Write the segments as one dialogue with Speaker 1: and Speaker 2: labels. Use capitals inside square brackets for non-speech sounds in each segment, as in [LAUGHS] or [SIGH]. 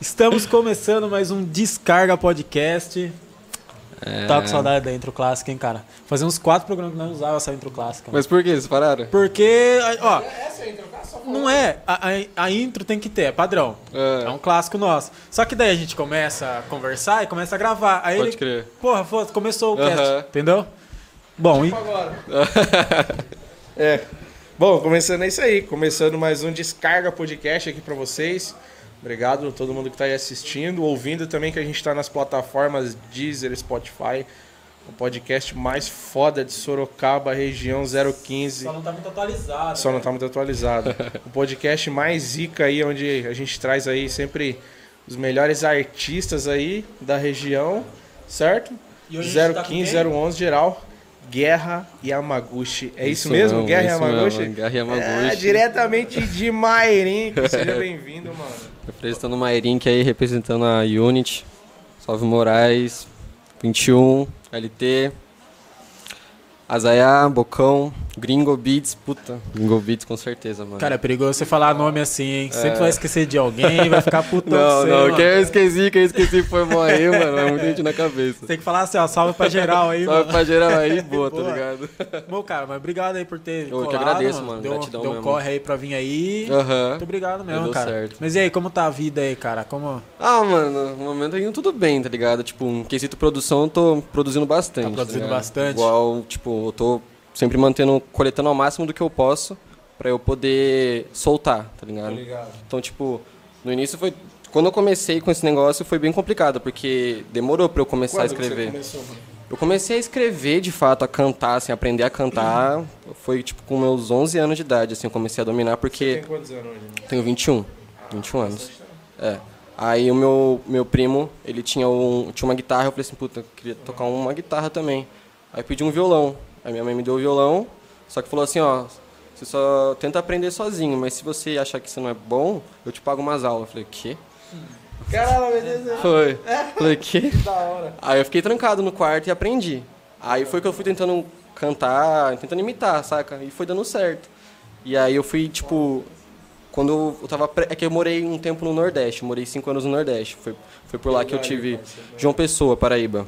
Speaker 1: Estamos começando mais um Descarga Podcast.
Speaker 2: É...
Speaker 1: Tá com saudade da intro clássica, hein, cara? Fazia uns quatro programas que não usava essa intro clássica.
Speaker 2: Mas por que vocês pararam?
Speaker 1: Porque, ó. Não é. A, a- a intro tem que ter, é padrão.
Speaker 2: É.
Speaker 1: É um clássico nosso. Só que daí a gente começa a conversar e começa a gravar. Aí
Speaker 2: Pode
Speaker 1: ele.
Speaker 2: crer.
Speaker 1: Porra, foda, começou o cast.
Speaker 2: Aham.
Speaker 1: Entendeu? Bom, e.
Speaker 3: É. Bom, começando é isso aí. Começando mais um Descarga Podcast aqui pra vocês. Obrigado a todo mundo que tá aí assistindo, ouvindo também que a gente tá nas plataformas Deezer, Spotify, o podcast mais foda de Sorocaba, região 015.
Speaker 1: Só não tá muito atualizado. né?
Speaker 3: Só não tá
Speaker 2: [LAUGHS]
Speaker 3: muito atualizado. O podcast mais zica aí, onde a gente traz aí sempre os melhores artistas aí da região, certo?
Speaker 1: E hoje a gente tá com
Speaker 3: 015,
Speaker 1: quem?
Speaker 3: 011 geral, Guerra Yamaguchi. É isso, mesmo? Guerra
Speaker 2: é isso
Speaker 3: Yamaguchi?
Speaker 2: mesmo, Guerra Yamaguchi.
Speaker 3: É, diretamente de Mairim.
Speaker 2: [LAUGHS]
Speaker 3: Seja bem-vindo, mano.
Speaker 2: Apresentando uma Erink aí, representando a Unity. Salve Moraes, 21, LT, Azaiá, Bocão, Gringo Beats, puta. Gringo Beats com certeza, mano.
Speaker 1: Cara, é perigoso você falar nome assim, hein? Sempre vai esquecer de alguém, vai
Speaker 2: [LAUGHS]
Speaker 1: ficar putão com
Speaker 2: É. não, é-
Speaker 1: você,
Speaker 2: não,
Speaker 1: mano.
Speaker 2: quem eu esqueci, quem eu esqueci foi Moraes, mano. É muita gente na cabeça.
Speaker 1: Tem que falar assim, ó, salve pra geral aí, mano.
Speaker 2: Salve pra geral
Speaker 3: [LAUGHS]
Speaker 2: aí, boa, tá
Speaker 1: Boa.
Speaker 2: ligado?
Speaker 1: Bom, cara, mas obrigado aí por ter
Speaker 2: Eu que
Speaker 1: colado,
Speaker 2: agradeço, mano.
Speaker 1: Deu,
Speaker 2: Gratidão
Speaker 1: deu um
Speaker 2: mesmo.
Speaker 1: corre aí pra vir aí.
Speaker 2: Aham.
Speaker 1: Muito obrigado mesmo,
Speaker 2: Deu
Speaker 1: cara.
Speaker 2: certo.
Speaker 1: Mas e aí, como tá a vida aí, cara? Como
Speaker 2: Ah, mano, no momento tá indo tudo bem, tá ligado? Tipo, em quesito produção, eu tô produzindo bastante.
Speaker 1: Tá produzindo
Speaker 2: ligado?
Speaker 1: bastante.
Speaker 2: Igual, tipo, eu tô sempre mantendo, coletando ao máximo do que eu posso pra eu poder soltar, tá ligado? Então, tipo, no início foi. Quando eu comecei com esse negócio foi bem complicado, porque demorou pra eu começar a escrever. Eu comecei a escrever, de fato, a cantar, assim, aprender a cantar. Foi, tipo, com meus 11 anos de idade, assim, eu comecei a dominar, porque...
Speaker 3: Tem quantos anos hoje? mano?
Speaker 2: Tenho 21. 21 anos. É. Aí o meu, meu primo, ele tinha, um, tinha uma guitarra, eu falei assim, puta, eu queria tocar uma guitarra também. Aí eu pedi um violão. Aí minha mãe me deu o violão, só que falou assim, ó, você só tenta aprender sozinho, mas se você achar que você não é bom, eu te pago umas aulas. Eu falei, quê?
Speaker 3: Caralho, meu Deus, é
Speaker 2: Foi. Falei, quê?
Speaker 3: da hora.
Speaker 2: Aí eu fiquei trancado no quarto e aprendi. Aí foi que eu fui tentando cantar, tentando imitar, saca? E foi dando certo. E aí eu fui, tipo. Quando eu- eu tava. pre- É que eu morei um tempo no Nordeste, eu morei cinco anos no Nordeste. Foi, foi por lá que eu tive. João Pessoa, Paraíba.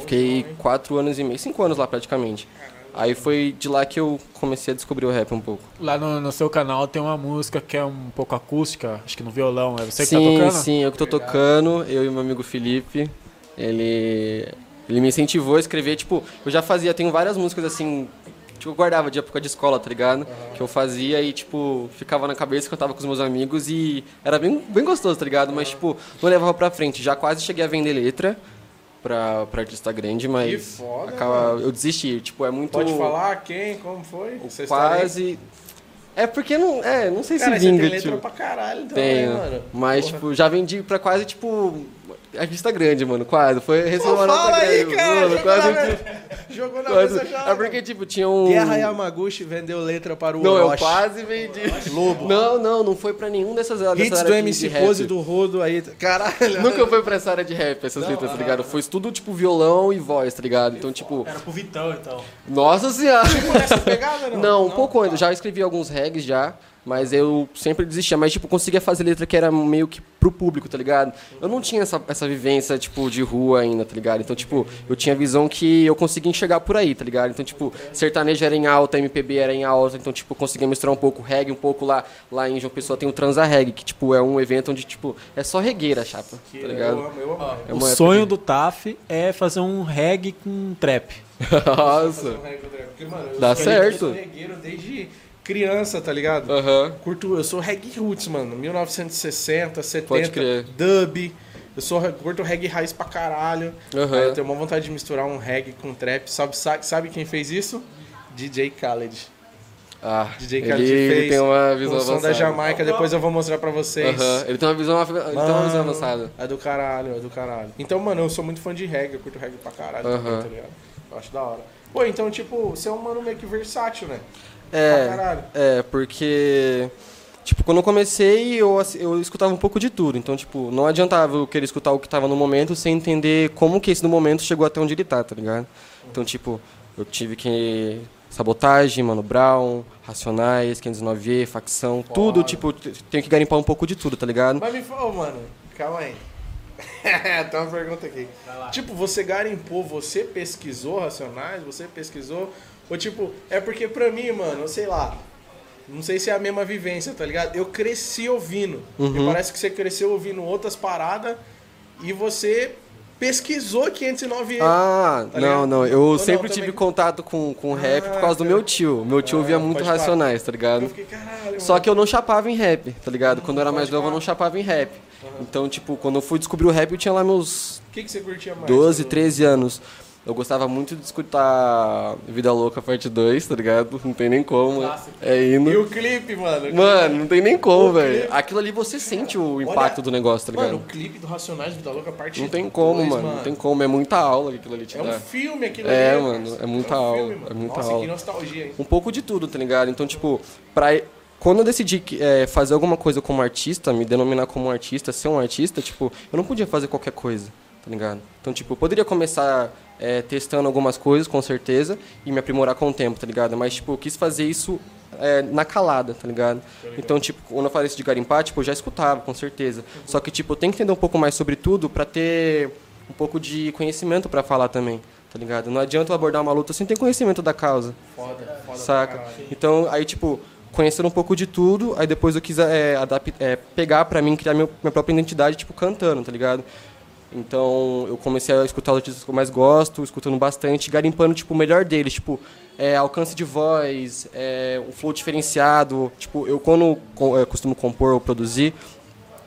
Speaker 2: Fiquei quatro anos e meio, cinco anos lá praticamente. Aí foi de lá que eu comecei a descobrir o rap um pouco.
Speaker 1: lá no, no seu canal tem uma música que é um pouco acústica, acho que no violão, é você que
Speaker 2: sim,
Speaker 1: tá tocando?
Speaker 2: sim, eu que tô tocando, eu e meu amigo Felipe. Ele. Ele me incentivou a escrever, tipo, eu já fazia, tenho várias músicas assim, tipo, eu guardava de época de escola, tá ligado? Que eu fazia e, tipo, ficava na cabeça que eu tava com os meus amigos e era bem, bem gostoso, tá ligado? Mas, tipo, não levava pra frente. Já quase cheguei a vender letra pra, pra artista grande, mas.
Speaker 3: Que foda,
Speaker 2: acaba- eu desisti, tipo, é muito.
Speaker 3: Pode falar quem, como foi? Essa história aí?
Speaker 2: Quase. É porque não. É, não sei
Speaker 3: Cara,
Speaker 2: se
Speaker 3: você tem
Speaker 2: vinga,
Speaker 3: letra
Speaker 2: tipo.
Speaker 3: pra caralho também,
Speaker 2: Tenho.
Speaker 3: É, mano.
Speaker 2: Mas,
Speaker 3: Porra.
Speaker 2: tipo, já vendi pra quase, tipo. Artista grande, mano, quase. Foi
Speaker 3: Pô,
Speaker 2: receber
Speaker 3: fala aí, cara.
Speaker 2: Mano,
Speaker 3: jogou,
Speaker 2: quase.
Speaker 3: na... jogou na
Speaker 2: quase-
Speaker 3: mesa já.
Speaker 2: É porque, tipo, tinha um.
Speaker 3: Guerra Yamaguchi vendeu letra para o
Speaker 2: Não, eu
Speaker 3: Orochi.
Speaker 2: quase vendi. Lobo. [LAUGHS] Não, não, não foi pra nenhum dessas dessas
Speaker 3: Hits
Speaker 2: áreas
Speaker 3: do
Speaker 2: de- de
Speaker 3: MC
Speaker 2: rap.
Speaker 3: Pose do Rodo aí. Caralho.
Speaker 2: Nunca foi pra essa área de rap, essas letras, tá ligado? Foi tudo, tipo, violão e voz, tá ligado? Então, tipo,
Speaker 1: Era pro Vitão, então.
Speaker 2: nossa senhora! [LAUGHS]
Speaker 3: é pegada, não?
Speaker 2: Não, um pouco antes. Já escrevi alguns regs já, mas eu sempre desistia. Mas, tipo, conseguia fazer letra que era meio que pro público, tá ligado? Eu não tinha essa, essa vivência, tipo, de rua ainda, tá ligado? Então, tipo, eu tinha a visão que eu conseguia enxergar por aí, tá ligado? Então, tipo, sertanejo era em alta, MPB era em alta, então, tipo, eu conseguia misturar um pouco reggae, um pouco lá, lá em João Pessoa tem o Transa Reggae, que, tipo, é um evento onde, tipo, é só regueira, chapa, tá
Speaker 3: Eu
Speaker 2: ligado?
Speaker 3: amo, eu amo.
Speaker 2: É
Speaker 1: o
Speaker 2: uma época [LAUGHS]
Speaker 1: sonho do TAF é fazer um reggae com trap.
Speaker 2: de- Nossa!
Speaker 3: um Porque, mano, eu
Speaker 2: Dá
Speaker 3: sou
Speaker 2: certo.
Speaker 3: reggae- eu sou regueiro desde criança, tá ligado?
Speaker 2: Aham.
Speaker 3: Curto, eu sou reggae roots, mano. 1960, 70,
Speaker 2: Pode crer.
Speaker 3: dub. Eu sou curto reggae raiz pra caralho.
Speaker 2: Aham.
Speaker 3: Aí eu tenho uma vontade de misturar um reggae com trap. Sabe, sabe, sabe quem fez isso? DJ Khaled.
Speaker 2: Ah,
Speaker 3: DJ
Speaker 2: ele,
Speaker 3: Khaled fez.
Speaker 2: ele tem uma
Speaker 3: com
Speaker 2: visão
Speaker 3: o som
Speaker 2: avançada.
Speaker 3: da Jamaica, depois eu vou mostrar pra vocês.
Speaker 2: Aham, Ele tem uma visão, ele tem uma visão
Speaker 3: Mano,
Speaker 2: avançada.
Speaker 3: É do caralho, é do caralho. Então, mano, eu sou muito fã de reggae, eu curto reggae pra caralho também,
Speaker 2: Aham.
Speaker 3: tá ligado? Eu acho da hora. Pô, então, tipo, você é um mano meio que versátil, né? Pra caralho.
Speaker 2: É, é, porque. Tipo, quando eu comecei, eu, assi- eu escutava um pouco de tudo. Então, tipo, não adiantava eu querer escutar o que tava no momento sem entender como que esse no momento chegou até onde ele tá, tá ligado? Então, tipo, eu tive que. Sabotagem, Mano Brown, Racionais, 509E, Facção, tudo, tipo, eu te- tenho que garimpar um pouco de tudo, tá ligado?
Speaker 3: Mas me fala, ô, mano, Calma aí. [LAUGHS] Tem uma pergunta aqui. Tipo, você garimpou, você pesquisou Racionais? Você pesquisou? Ou tipo, é porque pra mim, mano, sei lá. Não sei se é a mesma vivência, tá ligado? Eu cresci ouvindo.
Speaker 2: Uhum.
Speaker 3: E parece que você cresceu ouvindo outras paradas e você pesquisou 509
Speaker 2: Ah,
Speaker 3: tá
Speaker 2: não,
Speaker 3: ligado?
Speaker 2: não. Eu
Speaker 3: Ou não,
Speaker 2: sempre
Speaker 3: também-
Speaker 2: tive contato com, com rap por causa do
Speaker 3: cara.
Speaker 2: meu tio. Meu tio
Speaker 3: Ah,
Speaker 2: ouvia muito
Speaker 3: pode falar.
Speaker 2: Racionais, tá ligado?
Speaker 3: Eu fiquei, caralho,
Speaker 2: Só
Speaker 3: mano.
Speaker 2: que eu não chapava em rap, tá ligado? Quando eu era mais
Speaker 3: pode
Speaker 2: novo, eu
Speaker 3: falar.
Speaker 2: não chapava em rap. Então, tipo, quando eu fui descobrir o rap, eu tinha lá meus
Speaker 3: O que, que você curtia mais?
Speaker 2: 12, 13 anos. Eu gostava muito de escutar Vida Louca Parte 2, tá ligado? Não tem nem como. É
Speaker 3: E
Speaker 2: hino.
Speaker 3: o clipe, mano?
Speaker 2: Mano, não tem nem como, velho.
Speaker 3: clipe.
Speaker 2: Aquilo ali você sente o impacto do negócio, tá ligado?
Speaker 3: Mano, o clipe do Racionais Vida Louca, a parte
Speaker 2: não tem como,
Speaker 3: dois,
Speaker 2: mano. Não tem como. É muita aula que aquilo ali te
Speaker 3: É
Speaker 2: dá.
Speaker 3: um filme aquilo
Speaker 2: É,
Speaker 3: ali,
Speaker 2: mano,
Speaker 3: parça.
Speaker 2: é muita
Speaker 3: um
Speaker 2: aula, é muita
Speaker 3: Nossa,
Speaker 2: aula.
Speaker 3: que nostalgia, hein?
Speaker 2: um pouco de tudo, tá ligado? Então, tipo, pra... quando eu decidi que, eh, fazer alguma coisa como artista, me denominar como artista, ser um artista, tipo, eu não podia fazer qualquer coisa, tá ligado? Então, tipo, eu poderia começar eh, testando algumas coisas, com certeza, e me aprimorar com o tempo, tá ligado? Mas, tipo, eu quis fazer isso eh, na calada, tá ligado? Então, tipo, quando eu falei isso de garimpar, tipo, eu já escutava, com certeza. Só que, tipo, eu tenho que entender um pouco mais sobre tudo pra ter um pouco de conhecimento pra falar também, tá ligado? Não adianta eu abordar uma luta sem ter conhecimento da causa.
Speaker 3: Foda, foda pra
Speaker 2: Saca?
Speaker 3: caralho.
Speaker 2: Então, aí, tipo, conhecendo um pouco de tudo, aí depois eu quis é, adap- é, pegar pra mim, criar meu- minha própria identidade, tipo, cantando, tá ligado? Então, eu comecei a escutar os artistas que eu mais gosto, escutando bastante, garimpando, tipo, o melhor deles, tipo, é, alcance de voz, é, um flow diferenciado. Tipo, eu quando co- é, costumo compor ou produzir,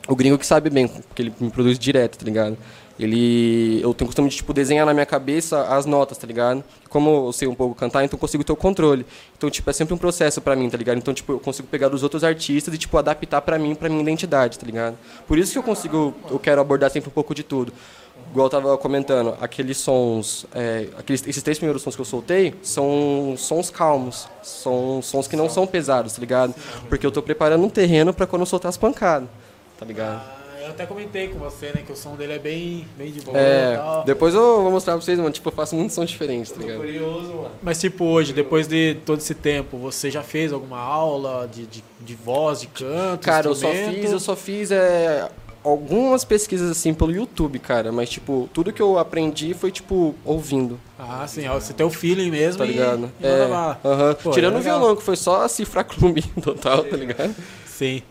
Speaker 2: o gringo que sabe bem, porque ele me produz direto, tá ligado? Ele. Eu tenho o costume de, tipo, desenhar na minha cabeça as notas, tá ligado? Como eu sei um pouco cantar, então eu consigo ter o controle. Então, tipo, é sempre um processo pra mim, tá ligado? Então, tipo, eu consigo pegar dos outros artistas e, tipo, adaptar pra mim, pra minha identidade, tá ligado? Por isso que eu consigo. Eu quero abordar sempre um pouco de tudo. Igual eu tava comentando, aqueles sons. é, aqueles, esses três primeiros sons que eu soltei são sons calmos. São sons que não são pesados, tá ligado? Porque eu tô preparando um terreno pra quando eu soltar as pancadas, tá ligado?
Speaker 1: Ah, eu até comentei com você, né? Que o som dele é bem, bem de boa e
Speaker 2: É,
Speaker 1: tal.
Speaker 2: depois eu vou mostrar pra vocês, mano. Tipo, eu faço muito som diferente, tá
Speaker 3: Tô
Speaker 2: ligado?
Speaker 3: curioso, mano.
Speaker 1: Mas tipo hoje, depois de todo esse tempo, você já fez alguma aula de, de, de voz, de canto?
Speaker 2: Cara, eu só
Speaker 1: instrumento?
Speaker 2: fiz, eu só fiz é, algumas pesquisas assim pelo YouTube, cara. Mas, tipo, tudo que eu aprendi foi, tipo, ouvindo,
Speaker 1: Ah, sim, ó, você tem o feeling mesmo.
Speaker 2: tá
Speaker 1: e-
Speaker 2: ligado?
Speaker 1: E,
Speaker 2: É,
Speaker 1: manda bala.
Speaker 2: aham.
Speaker 1: Pô,
Speaker 2: Tirando
Speaker 1: é
Speaker 2: o
Speaker 1: legal.
Speaker 2: violão, que foi só [LAUGHS] cifrar clube total, tá ligado?
Speaker 1: Sim.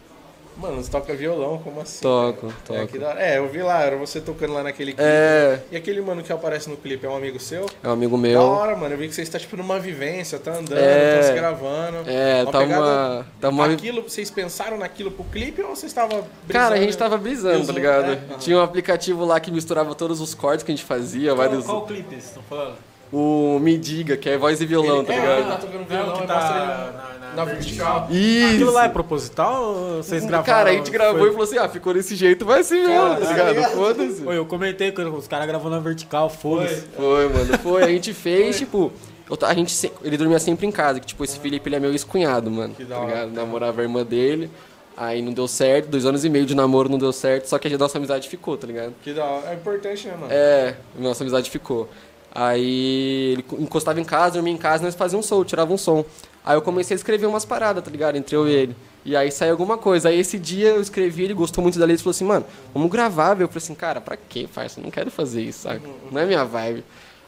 Speaker 3: Mano, você toca violão, como assim?
Speaker 2: Toco,
Speaker 3: cara?
Speaker 2: toco.
Speaker 3: É, que da hora. É, eu vi lá, era você tocando lá naquele clipe.
Speaker 2: É.
Speaker 3: E aquele mano que aparece no clipe é um amigo seu?
Speaker 2: É um amigo
Speaker 3: Da
Speaker 2: meu.
Speaker 3: hora, mano. Eu vi que vocês estão, tipo, numa vivência, tá andando,
Speaker 2: É.
Speaker 3: tá se gravando.
Speaker 2: É, tá
Speaker 3: pegada-
Speaker 2: uma. Tá uma...
Speaker 3: Aquilo, vocês pensaram naquilo pro clipe ou vocês estavam
Speaker 2: Cara, a
Speaker 1: né?
Speaker 2: gente tava brisando, tá
Speaker 3: Brisando,
Speaker 2: ligado?
Speaker 3: né? Aham.
Speaker 2: Tinha um aplicativo lá que misturava todos os cortes que a gente
Speaker 1: Então,
Speaker 2: fazia, vários.
Speaker 1: o clipe vocês estão falando?
Speaker 2: O Me Diga, que é voz e violão, tá
Speaker 3: É,
Speaker 2: ligado?
Speaker 3: ele tá tocando violão e mostra ele
Speaker 1: na, na,
Speaker 3: na vertical.
Speaker 2: Isso.
Speaker 1: Aquilo lá é proposital ou vocês gravaram?
Speaker 2: Hum, Cara, a gente gravou
Speaker 1: Foi-
Speaker 2: e falou assim, ah, ficou desse jeito, vai assim mesmo, tá
Speaker 3: Caralho.
Speaker 2: ligado? Foda-se.
Speaker 1: Foi, eu comentei que os caras gravou na vertical, foda-se.
Speaker 2: Foi, mano, foi. A gente fez, tipo... eu ta- a gente, se- ele dormia sempre em casa, que tipo, esse Felipe, ele é meu ex-cunhado, mano,
Speaker 3: Que da
Speaker 2: tá
Speaker 3: hora.
Speaker 2: ligado? Namorava a irmã dele, aí não deu certo, dois anos e meio de namoro não deu certo, só que a nossa amizade ficou, tá ligado?
Speaker 3: Que da hora. É importante, né, mano?
Speaker 2: É, nossa amizade ficou. Aí ele co- encostava em casa, dormia em casa, nós fazíamos um som, tirava um som. Aí eu comecei a escrever umas paradas, tá ligado? Entre eu e ele. E aí saiu alguma coisa. Aí esse dia eu escrevi, ele gostou muito da letra e falou assim, mano, vamos gravar, velho. Eu falei assim, cara, pra quê, parça? Eu Não quero fazer isso, saca? Não é minha vibe.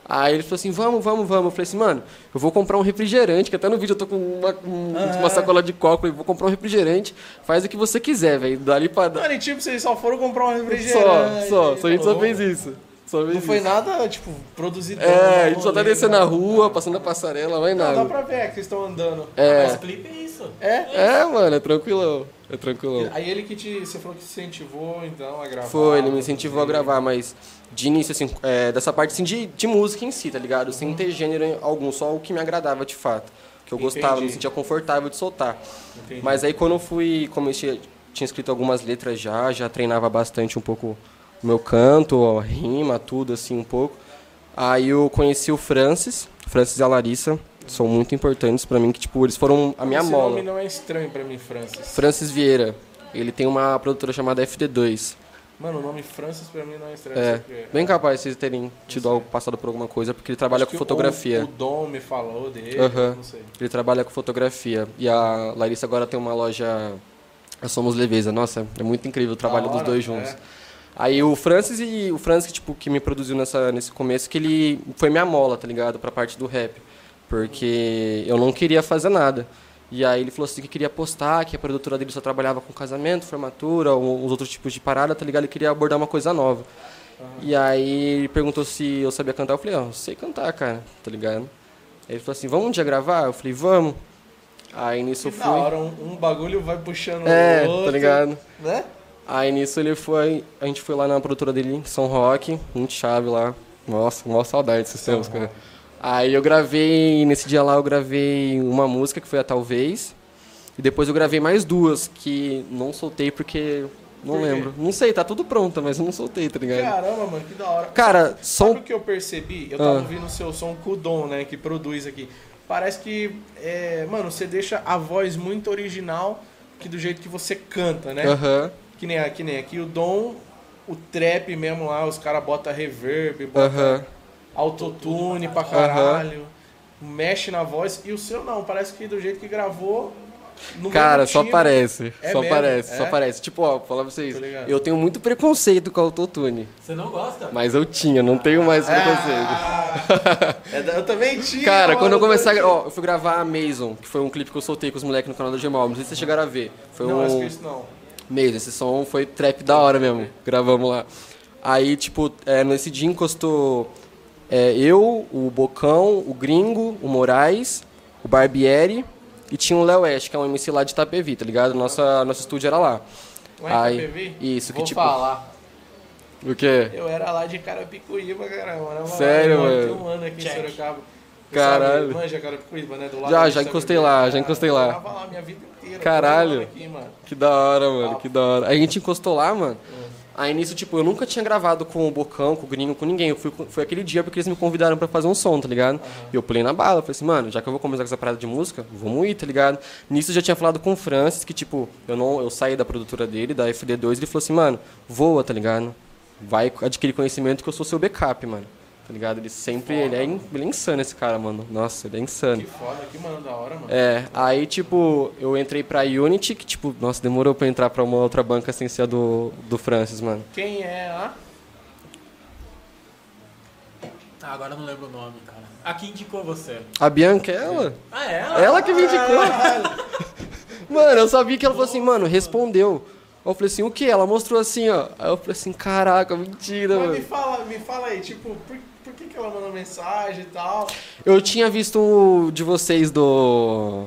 Speaker 2: Aí ele falou assim, vamos, vamos, vamos. Eu falei assim, mano, eu vou comprar um refrigerante, que até no vídeo eu tô com uma, um- uma sacola de coco, eu vou comprar um refrigerante, faz o que você quiser, velho. Dali pra...
Speaker 3: Mano, e tipo, vocês só foram comprar um
Speaker 2: Só,
Speaker 3: refrigerante. tá
Speaker 2: só, só a gente só
Speaker 3: Não,
Speaker 2: fez isso. Só fez
Speaker 3: Não foi
Speaker 2: isso.
Speaker 3: nada, tipo, produzido.
Speaker 2: É, a gente só tá descendo a rua, passando a passarela, vai
Speaker 3: né? Não, dá
Speaker 2: nada.
Speaker 3: pra ver que vocês estão andando.
Speaker 2: É,
Speaker 1: clipe é isso.
Speaker 3: É?
Speaker 2: é, mano, é tranquilão. É tranquilão.
Speaker 3: Aí ele que te. Você falou que te incentivou, então, a gravar.
Speaker 2: Foi, ele me incentivou a gravar, mas de início, assim, é, dessa parte assim, de, de música em si, tá ligado? Sem ter gênero algum, só o que me agradava de fato. Que eu gostava,
Speaker 3: Entendi.
Speaker 2: me sentia confortável de soltar.
Speaker 3: Entendi.
Speaker 2: Mas aí quando eu fui, comecei, tinha escrito algumas letras já, já treinava bastante um pouco o meu canto, a rima, tudo assim um pouco. Aí eu conheci o Francis, o Francis e a Larissa, são muito importantes pra mim, que tipo, eles foram a minha
Speaker 3: Esse
Speaker 2: mola.
Speaker 3: nome não é estranho pra mim, Francis.
Speaker 2: Francis Vieira, ele tem uma produtora chamada FT2.
Speaker 3: Mano, o nome Francis pra mim não é estranho.
Speaker 2: É,
Speaker 3: não sei por quê.
Speaker 2: bem capaz de vocês terem tido algo passado por alguma coisa, porque ele trabalha
Speaker 3: Acho que
Speaker 2: com fotografia.
Speaker 3: O, o Dom me falou dele,
Speaker 2: Aham.
Speaker 3: não sei.
Speaker 2: Ele trabalha com fotografia. E a Larissa agora tem uma loja. a Somos Leveza. Nossa, é muito incrível o trabalho
Speaker 3: Da
Speaker 2: dos
Speaker 3: hora,
Speaker 2: dois juntos.
Speaker 3: é.
Speaker 2: Aí o Francis e o Francis, que, tipo, que me produziu nessa, nesse começo, que ele foi minha mola, tá ligado? Pra parte do rap. Porque eu não queria fazer nada. E aí ele falou assim que queria postar, que a produtora dele só trabalhava com casamento, formatura, uns outros tipos de parada, tá ligado? Ele queria abordar uma coisa nova. E aí ele perguntou se eu sabia cantar. Eu falei, ó, sei cantar, cara, tá ligado? Aí ele falou assim, vamos um dia gravar? Eu falei, vamos. Aí nisso eu
Speaker 3: Da
Speaker 2: fui.
Speaker 3: hora, um, um bagulho vai puxando
Speaker 2: É,
Speaker 3: o outro.
Speaker 2: tá ligado?
Speaker 3: Né?
Speaker 2: Aí nisso ele foi. A gente foi lá na produtora dele em São Roque, muito chave lá. Nossa, maior saudade desses tempos, cara. Aí eu gravei, nesse dia lá eu gravei uma música que foi a Talvez. E depois eu gravei mais duas que não soltei porque. Não
Speaker 3: Por quê?
Speaker 2: lembro. Não sei, tá tudo pronta, mas eu não soltei, tá ligado?
Speaker 3: Caramba, mano, que da hora.
Speaker 2: Cara,
Speaker 3: Sabe
Speaker 2: som.
Speaker 3: o que eu percebi? Eu tava
Speaker 2: Ah.
Speaker 3: ouvindo o seu som com o Dom, né? Que produz aqui. Parece que, é, mano, você deixa a voz muito original que do jeito que você canta, né?
Speaker 2: Aham.
Speaker 3: Que, nem, que nem aqui o Dom, o trap mesmo lá, os caras botam reverb,
Speaker 2: Aham.
Speaker 3: bota autotune pra caralho, mexe na voz. E o seu não, parece que do jeito que gravou. no
Speaker 2: Cara,
Speaker 3: mesmo
Speaker 2: só
Speaker 3: time,
Speaker 2: aparece.
Speaker 3: É
Speaker 2: só
Speaker 3: mesmo?
Speaker 2: aparece, só
Speaker 3: É?
Speaker 2: aparece. Tipo, ó, vou falar pra vocês.
Speaker 3: Tô ligado.
Speaker 2: Eu tenho muito preconceito com autotune.
Speaker 1: Você não gosta?
Speaker 2: Mas eu tinha, não tenho
Speaker 3: Ah,
Speaker 2: mais preconceito.
Speaker 3: É, eu também tinha.
Speaker 2: Cara, quando eu
Speaker 3: mano,
Speaker 2: comecei a. gra-
Speaker 3: também
Speaker 2: Ó, eu fui gravar a Mason, que foi um clipe que eu soltei com os moleques no canal da Gemal. Não sei se vocês chegaram a ver. Foi
Speaker 3: tinha. Não, acho
Speaker 2: um.
Speaker 3: que isso não.
Speaker 2: Mason, esse som foi trap da hora mesmo. Gravamos lá. Aí, tipo, é, nesse dia encostou é, eu, o Bocão, o Gringo, o Moraes, o Barbieri e tinha o Léo Oeste, que é um MC lá de Itapevi, tá ligado? Nossa, nosso estúdio era lá.
Speaker 3: Lá em
Speaker 2: Aí-
Speaker 3: Itapevi?
Speaker 2: isso, que
Speaker 3: Vou
Speaker 2: tipo-
Speaker 3: falar.
Speaker 2: O quê?
Speaker 3: Eu era lá de Carapicuíba, cara. Mano,
Speaker 2: Sério, mano?
Speaker 3: Tem um ano aqui
Speaker 1: Check.
Speaker 3: em Sorocaba. Você
Speaker 2: Caralho.
Speaker 3: sabe, Manja Carapicuíba, né? Do lado
Speaker 2: Já,
Speaker 3: ali,
Speaker 2: já
Speaker 3: sabe?
Speaker 2: encostei lá, já
Speaker 3: Ah,
Speaker 2: encostei lá.
Speaker 3: Eu morava lá minha vida inteira.
Speaker 2: Caralho.
Speaker 3: todo ano Aqui, mano.
Speaker 2: Que da hora, mano, que da hora. Aí a gente encostou lá, mano. Aí nisso, tipo, eu nunca tinha gravado com o Bocão, com o Gringo, com ninguém. Eu fui, com- foi aquele dia porque eles me convidaram pra fazer um som, tá ligado? E eu pulei na bala. Falei assim, mano, já que eu vou começar com essa parada de música, vamos ir, tá ligado? Nisso eu já tinha falado com o Francis, que, tipo, eu não eu saí da produtora dele, da FD2, ele falou assim, mano, voa, tá ligado? Vai adquirir conhecimento que eu sou seu backup, mano. Tá ligado? Ele sempre. Ele é, in- ele é insano esse cara, mano. Nossa, ele é insano.
Speaker 3: Que foda, que mano, da hora, mano.
Speaker 2: É, aí, tipo, eu entrei pra Unity, que, tipo, nossa, demorou pra eu entrar pra uma outra banca sem ser a do, do Francis, mano.
Speaker 3: Quem é lá?
Speaker 1: Ah, agora eu não lembro o nome, cara. A que indicou você?
Speaker 2: A Bianca, ela?
Speaker 1: Ah, é?
Speaker 2: Ela que me indicou. [LAUGHS] mano, eu sabia que ela falou assim, mano, respondeu. Eu falei assim, o que? Ela mostrou assim, ó. Aí eu falei assim, caraca, mentira,
Speaker 3: Mas me
Speaker 2: mano.
Speaker 3: fala, me fala aí, tipo, por, por que, que ela mandou mensagem e tal?
Speaker 2: Eu tinha visto o de vocês do.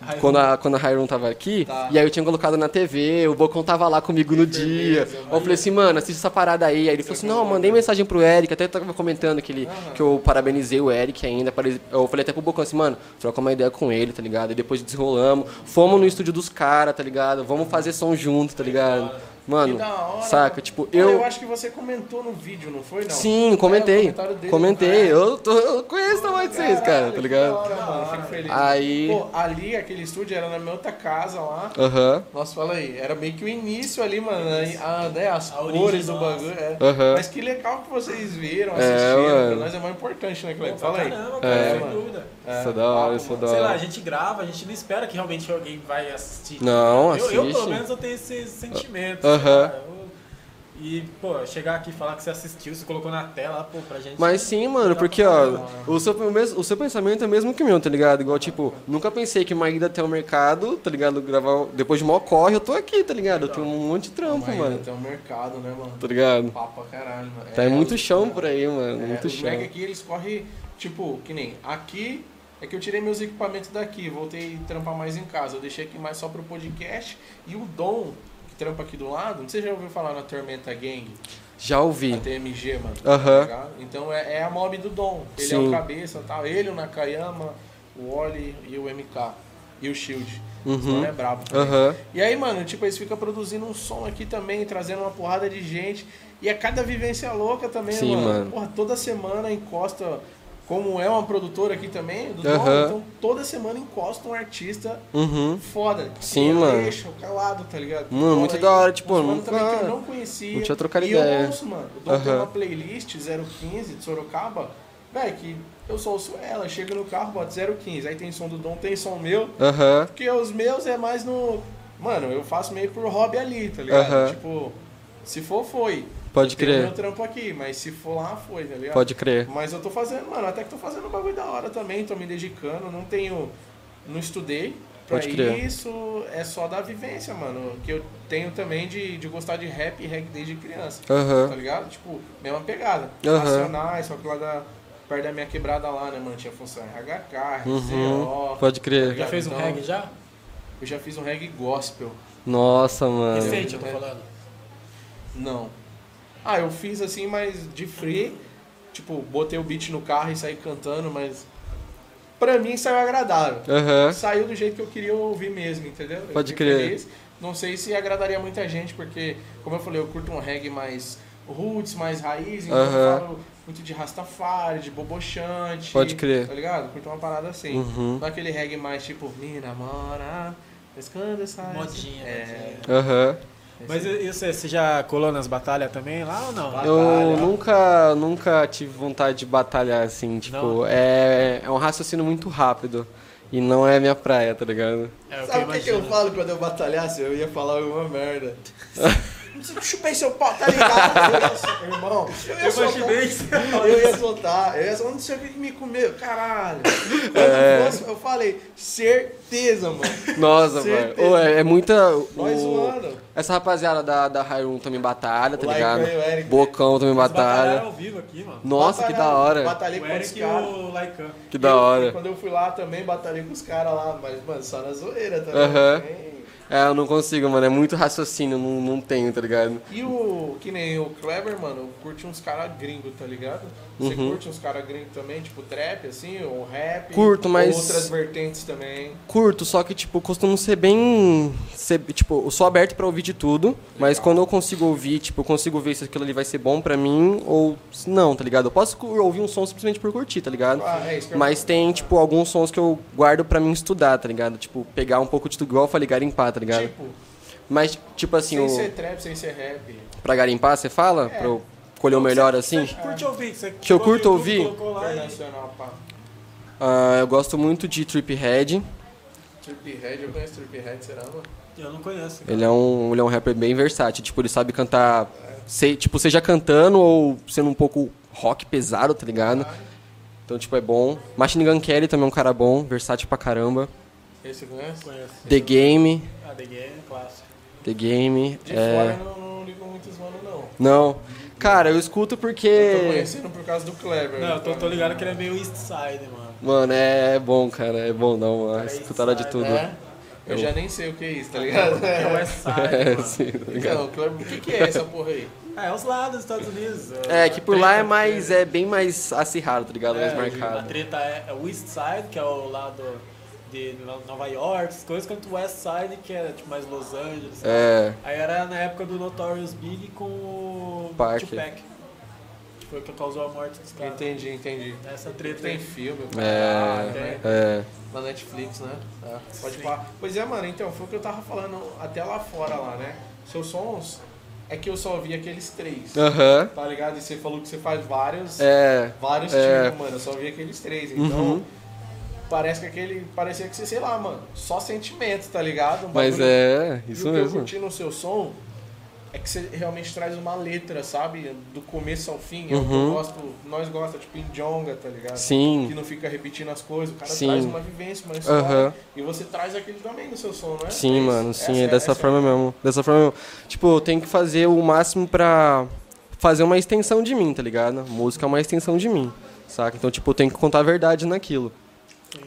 Speaker 1: Hyrule.
Speaker 2: Quando a, quando a Hiron tava aqui,
Speaker 3: Tá.
Speaker 2: e aí eu tinha colocado na TV, o Bocão tava lá comigo no dia. eu falei assim, mano, assiste essa parada aí. Aí ele falou assim, não, eu mandei mensagem pro Eric, até tava comentando que, ele, que eu parabenizei o Eric ainda. pare- Eu falei até pro Bocão assim, mano, troca uma ideia com ele, tá ligado? E depois desenrolamos, fomos no estúdio dos caras, tá ligado? Vamos fazer som junto, tá ligado? Mano,
Speaker 3: Que da hora,
Speaker 2: saca,
Speaker 3: mano.
Speaker 2: tipo,
Speaker 3: Olha,
Speaker 2: eu.
Speaker 3: eu acho que você comentou no vídeo, não foi? Não?
Speaker 2: Sim,
Speaker 3: É, o
Speaker 2: comentei.
Speaker 3: comentário dele, né?
Speaker 2: Comentei.
Speaker 3: cara.
Speaker 2: Eu, tô, eu conheço o tamanho de vocês, cara,
Speaker 3: Caralho,
Speaker 2: tá
Speaker 3: que
Speaker 2: ligado?
Speaker 3: da hora, mano, fico feliz.
Speaker 2: Aí.
Speaker 3: Pô, ali, aquele estúdio era na minha outra casa lá.
Speaker 2: Aham.
Speaker 3: Nossa, fala aí, era meio que o início ali, mano. aí, ah, né, as
Speaker 1: A origem
Speaker 3: cores do
Speaker 1: nossa.
Speaker 3: bagulho. é.
Speaker 2: Aham.
Speaker 3: Mas que legal que vocês viram,
Speaker 2: É,
Speaker 3: assistiram. pra
Speaker 2: mano.
Speaker 3: nós é mais importante, né, Cleiton?
Speaker 1: Pô,
Speaker 3: Fala aí.
Speaker 1: Caramba, cara,
Speaker 2: É,
Speaker 1: sem
Speaker 3: mano.
Speaker 1: dúvida.
Speaker 2: Isso é da hora,
Speaker 3: papo,
Speaker 2: isso é da
Speaker 1: Sei lá, a
Speaker 2: hora.
Speaker 1: gente grava, a gente não espera que realmente alguém vai assistir.
Speaker 2: Não,
Speaker 1: eu, eu, pelo
Speaker 2: assiste.
Speaker 1: menos, eu tenho esse sentimento.
Speaker 2: Aham.
Speaker 1: sei lá, eu- E, pô, chegar aqui e falar que você assistiu, você colocou na tela, pô, pra gente.
Speaker 2: Mas sim, mano, porque, ó, o seu, o, mes- o seu pensamento é o mesmo que o meu, tá ligado? Igual, tipo, nunca pensei que uma ida até o mercado, tá ligado? Gravar, depois de mó corre, eu tô aqui, tá ligado? Eu tenho um monte de trampo,
Speaker 3: Mas
Speaker 2: mano.
Speaker 3: Tem um mercado, né, mano?
Speaker 2: Tá ligado?
Speaker 3: Papo pra caralho, mano.
Speaker 2: Tá é muito
Speaker 3: os-
Speaker 2: chão por aí, mano.
Speaker 3: é,
Speaker 2: Muito
Speaker 3: os mega
Speaker 2: chão.
Speaker 3: aqui, eles correm, tipo, que nem aqui. É que eu tirei meus equipamentos daqui, voltei a trampar mais em casa. Eu deixei aqui mais só pro podcast. E o Dom, que trampa aqui do lado, não sei se você já ouviu falar na Tormenta Gang.
Speaker 2: Já ouvi.
Speaker 3: A TMG, mano.
Speaker 2: Aham.
Speaker 3: tá ligado? Então é, é a mob do Dom. Ele é
Speaker 2: Sim.
Speaker 3: o cabeça, tá? Ele, o Nakayama, o Oli e o MK. E o Shield. Então é brabo. também.
Speaker 2: Uhum. Aham.
Speaker 3: E aí, mano, tipo, eles ficam produzindo um som aqui também, trazendo uma porrada de gente. E é cada vivência louca também,
Speaker 2: Sim,
Speaker 3: mano.
Speaker 2: mano.
Speaker 3: Porra, toda semana encosta. Como é uma produtora aqui também, do Dom,
Speaker 2: Aham.
Speaker 3: então toda semana encosta um artista
Speaker 2: Uhum.
Speaker 3: foda.
Speaker 2: Sim,
Speaker 3: E
Speaker 2: mano.
Speaker 3: Deixa, calado, tá ligado?
Speaker 2: Mano, muito da hora, tipo,
Speaker 3: mano,
Speaker 2: nunca-
Speaker 3: também que eu não conhecia.
Speaker 2: não tinha trocado
Speaker 3: e
Speaker 2: ideia.
Speaker 3: eu ouço, mano. Eu dou tem
Speaker 2: Aham.
Speaker 3: uma playlist 015 de Sorocaba, velho, que eu só ouço ela, chego no carro, boto 015. Aí tem som do Dom, tem som meu.
Speaker 2: Aham.
Speaker 3: Porque os meus é mais no. Mano, eu faço meio por hobby ali, tá ligado?
Speaker 2: Aham.
Speaker 3: Tipo, se for, foi.
Speaker 2: Pode
Speaker 3: Tem o
Speaker 2: crer.
Speaker 3: meu trampo aqui, mas se for lá, foi, tá ligado?
Speaker 2: Pode crer.
Speaker 3: Mas eu tô fazendo, mano, até que tô fazendo um bagulho da hora também, tô me dedicando, não tenho. Não estudei pra
Speaker 2: Pode crer.
Speaker 3: isso, é só da vivência, mano. Que eu tenho também de, de gostar de rap e reggae desde criança.
Speaker 2: Aham.
Speaker 3: Tá ligado? Tipo, mesma pegada.
Speaker 2: Aham.
Speaker 3: Nacionais, só que lá da. Perto da minha quebrada lá, né, mano? Tinha função RHK,
Speaker 2: Uhum.
Speaker 3: RZO.
Speaker 2: Pode crer.
Speaker 1: Já fez um
Speaker 3: Então-
Speaker 1: reggae já?
Speaker 3: Eu já fiz um reggae gospel.
Speaker 2: Nossa, mano.
Speaker 1: Recente, eu tô falando.
Speaker 3: Não. Ah, eu fiz assim, mas de free. Tipo, botei o beat no carro e saí cantando, mas. Pra mim saiu agradável.
Speaker 2: Aham.
Speaker 3: Saiu do jeito que eu queria ouvir mesmo, entendeu? Eu
Speaker 2: Pode
Speaker 3: fiquei
Speaker 2: crer.
Speaker 3: Não sei se agradaria muita gente, porque, como eu falei, eu curto um reggae mais roots, mais raiz, então
Speaker 2: Aham.
Speaker 3: eu falo muito de Rastafari, de Bobochante.
Speaker 2: Pode crer.
Speaker 3: Tá ligado? Curto uma parada assim.
Speaker 2: Uhum.
Speaker 3: Não é aquele reggae mais tipo, me namora, mas quando sai.
Speaker 1: Modinha,
Speaker 3: é,
Speaker 1: modinha.
Speaker 2: Aham.
Speaker 1: Mas isso, é, você já colou nas batalhas também lá ou não?
Speaker 2: Eu
Speaker 3: Batalha.
Speaker 2: nunca, nunca tive vontade de batalhar assim, tipo,
Speaker 1: Não?
Speaker 2: é, é um raciocínio muito rápido e não é minha praia, tá ligado?
Speaker 1: É,
Speaker 3: Sabe o que, que eu
Speaker 1: imagino.
Speaker 3: falo quando eu batalhasse? Eu ia falar alguma
Speaker 2: [LAUGHS]
Speaker 3: merda. Chupei seu pau, tá ligado? Eu ia
Speaker 1: [LAUGHS]
Speaker 3: sol- Irmão, eu ia soltar. Eu ia soltar. Eu ia soltar. Não sei o que que me comeu. Caralho. Quando
Speaker 2: É.
Speaker 3: eu fosse, eu falei, certeza, mano.
Speaker 2: Nossa, mano.
Speaker 3: Certeza.
Speaker 2: Ô, é, é muita.
Speaker 3: Nós
Speaker 2: o-
Speaker 3: zoando.
Speaker 2: Essa rapaziada da, da Hyrule também batalha, tá
Speaker 3: O Laika
Speaker 2: ligado?
Speaker 3: e o Eric.
Speaker 2: Bocão também
Speaker 1: Eles
Speaker 2: batalha.
Speaker 1: batalharam ao vivo aqui, mano.
Speaker 2: Nossa, que da hora.
Speaker 3: Batalhei
Speaker 1: O
Speaker 3: com os
Speaker 1: Eric e
Speaker 3: caras.
Speaker 1: o Laikan.
Speaker 2: Que da
Speaker 3: E
Speaker 2: hora.
Speaker 3: Quando eu fui lá também, batalhei com os caras lá. Mas, mano, só na zoeira também.
Speaker 2: Aham.
Speaker 3: Nem-
Speaker 2: É, eu não consigo, mano. É muito raciocínio, eu não, não tenho, tá ligado?
Speaker 3: E o que nem o Kleber, mano, curte uns caras gringos, tá ligado? Você
Speaker 2: Uhum.
Speaker 3: curte uns caras gringos também, tipo trap, assim, ou rap.
Speaker 2: Curto, mas-
Speaker 3: Outras vertentes também.
Speaker 2: Curto, só que, tipo, costumo ser bem. ser- tipo, eu sou aberto pra ouvir de tudo, mas quando eu consigo ouvir, tipo, eu consigo ver se aquilo ali vai ser bom pra mim ou se não, tá ligado? Eu posso cu- ouvir um som simplesmente por curtir, tá ligado?
Speaker 3: Ah, é isso que eu-
Speaker 2: Mas tem, tipo, alguns sons que eu guardo pra mim estudar, tá ligado? Tipo, pegar um pouco de tudo igual eu falei, garimpar, tá ligado?
Speaker 3: Tipo,
Speaker 2: Mas, tipo assim,
Speaker 3: sem
Speaker 2: o,
Speaker 3: ser trap, sem ser rap.
Speaker 2: pra garimpar, você fala? Pra eu colher o melhor assim?
Speaker 1: Você curte ouvir? Você
Speaker 2: Que eu curto
Speaker 1: colocou no
Speaker 2: ouvir?
Speaker 1: YouTube, colocou lá e-
Speaker 3: Internacional, pá.
Speaker 2: Ah, eu gosto muito de Trip Head.
Speaker 3: Trip Head, eu conheço Trip Head, será, mano?
Speaker 1: Eu não conheço.
Speaker 2: Ele é um, ele é um rapper bem versátil. Tipo, ele sabe cantar, sei, tipo, seja cantando ou sendo um pouco rock pesado, tá ligado? Então, tipo, é bom. Machine Gun Kelly também é um cara bom, versátil pra caramba.
Speaker 3: Esse eu conheço?
Speaker 1: Conheço.
Speaker 2: The Game,
Speaker 1: Ah, The Game, clássico.
Speaker 2: The Game.
Speaker 3: De fora eu
Speaker 2: É...
Speaker 3: não, não ligo muitos mano, não.
Speaker 2: Não. Cara, eu escuto
Speaker 3: Eu tô
Speaker 2: porque.
Speaker 3: conhecendo por causa do Kleber.
Speaker 1: Não, eu tô,
Speaker 3: então.
Speaker 1: tô ligado que ele é meio East Side, mano.
Speaker 2: Mano, é bom, cara. É bom não, mano.
Speaker 1: Cara, é
Speaker 2: Escutar de
Speaker 1: inside,
Speaker 2: tudo.
Speaker 3: É? Eu já nem sei o que é isso, tá [LAUGHS] ligado?
Speaker 1: É o West Side,
Speaker 2: É,
Speaker 1: mano.
Speaker 2: sim, tá ligado?
Speaker 3: Então, Kleber, o que, que é essa porra aí?
Speaker 1: Ah, é os lados dos Estados Unidos.
Speaker 2: É, que por
Speaker 1: A
Speaker 2: lá é
Speaker 1: treta- é,
Speaker 2: mais. É bem mais acirrado, tá ligado? [LAUGHS] mais
Speaker 1: A
Speaker 2: marcado.
Speaker 1: treta é, é West Side, que é o lado de Nova York, essas coisas, quanto West Side, que é tipo, mais Los Angeles.
Speaker 2: É.
Speaker 1: Aí era na época do Notorious Big com o
Speaker 2: Parker.
Speaker 1: Tupac. Que foi o que causou a morte dos caras.
Speaker 3: Entendi, entendi.
Speaker 1: Essa treta
Speaker 3: Tá. Tem
Speaker 1: aí.
Speaker 3: filme,
Speaker 2: É.
Speaker 3: caralho, né?
Speaker 2: É.
Speaker 3: Na Netflix, né? É, Pode falar. Pois é, mano, então, foi o que eu tava falando até lá fora, lá, né? Seus sons é que eu só ouvi aqueles três.
Speaker 2: Aham.
Speaker 3: Tá ligado? E você falou que você faz vários,
Speaker 2: É.
Speaker 3: vários
Speaker 2: é.
Speaker 3: tipos, mano. Eu só ouvi aqueles três. Então,
Speaker 2: Uhum.
Speaker 3: parece que aquele. Parecia que você, sei lá, mano, só sentimento, tá ligado? Um
Speaker 2: Mas
Speaker 3: bagulho-
Speaker 2: é,
Speaker 3: E
Speaker 2: isso
Speaker 3: o que eu
Speaker 2: mesmo.
Speaker 3: curti no seu som é que você realmente traz uma letra, sabe? Do começo ao fim. É o que eu
Speaker 2: Uhum.
Speaker 3: gosto, nós gostamos, tipo, Indjonga, tá ligado? Que
Speaker 2: Sim.
Speaker 3: não fica repetindo as coisas. O cara
Speaker 2: Sim.
Speaker 3: traz uma vivência, uma história.
Speaker 2: Aham.
Speaker 3: E você traz aquilo também no seu som, né?
Speaker 2: Sim, mano, sim,
Speaker 3: Essa
Speaker 2: é dessa
Speaker 3: essa
Speaker 2: forma mesmo. Dessa forma mesmo. Tipo, eu tenho que fazer o máximo pra fazer uma extensão de mim, tá ligado? Música é uma extensão de mim, saca? Então, tipo, eu tenho que contar a verdade naquilo.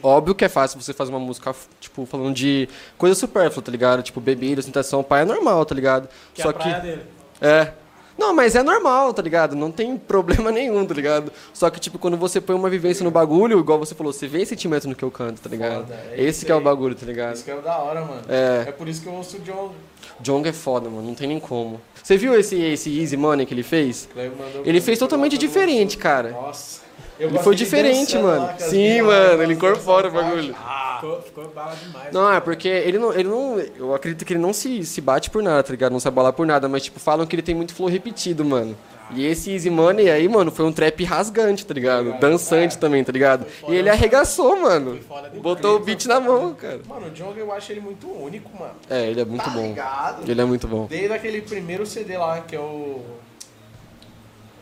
Speaker 2: Óbvio que é fácil você fazer uma música, tipo, falando de coisa supérflua, tá ligado? Tipo, bebida, ostentação, pai é normal, tá ligado?
Speaker 1: Que é a praia dele.
Speaker 2: É. Não, mas é normal, tá ligado? Não tem [LAUGHS] problema nenhum, tá ligado? Só que, tipo, quando você põe uma vivência no bagulho, igual você falou, você vê sentimento no que eu canto, tá ligado?
Speaker 3: Foda, é
Speaker 2: Esse
Speaker 3: isso
Speaker 2: que é o
Speaker 3: aí.
Speaker 2: bagulho, tá
Speaker 3: Isso
Speaker 2: ligado?
Speaker 3: que é o da hora, mano.
Speaker 2: É.
Speaker 3: por isso que eu ouço o John.
Speaker 2: Jong é foda, mano, não tem nem como. Você viu esse, esse Easy Money que ele fez?
Speaker 3: Cleber mandou-
Speaker 2: Ele fez totalmente
Speaker 3: mandou-
Speaker 2: diferente, cara.
Speaker 3: Nossa. Eu
Speaker 2: Ele
Speaker 3: gosto
Speaker 2: foi
Speaker 3: dele
Speaker 2: diferente,
Speaker 3: dançando
Speaker 2: mano.
Speaker 3: lá com as
Speaker 2: Sim,
Speaker 3: minas,
Speaker 2: mano,
Speaker 3: né?
Speaker 2: ele incorpora o
Speaker 3: Dançando Ah,
Speaker 2: bagulho.
Speaker 3: baixo.
Speaker 1: Ficou, ficou bala demais.
Speaker 2: Não, é porque ele não, ele não. Eu acredito que ele não se, se bate por nada, tá ligado? Não se abalar por nada, mas, tipo, falam que ele tem muito flow repetido, mano. E esse Easy Money aí, mano, foi um trap rasgante, tá ligado? Dançante também, tá ligado? E ele arregaçou, mano.
Speaker 1: foda demais.
Speaker 2: Botou o beat na mão, cara.
Speaker 3: Mano, o John, eu acho ele muito único, mano.
Speaker 2: É, ele é muito
Speaker 3: tá
Speaker 2: bom.
Speaker 3: ligado?
Speaker 2: Ele é muito bom.
Speaker 3: Desde aquele primeiro CD lá, que é o.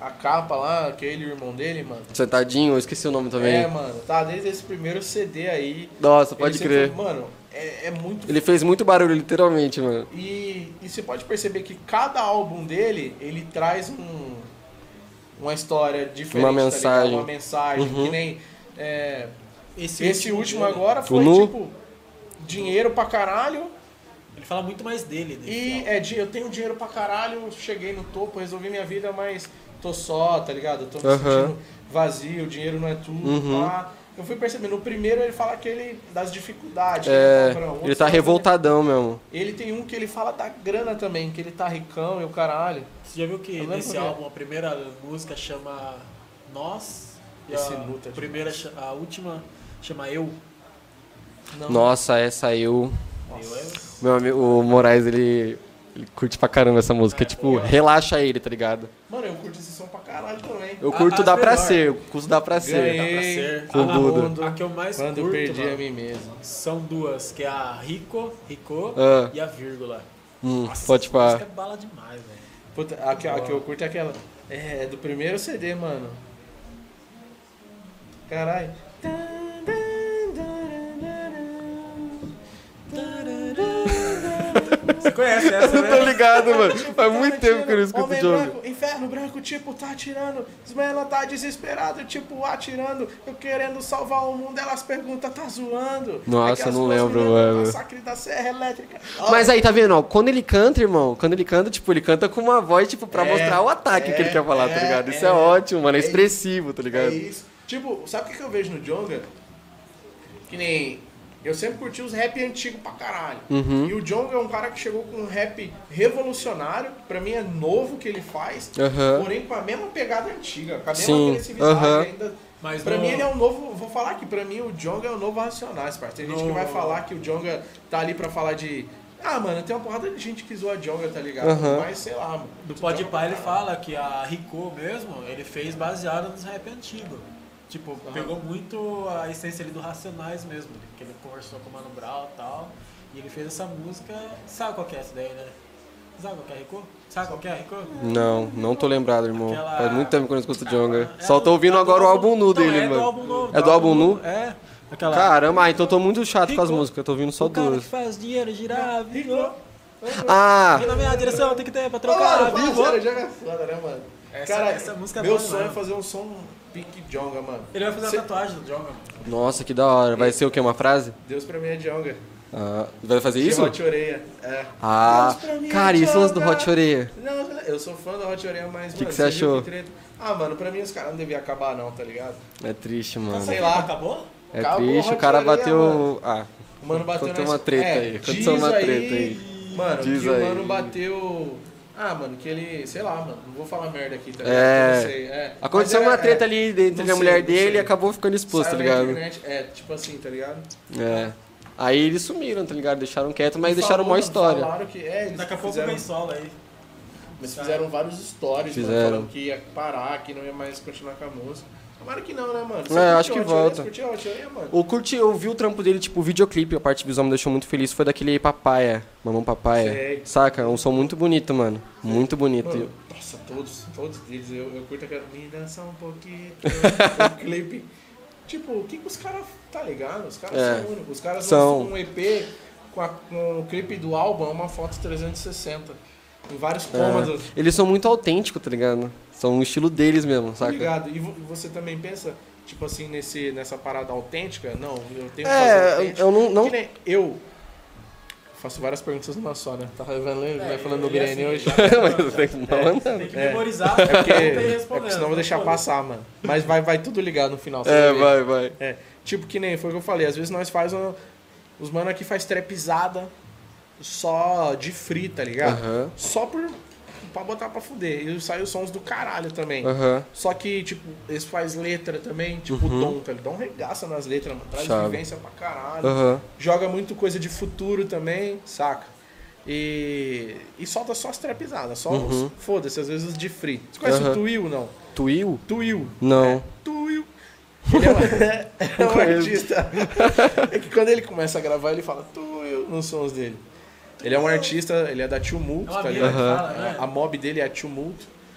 Speaker 3: a capa lá, é aquele irmão dele, mano.
Speaker 2: Sentadinho, eu esqueci o nome também.
Speaker 3: É, mano, tá desde esse primeiro CD aí.
Speaker 2: Nossa,
Speaker 3: ele
Speaker 2: pode
Speaker 3: sempre
Speaker 2: crer.
Speaker 3: foi- Mano, é, é muito
Speaker 2: Ele fez muito barulho, literalmente, mano.
Speaker 3: E, e você pode perceber que cada álbum dele, ele traz um, uma história diferente.
Speaker 2: Uma
Speaker 3: tá
Speaker 2: mensagem.
Speaker 3: ligado? uma mensagem.
Speaker 2: Uhum.
Speaker 3: Que nem. é,
Speaker 1: Esse,
Speaker 3: esse último
Speaker 1: dele,
Speaker 3: agora foi
Speaker 2: Nu.
Speaker 3: tipo. Dinheiro pra caralho.
Speaker 1: Ele fala muito mais dele. né?
Speaker 3: E é, di- eu tenho dinheiro pra caralho, cheguei no topo, resolvi minha vida, mas tô só, tá ligado? Eu tô me
Speaker 2: Aham.
Speaker 3: sentindo vazio, dinheiro não é tudo.
Speaker 2: Uhum.
Speaker 3: pá. Eu fui percebendo, no primeiro ele fala aquele das dificuldades. que
Speaker 2: É,
Speaker 3: ele tá pra outro,
Speaker 2: ele tá
Speaker 3: fala-
Speaker 2: revoltadão mesmo.
Speaker 3: Ele tem um que ele fala da grana também, que ele tá ricão e o caralho.
Speaker 1: Você já viu que
Speaker 3: Eu lembro
Speaker 1: nesse
Speaker 3: dele.
Speaker 1: álbum a primeira música chama Nós e
Speaker 3: Esse
Speaker 1: a,
Speaker 3: luta é
Speaker 1: primeira, cha- a última chama Eu.
Speaker 3: Não.
Speaker 2: Nossa, essa eu.
Speaker 1: Eu é
Speaker 2: Meu amigo, o Moraes, ele, ele curte pra caramba essa música. tipo, relaxa ele, tá ligado?
Speaker 3: Mano, eu curto esse som pra caralho também.
Speaker 2: Eu
Speaker 1: A-
Speaker 2: curto
Speaker 1: as
Speaker 2: dá pra
Speaker 1: melhor.
Speaker 2: ser, eu curto dá pra ser.
Speaker 1: Dá pra
Speaker 3: Ei,
Speaker 1: ser.
Speaker 2: com
Speaker 1: na
Speaker 2: Duda.
Speaker 1: onda. A que eu mais
Speaker 3: Quando eu
Speaker 1: curto
Speaker 3: perdi
Speaker 1: mano,
Speaker 3: a mim mesmo.
Speaker 1: são duas, que é a Rico, Rico
Speaker 2: Ah.
Speaker 1: e a vírgula.
Speaker 2: Hum,
Speaker 1: Nossa,
Speaker 2: pode
Speaker 1: essa
Speaker 2: pá.
Speaker 1: música é bala demais, velho.
Speaker 3: Puta, a que, a que eu curto é aquela. É, é do primeiro CD, mano. Caralho.
Speaker 1: Você conhece
Speaker 2: Eu
Speaker 1: essa,
Speaker 2: não tô
Speaker 1: né?
Speaker 2: ligado, mano. Faz muito tempo que eu não escuto
Speaker 3: Homem né?
Speaker 2: de ouvir.
Speaker 3: branco, inferno branco, tipo, tá atirando. Ismaela tá desesperado, tipo, atirando. Eu querendo salvar o mundo, elas perguntam, tá zoando.
Speaker 2: Nossa,
Speaker 3: Aquelas
Speaker 2: não
Speaker 3: duas
Speaker 2: lembro,
Speaker 3: meninas do
Speaker 2: mano.
Speaker 3: Massacre da Serra Elétrica.
Speaker 2: Mas aí, tá vendo, ó, quando ele canta, irmão, quando ele canta, tipo, ele canta com uma voz, tipo, pra
Speaker 3: É,
Speaker 2: mostrar o ataque que ele quer falar,
Speaker 3: é,
Speaker 2: tá ligado? Isso
Speaker 3: é,
Speaker 2: é, ótimo, mano, é
Speaker 3: é
Speaker 2: expressivo, tá ligado?
Speaker 3: É isso. Tipo, sabe o que que eu vejo no Jonga? Que nem. Eu sempre curti os rap antigos pra caralho.
Speaker 2: Uhum.
Speaker 3: E o Jonga é um cara que chegou com um rap revolucionário, que pra mim é novo que ele faz,
Speaker 2: Aham.
Speaker 3: porém com a mesma pegada antiga, com a mesma
Speaker 2: Sim,
Speaker 3: agressividade
Speaker 2: aham.
Speaker 3: ainda.
Speaker 1: Mas
Speaker 3: pra
Speaker 1: no-
Speaker 3: mim ele é um novo. Vou falar aqui, pra mim o Jonga é o novo Racionais, parceiro. Tem gente
Speaker 1: No-
Speaker 3: que vai falar que o Jonga tá ali pra falar de. Ah, mano, tem uma porrada de gente que zoa Jonga, tá ligado?
Speaker 2: Aham.
Speaker 3: Mas sei lá, mano.
Speaker 1: Do Podpah ele fala que a Rico mesmo, ele fez baseado nos rap antigo. Tipo, pegou muito a essência ali do Racionais mesmo, que ele conversou com o Mano Brown e tal. E ele fez essa música, sabe qual que é essa daí, né? Sabe qual que é a Rico? Sabe qual que é a Rico?
Speaker 2: Não, não tô lembrado, irmão.
Speaker 1: Aquela-
Speaker 2: Faz muito tempo que eu não escuto Jonga.
Speaker 1: É
Speaker 2: Só
Speaker 1: do-
Speaker 2: tô ouvindo
Speaker 1: é do
Speaker 2: agora o
Speaker 3: Então,
Speaker 2: álbum nu
Speaker 1: Não,
Speaker 2: dele,
Speaker 1: é
Speaker 2: mano.
Speaker 1: Do álbum novo,
Speaker 2: é do álbum nu?
Speaker 1: É. Aquela.
Speaker 2: Caramba, ah, então tô muito chato com as
Speaker 1: Rico.
Speaker 2: músicas, tô ouvindo só
Speaker 1: o cara que
Speaker 2: duas.
Speaker 1: faz dinheiro girar,
Speaker 3: Rico.
Speaker 1: virou.
Speaker 2: Ah,
Speaker 1: Aqui na minha direção tem que ter pra
Speaker 3: Ô,
Speaker 1: trocar,
Speaker 3: mano, fala
Speaker 1: virou.
Speaker 3: sério, joga foda, né, mano?
Speaker 1: Essa- essa música é
Speaker 3: meu
Speaker 1: boa,
Speaker 3: sonho
Speaker 1: mano.
Speaker 3: é fazer um som pique Jonga, mano.
Speaker 1: Ele vai fazer
Speaker 3: Cê-
Speaker 1: a tatuagem do Jonga, mano.
Speaker 2: nossa, que da hora.
Speaker 3: É.
Speaker 2: Vai ser o quê? Uma frase?
Speaker 3: Deus pra mim é Jonga.
Speaker 2: Ah, vai fazer
Speaker 3: De
Speaker 2: isso?
Speaker 3: Hot Oreia. É.
Speaker 2: Ah,
Speaker 3: Deus pra mim é
Speaker 2: cara, e esse lance do
Speaker 3: Jonga.
Speaker 2: Hot Oreia?
Speaker 3: Não, eu sou fã do Hot Oreia, mas,
Speaker 2: Que que
Speaker 3: mano,
Speaker 2: você
Speaker 3: viu
Speaker 2: achou?
Speaker 3: que treta? Ah, mano, pra mim os caras não deviam acabar não, tá ligado?
Speaker 2: É triste, mano.
Speaker 3: Sei lá.
Speaker 1: Acabou?
Speaker 2: É
Speaker 3: Tá Acabou o
Speaker 2: triste, o
Speaker 3: Hot
Speaker 2: cara
Speaker 3: Oreia,
Speaker 2: bateu. Ah,
Speaker 3: O mano bateu
Speaker 2: Conta
Speaker 3: na-
Speaker 2: uma treta
Speaker 3: é,
Speaker 2: aí, conta
Speaker 3: diz
Speaker 2: uma
Speaker 3: aí-
Speaker 2: treta aí.
Speaker 3: Mano,
Speaker 2: Diz
Speaker 3: que
Speaker 2: aí.
Speaker 3: o mano bateu... Ah, mano, que ele... Sei lá, mano, não vou falar merda aqui, tá ligado?
Speaker 2: É.
Speaker 3: Eu não sei, é.
Speaker 2: aconteceu
Speaker 3: Mas é-
Speaker 2: uma treta
Speaker 3: é,
Speaker 2: ali entre
Speaker 3: Não
Speaker 2: a mulher
Speaker 3: sei, não
Speaker 2: dele e
Speaker 3: sei.
Speaker 2: acabou ficando exposto, tá
Speaker 3: saiu na
Speaker 2: ligado?
Speaker 3: internet, É, tipo assim, tá ligado?
Speaker 2: É. Aí eles sumiram, tá ligado? Deixaram quieto, mas deixaram
Speaker 3: Falou,
Speaker 2: uma
Speaker 3: mano,
Speaker 2: história.
Speaker 3: Falaram que, é, eles
Speaker 1: Daqui a pouco
Speaker 3: fizeram,
Speaker 1: vem solo aí.
Speaker 3: Mas fizeram vários stories, mano,
Speaker 2: Fizeram.
Speaker 3: falando que ia parar, que não ia mais continuar com a música. Tomara que não, né, mano?
Speaker 2: É,
Speaker 3: curte
Speaker 2: acho que
Speaker 3: o Hot Oreia?
Speaker 2: volta.
Speaker 3: Você curtiu o Hot Oreia, mano?
Speaker 2: Eu curti, eu vi o trampo dele, tipo, o videoclipe, a parte visual me deixou muito feliz, foi daquele papaya, mamão papaya.
Speaker 3: Sei.
Speaker 2: Saca? É Um som muito bonito, mano. Muito bonito.
Speaker 3: Mano, nossa, todos, todos eles, eu, eu curto aquela. Me dança um
Speaker 2: [LAUGHS]
Speaker 3: pouquinho. o clipe. Tipo, o que, que os caras. Tá ligado? Os caras
Speaker 2: É.
Speaker 3: são únicos. Os caras
Speaker 2: São.
Speaker 3: lançam um EP com, a- com o clipe do álbum, é uma foto 360. Em vários
Speaker 2: É.
Speaker 3: cômodos.
Speaker 2: Eles são muito autênticos, tá ligado? São o estilo deles mesmo,
Speaker 3: Tá
Speaker 2: saca?
Speaker 3: ligado? E vo- você também pensa, tipo assim, nesse, nessa parada autêntica? Não, eu tenho que fazer
Speaker 2: É, eu-
Speaker 3: um autêntico.
Speaker 2: eu não. [LAUGHS] não-
Speaker 3: Que nem eu faço várias perguntas numa só, né? Tá falando, vai falando no
Speaker 1: ele é
Speaker 3: BN
Speaker 1: assim,
Speaker 3: hoje.
Speaker 2: mas eu tenho né? que
Speaker 1: Você
Speaker 2: mandar.
Speaker 1: tem que
Speaker 3: É.
Speaker 1: memorizar,
Speaker 3: É [LAUGHS] porque,
Speaker 1: pergunta e
Speaker 3: é
Speaker 1: respondendo. tá
Speaker 3: porque senão eu vou deixar
Speaker 1: Foda-se.
Speaker 3: passar, mano. Mas vai, vai tudo ligado no final. você
Speaker 2: É,
Speaker 3: ver.
Speaker 2: vai, vai.
Speaker 3: É, tipo que nem foi o que eu falei. Às vezes nós faz uma- Os mano aqui faz trapizada só de free, tá ligado?
Speaker 2: Aham.
Speaker 3: Só por... pra botar pra fuder. E sai os sons do caralho também.
Speaker 2: Aham.
Speaker 3: Só que, tipo, eles faz letra também, tipo,
Speaker 2: Uhum.
Speaker 3: dom, tá? Ele dá um regaça nas letras, mano. Traz
Speaker 2: Chave.
Speaker 3: vivência pra caralho.
Speaker 2: Aham.
Speaker 3: Joga muito coisa de futuro também, saca? E. E solta só as trapizadas, só
Speaker 2: Uhum.
Speaker 3: os. Foda-se, às vezes os de free. Você conhece
Speaker 2: Aham.
Speaker 3: o Twill, não?
Speaker 2: Twill?
Speaker 3: Twill.
Speaker 2: Não.
Speaker 3: [LAUGHS] Twill. Ele é um, é um
Speaker 2: conheço.
Speaker 3: artista. É que quando ele começa a gravar, ele fala Twill nos sons dele. Ele é um artista, ele é da Tumult,
Speaker 1: É uma
Speaker 3: tá
Speaker 1: mina que
Speaker 3: ligado?
Speaker 1: fala, né?
Speaker 3: A mob dele é a Tumult.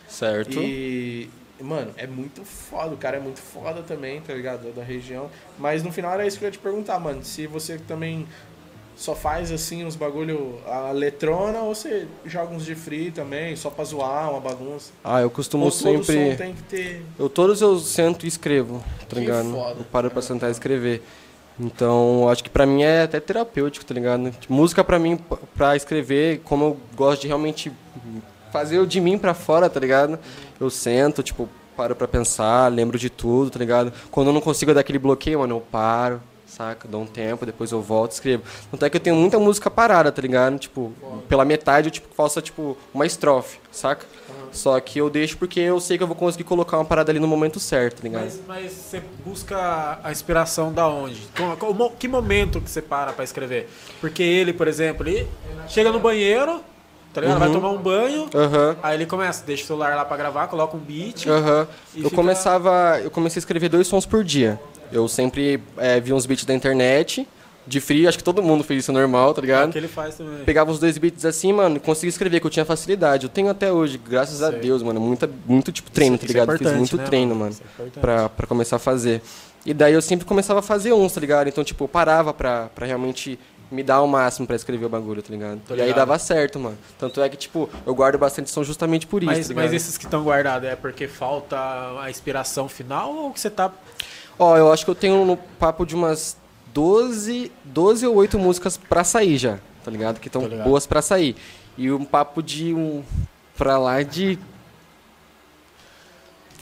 Speaker 2: Certo.
Speaker 3: E, mano, é muito foda. O cara é muito foda também, tá ligado? É Da região. Mas no final era isso que eu ia te perguntar, mano. Se você também só faz assim uns bagulho a letrona ou você joga uns de free também, só pra zoar, uma bagunça.
Speaker 2: Ah, eu costumo
Speaker 3: Ou todo som
Speaker 2: sempre.
Speaker 3: tem que ter.
Speaker 2: Eu todos eu sento e escrevo, tá
Speaker 3: Que
Speaker 2: ligado?
Speaker 3: foda.
Speaker 2: Eu paro pra sentar e escrever. Então, acho que pra mim é até terapêutico, tá ligado? Tipo, Música pra mim, p- pra escrever, como eu gosto de realmente fazer o de mim pra fora, tá ligado? Eu sento, tipo, paro pra pensar, lembro de tudo, tá ligado? Quando eu não consigo dar aquele bloqueio, mano, eu paro, saca? Dou um tempo, depois eu volto e escrevo. Tanto é que eu tenho muita música parada, tá ligado? Tipo, pela metade eu tipo, faço, tipo, uma estrofe, saca? Só que eu deixo porque eu sei que eu vou conseguir colocar uma parada ali no momento certo, tá ligado?
Speaker 1: Mas, mas você busca a inspiração da onde? Com- com- mo- que momento que você para pra escrever? Porque ele, por exemplo, ele chega no banheiro, tá ligado? Vai tomar um banho,
Speaker 2: Uhum. Aham.
Speaker 1: aí ele começa, deixa o celular lá pra gravar, coloca um beat.
Speaker 2: Aham.
Speaker 1: E
Speaker 2: Eu
Speaker 1: fica-
Speaker 2: começava. Eu comecei a escrever dois sons por dia. Eu sempre eh, via uns beats da internet, de free, acho que todo mundo fez isso normal, tá ligado?
Speaker 1: é Que ele faz também.
Speaker 2: Pegava os dois beats assim, mano, e conseguia escrever, que eu tinha facilidade. Eu tenho até hoje, graças a
Speaker 1: Sei.
Speaker 2: Deus, mano. Muita, muito tipo treino, tá
Speaker 1: isso é
Speaker 2: ligado? Fiz
Speaker 1: importante,
Speaker 2: muito
Speaker 1: né,
Speaker 2: treino,
Speaker 1: mano?
Speaker 2: mano,
Speaker 1: Isso é importante.
Speaker 2: pra, pra começar a fazer. E daí eu sempre começava a fazer uns, tá ligado? Então, tipo, eu parava pra, pra realmente me dar o máximo pra escrever o bagulho, tá ligado?
Speaker 1: Tô
Speaker 2: E aí
Speaker 1: ligado.
Speaker 2: dava certo, mano. Tanto é que, tipo, eu guardo bastante som justamente por isso,
Speaker 1: Mas,
Speaker 2: tá
Speaker 1: mas
Speaker 2: ligado?
Speaker 1: esses que estão guardados é porque falta a inspiração final ou que você tá.
Speaker 2: Ó, eu acho que eu tenho no papo de umas 12, 12 ou 8 músicas pra sair já, tá ligado? Que estão
Speaker 1: Tô ligado.
Speaker 2: boas pra sair. E um papo de um pra lá de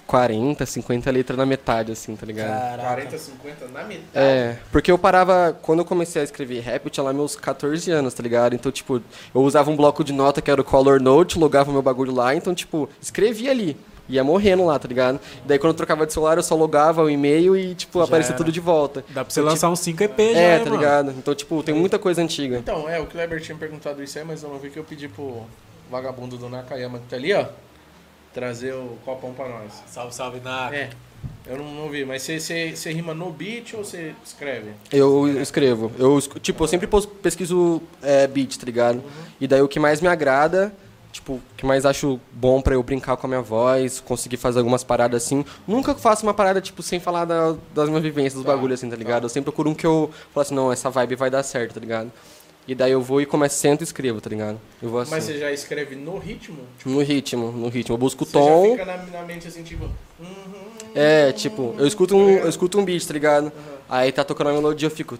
Speaker 2: 40, 50 letras na metade, assim, tá
Speaker 3: É.
Speaker 2: ligado?
Speaker 3: 40, 50 na metade.
Speaker 2: É, porque eu parava, quando eu comecei a escrever rap, eu tinha lá meus 14 anos, tá ligado? Então, tipo, eu usava um bloco de nota que era o Color Note, logava meu bagulho lá, então, tipo, escrevia ali. Ia morrendo lá, tá ligado? Daí quando eu trocava de celular, eu só logava o e-mail e, tipo, aparecia
Speaker 1: era.
Speaker 2: tudo de volta.
Speaker 1: Dá pra você
Speaker 2: Então,
Speaker 1: lançar uns 5 EP
Speaker 2: tipo,
Speaker 1: já,
Speaker 2: É,
Speaker 1: hein,
Speaker 2: tá
Speaker 1: mano?
Speaker 2: ligado? Então, tipo, tem muita coisa antiga.
Speaker 3: Então, é, o Kleber tinha perguntado isso aí, mas eu não vi que eu pedi pro vagabundo do Nakayama que tá ali, ó, trazer o copão pra nós.
Speaker 1: Salve, salve, na.
Speaker 3: É, eu não, não vi, mas você- você você rima no beat ou você escreve?
Speaker 2: Eu escrevo. Eu, esc- tipo, eu sempre pos- pesquiso é, beat, tá ligado?
Speaker 3: Uhum.
Speaker 2: E daí o que mais me agrada, tipo, o que mais acho bom pra eu brincar com a minha voz, conseguir fazer algumas paradas assim. Nunca faço uma parada, tipo, sem falar da- das minhas vivências, dos
Speaker 3: Tá,
Speaker 2: bagulhos, assim, tá
Speaker 3: tá.
Speaker 2: ligado? Eu sempre procuro um que eu falo assim, não, essa vibe vai dar certo, tá ligado? E daí eu vou e começo, sento e escrevo, tá ligado? Eu vou assim.
Speaker 3: Mas você já escreve no ritmo? Tipo,
Speaker 2: tipo, No ritmo, no ritmo. Eu busco o
Speaker 3: Você
Speaker 2: tom.
Speaker 3: já fica na, na mente assim, tipo... uhum,
Speaker 2: É, tipo, eu escuto um, eu escuto um beat, tá ligado? Aí tá tocando a melodia, eu fico.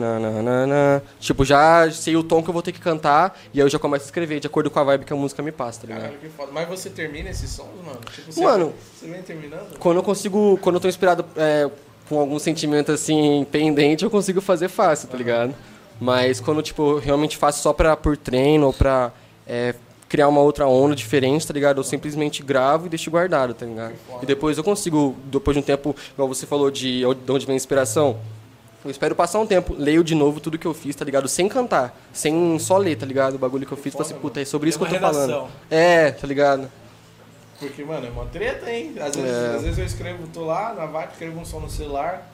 Speaker 2: tananana. Tipo, já sei o tom que eu vou ter que cantar, e aí eu já começo a escrever de acordo com a vibe que a música me passa, tá ligado?
Speaker 3: Caralho, que foda. Mas você termina esses sons, mano? Tipo, você,
Speaker 2: Mano.
Speaker 3: Você vem terminando?
Speaker 2: Quando eu consigo. Quando eu tô inspirado é, com algum sentimento assim, pendente, eu consigo fazer fácil, tá ligado? Mas quando, tipo, eu realmente faço só pra, por treino ou pra é, criar uma outra onda diferente, tá ligado? Eu simplesmente gravo e deixo guardado, tá ligado? E depois eu consigo, depois de um tempo, igual você falou de onde de onde vem a inspiração. Eu espero passar um tempo, leio de novo tudo que eu fiz, tá ligado? Sem cantar, sem só ler, tá ligado? O bagulho que eu fiz, falo assim, puta, é sobre isso que
Speaker 1: Tem
Speaker 2: eu tô
Speaker 1: uma redação.
Speaker 2: falando. É, tá ligado?
Speaker 3: Porque, mano, é uma treta, hein? Às vezes,
Speaker 2: É.
Speaker 3: às vezes eu escrevo, tô lá na vibe, escrevo um som no celular,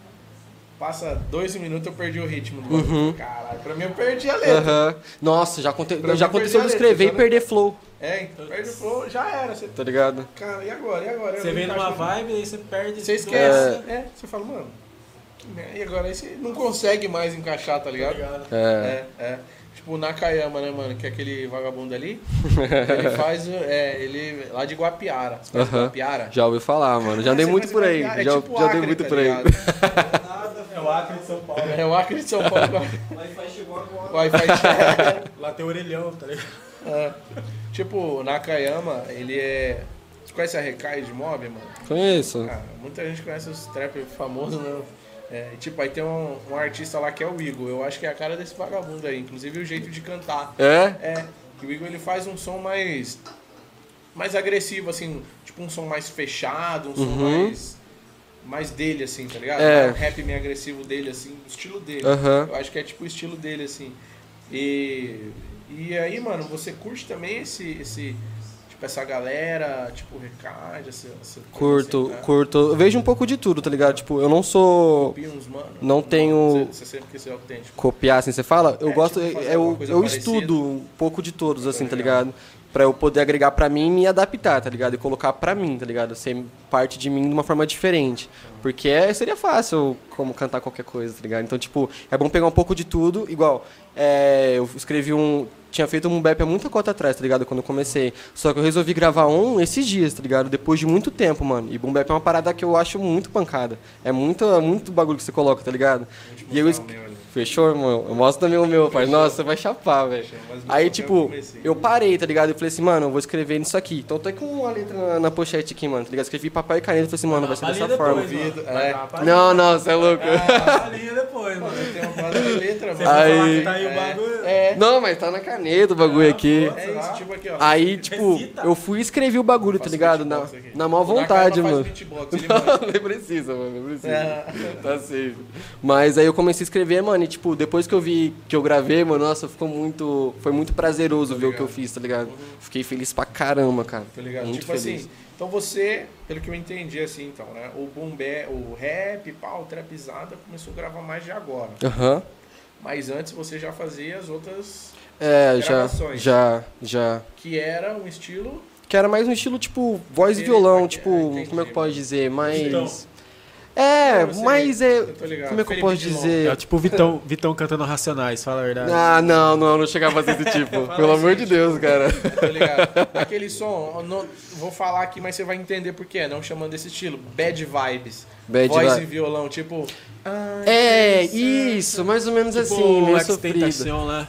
Speaker 3: passa dois minutos, eu perdi o ritmo do
Speaker 2: Uhum.
Speaker 3: bagulho. Caralho, pra mim eu perdi a letra.
Speaker 2: Aham. Nossa, já, aconte...
Speaker 3: Pra mim,
Speaker 2: já aconteceu de
Speaker 3: perdi a
Speaker 2: escrever
Speaker 3: letra,
Speaker 2: e
Speaker 3: já
Speaker 2: perder flow,
Speaker 3: É, então, perde o flow, já era. Você...
Speaker 2: tá ligado?
Speaker 3: Cara, e agora? E agora?
Speaker 1: Você
Speaker 3: Eu
Speaker 1: vem
Speaker 3: não
Speaker 1: numa
Speaker 3: encaixo-
Speaker 1: vibe, aí você perde.
Speaker 3: Você esquece. É. você fala, mano. né? E agora? Aí você não consegue mais encaixar, tá ligado?
Speaker 2: É.
Speaker 3: É, é. Tipo o Nakayama, né, mano? Que é aquele
Speaker 2: [LAUGHS]
Speaker 3: vagabundo ali. ele faz. o- É, ele. Lá de Guapiara. Você conhece
Speaker 2: Aham.
Speaker 3: Guapiara?
Speaker 2: Já ouvi falar, mano. Já
Speaker 3: Você
Speaker 2: andei muito
Speaker 3: conhece
Speaker 2: por aí.
Speaker 3: Guapiara? É
Speaker 2: já
Speaker 3: tipo
Speaker 2: já andei
Speaker 3: Acre,
Speaker 2: muito
Speaker 3: tá
Speaker 2: por aí.
Speaker 3: ligado?
Speaker 1: É o Acre de São Paulo.
Speaker 3: É o Acre de São Paulo. Wi-Fi chegou agora.
Speaker 1: Lá tem orelhão, tá ligado?
Speaker 3: Tipo, o Nakayama, ele é. Você conhece a Recai de Mob, mano?
Speaker 2: Conheço.
Speaker 3: Cara, muita gente conhece os trap famosos, né? É, e, tipo, aí tem um, um artista lá que é o Igor. Eu acho que é a cara desse vagabundo aí. Inclusive o jeito de cantar.
Speaker 2: É?
Speaker 3: É, que o Igor ele faz um som mais. mais agressivo, assim. Tipo, um som mais fechado, um som
Speaker 2: Uhum.
Speaker 3: mais. mais dele, assim, tá ligado?
Speaker 2: É.
Speaker 3: Um rap meio agressivo dele, assim. O estilo dele.
Speaker 2: Aham.
Speaker 3: Eu acho que é tipo o estilo dele, assim. E, e aí, mano, você curte também esse, esse tipo, essa galera, tipo, recade, essa, essa coisa
Speaker 2: Curto,
Speaker 3: assim, né?
Speaker 2: curto. Eu vejo um pouco de tudo, tá ligado? Tipo, eu não sou.
Speaker 3: Copia uns, mano.
Speaker 2: Não tenho-
Speaker 3: Você, você sempre quis ser autêntico.
Speaker 2: copiar, assim, você fala? Eu
Speaker 3: É,
Speaker 2: gosto,
Speaker 3: tipo, fazer
Speaker 2: eu,
Speaker 3: alguma coisa
Speaker 2: eu
Speaker 3: parecida.
Speaker 2: estudo um pouco de todos, assim, tá ligado? pra eu poder agregar pra mim e me adaptar, tá ligado? E colocar pra mim, tá ligado? Ser parte de mim de uma forma diferente. Porque é- seria fácil como cantar qualquer coisa, tá ligado? Então, tipo, é bom pegar um pouco de tudo, igual. é, eu escrevi um. Tinha feito um bap há muita cota atrás, tá ligado? Quando eu comecei. Só que eu resolvi gravar um esses dias, tá ligado? Depois de muito tempo, mano. E boom bap é uma parada que eu acho muito pancada. É muito, é muito bagulho que você coloca, tá ligado? E eu, es- Fechou, irmão? Eu mostro também o meu, pai. Nossa, você vai chapar, velho. Aí, tipo, eu parei, tá ligado? Eu falei assim, mano, eu vou escrever nisso aqui. Então, tô com a letra na, na pochete aqui, mano, tá ligado? Escrevi papai e caneta, falei assim, mano, vai ser dessa forma.
Speaker 3: é.
Speaker 2: Não, não, você é louco.
Speaker 1: Palinha depois, mano. Você
Speaker 3: Tem uma base de letra,
Speaker 1: vai
Speaker 3: mano.
Speaker 1: falar
Speaker 2: [LAUGHS] Aí-
Speaker 1: que tá aí o bagulho.
Speaker 2: Não, mas tá na caneta o bagulho aqui.
Speaker 3: É isso, tipo aqui, ó.
Speaker 2: Aí, tipo,
Speaker 1: Recita.
Speaker 2: eu fui e escrevi o bagulho, tá ligado? Na,
Speaker 3: beatbox aqui.
Speaker 2: na maior
Speaker 3: O Dakar
Speaker 2: vontade,
Speaker 3: não faz É.
Speaker 2: mano.
Speaker 3: beatbox, ele
Speaker 2: Não, [LAUGHS] nem precisa, mano, nem precisa. Tá safe. Mas aí eu comecei a escrever, mano, e tipo, depois que eu vi que eu gravei, mano, nossa, ficou muito. Foi muito prazeroso ver o que eu fiz, tá ligado? Fiquei feliz pra caramba, cara.
Speaker 3: Tá Uhum. ligado?
Speaker 2: Muito
Speaker 3: tipo
Speaker 2: feliz.
Speaker 3: assim, então você, pelo que eu entendi assim, então, né? O bombé, o rap, pau, trapizada, começou a gravar mais de agora.
Speaker 2: Aham.
Speaker 3: Mas antes você já fazia as outras,
Speaker 2: É, já.
Speaker 3: Gravações.
Speaker 2: Já, já.
Speaker 3: que era um estilo...
Speaker 2: Que era mais um estilo, tipo, voz e
Speaker 3: Ele-
Speaker 2: violão,
Speaker 3: ah,
Speaker 2: tipo,
Speaker 3: entendi,
Speaker 2: como é que eu posso
Speaker 3: mano.
Speaker 2: dizer? Mais.
Speaker 1: Então.
Speaker 2: É,
Speaker 3: Não, eu sei,
Speaker 2: mas é.
Speaker 3: eu tô tá ligado.
Speaker 2: Como é que eu
Speaker 3: Felipe
Speaker 2: posso
Speaker 3: Dilon.
Speaker 2: dizer?
Speaker 1: É tipo o Vitão, Vitão cantando Racionais, fala a verdade.
Speaker 2: Ah, não, não, não chegava a fazer esse tipo. Pelo amor de Deus, cara.
Speaker 3: Tá ligado? Aquele som, eu não, vou falar aqui, mas você vai entender por que é, não chamando desse estilo. Bad vibes.
Speaker 2: Bad
Speaker 3: voz
Speaker 2: vibe.
Speaker 3: e violão, tipo.
Speaker 2: É, isso, mais ou menos
Speaker 1: Tipo
Speaker 2: assim, meio
Speaker 1: o
Speaker 2: sofrido.
Speaker 1: Extentação lá.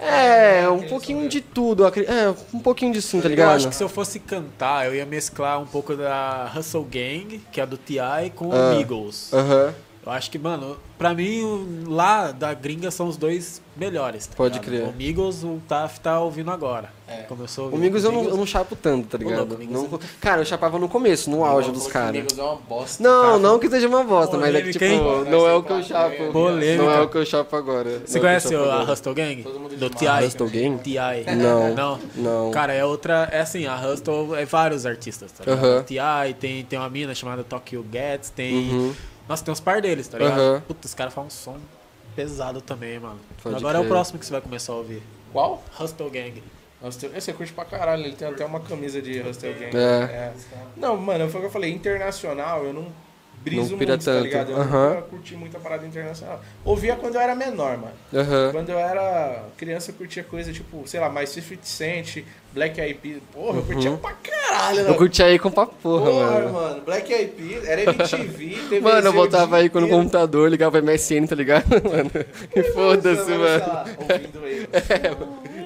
Speaker 2: É, um pouquinho de tudo, eu acre- é, um pouquinho de sim, tá
Speaker 1: Eu
Speaker 2: ligado?
Speaker 1: acho que se eu fosse cantar, eu ia mesclar um pouco da Hustle Gang, que é do T.I., com
Speaker 2: Ah.
Speaker 1: o Migos.
Speaker 2: Aham,
Speaker 1: Eu acho que, mano, pra mim, o- lá da gringa são os dois melhores. tá
Speaker 2: Pode
Speaker 1: ligado?
Speaker 2: crer.
Speaker 1: O Migos, o Taf tá ouvindo agora.
Speaker 3: É.
Speaker 1: Começou a
Speaker 2: o
Speaker 1: ouvir.
Speaker 2: Migos eu não, eu não chapo tanto, tá
Speaker 1: louco,
Speaker 2: ligado?
Speaker 1: Migos
Speaker 2: Não-
Speaker 1: é
Speaker 2: cara, eu chapava no começo, no auge dos caras.
Speaker 3: Amigos é uma bosta.
Speaker 2: Não, não que seja uma bosta, mas é que,
Speaker 1: Polêmica, hein?
Speaker 2: tipo, não é o que eu chapo.
Speaker 1: Polêmica.
Speaker 2: Não é o que eu chapo agora.
Speaker 1: Você
Speaker 2: Não é o que eu
Speaker 1: conhece
Speaker 2: chapo
Speaker 1: o- a
Speaker 2: agora.
Speaker 1: Hustle Gang?
Speaker 3: Todo mundo
Speaker 1: Do
Speaker 3: demais.
Speaker 1: T.I.
Speaker 2: Hustle Gang?
Speaker 1: T.I.
Speaker 2: Não,
Speaker 1: né? Não?
Speaker 2: não.
Speaker 1: Cara, é outra... É assim, a Hustle é vários artistas, tá ligado?
Speaker 2: Aham.
Speaker 1: T.I., tem, tem uma mina chamada Tokyo Gats, tem...
Speaker 2: Uhum.
Speaker 1: Nossa, tem uns par deles, tá ligado?
Speaker 2: Aham.
Speaker 1: Puta, os caras falam um som pesado também, mano.
Speaker 2: Pode
Speaker 1: Agora é o
Speaker 2: crer.
Speaker 1: próximo que você vai começar a ouvir.
Speaker 3: Qual?
Speaker 1: Hustle Gang.
Speaker 3: Hustle- Esse é curte pra caralho, ele tem até uma camisa de Hustle Gang.
Speaker 2: É.
Speaker 3: É. Não, mano, foi o que eu falei, internacional eu não briso
Speaker 2: Não pira
Speaker 3: muito, tá
Speaker 2: tanto.
Speaker 3: ligado? Eu
Speaker 2: Aham.
Speaker 3: nunca curti muita parada internacional. Ouvia quando eu era menor, mano.
Speaker 2: Aham.
Speaker 3: Quando eu era criança, eu curtia coisa tipo, sei lá, mais 50 Cent, Black Eyed Peas. Porra, eu curtia pra caralho, né?
Speaker 2: Uhum. Eu curti aí com pra porra,
Speaker 3: Porra,
Speaker 2: mano.
Speaker 3: mano, Black Eyed Peas, era
Speaker 2: [LAUGHS]
Speaker 3: MTV, TV
Speaker 2: Mano, eu voltava aí um com o computador, ligava MSN, tá ligado, [LAUGHS] mano? E foda-se, mano.
Speaker 3: Ouvindo ele.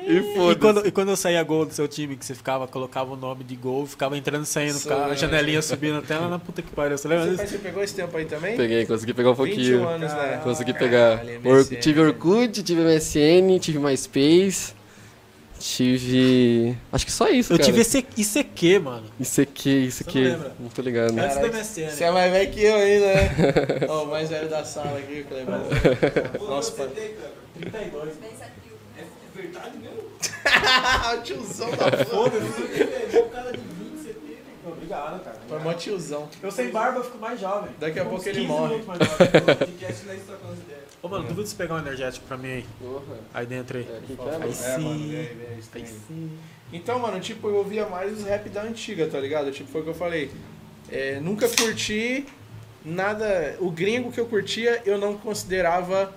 Speaker 2: E
Speaker 1: E
Speaker 2: foda-se.
Speaker 1: quando, e quando eu saía gol do seu time, que você ficava, colocava o nome de gol, ficava entrando e saindo, ficava a
Speaker 3: Sonhante.
Speaker 1: janelinha subindo até lá na puta que pariu, você lembra
Speaker 2: [LAUGHS]
Speaker 3: Você,
Speaker 1: disso?
Speaker 3: mas você pegou esse tempo aí também?
Speaker 2: Peguei, consegui pegar um
Speaker 3: 21
Speaker 2: pouquinho.
Speaker 3: anos, né?
Speaker 2: Consegui pegar.
Speaker 3: Caralho,
Speaker 2: Or-
Speaker 3: MSN.
Speaker 2: tive Orkut, tive MSN, tive MySpace, tive. Acho que só isso,
Speaker 1: Eu
Speaker 2: cara.
Speaker 1: tive esse ICQ, mano.
Speaker 2: Isso aqui, isso
Speaker 1: Você
Speaker 2: aqui.
Speaker 1: não lembra?
Speaker 2: Não tô ligado.
Speaker 1: Antes do
Speaker 3: Caralho,
Speaker 1: MSN.
Speaker 3: Você é mais velho que eu ainda, [LAUGHS] né? Ó, o mais velho da sala aqui, Cleber. [LAUGHS]
Speaker 1: é
Speaker 3: Nossa, pai.
Speaker 1: 32. É
Speaker 3: Ah, o tiozão da [LAUGHS] porra.
Speaker 1: é Obrigado, cara.
Speaker 3: Foi mó tiozão.
Speaker 1: né? Eu sem barba, eu fico mais jovem.
Speaker 3: Daqui a
Speaker 1: Uns
Speaker 3: pouco ele
Speaker 1: 15
Speaker 3: morre.
Speaker 1: minutos mais
Speaker 3: [LAUGHS]
Speaker 1: jovem. é tá Ô, mano, duvido você pegar um energético pra mim aí. Aí dentro aí. Aí
Speaker 3: É, mano,
Speaker 1: sim.
Speaker 3: é, é, isso
Speaker 1: Aí
Speaker 3: tem.
Speaker 1: sim.
Speaker 3: Então, mano, tipo, eu ouvia mais os rap da antiga, tá ligado? Tipo, foi o que eu falei. É, nunca curti nada. O gringo que eu curtia, eu não considerava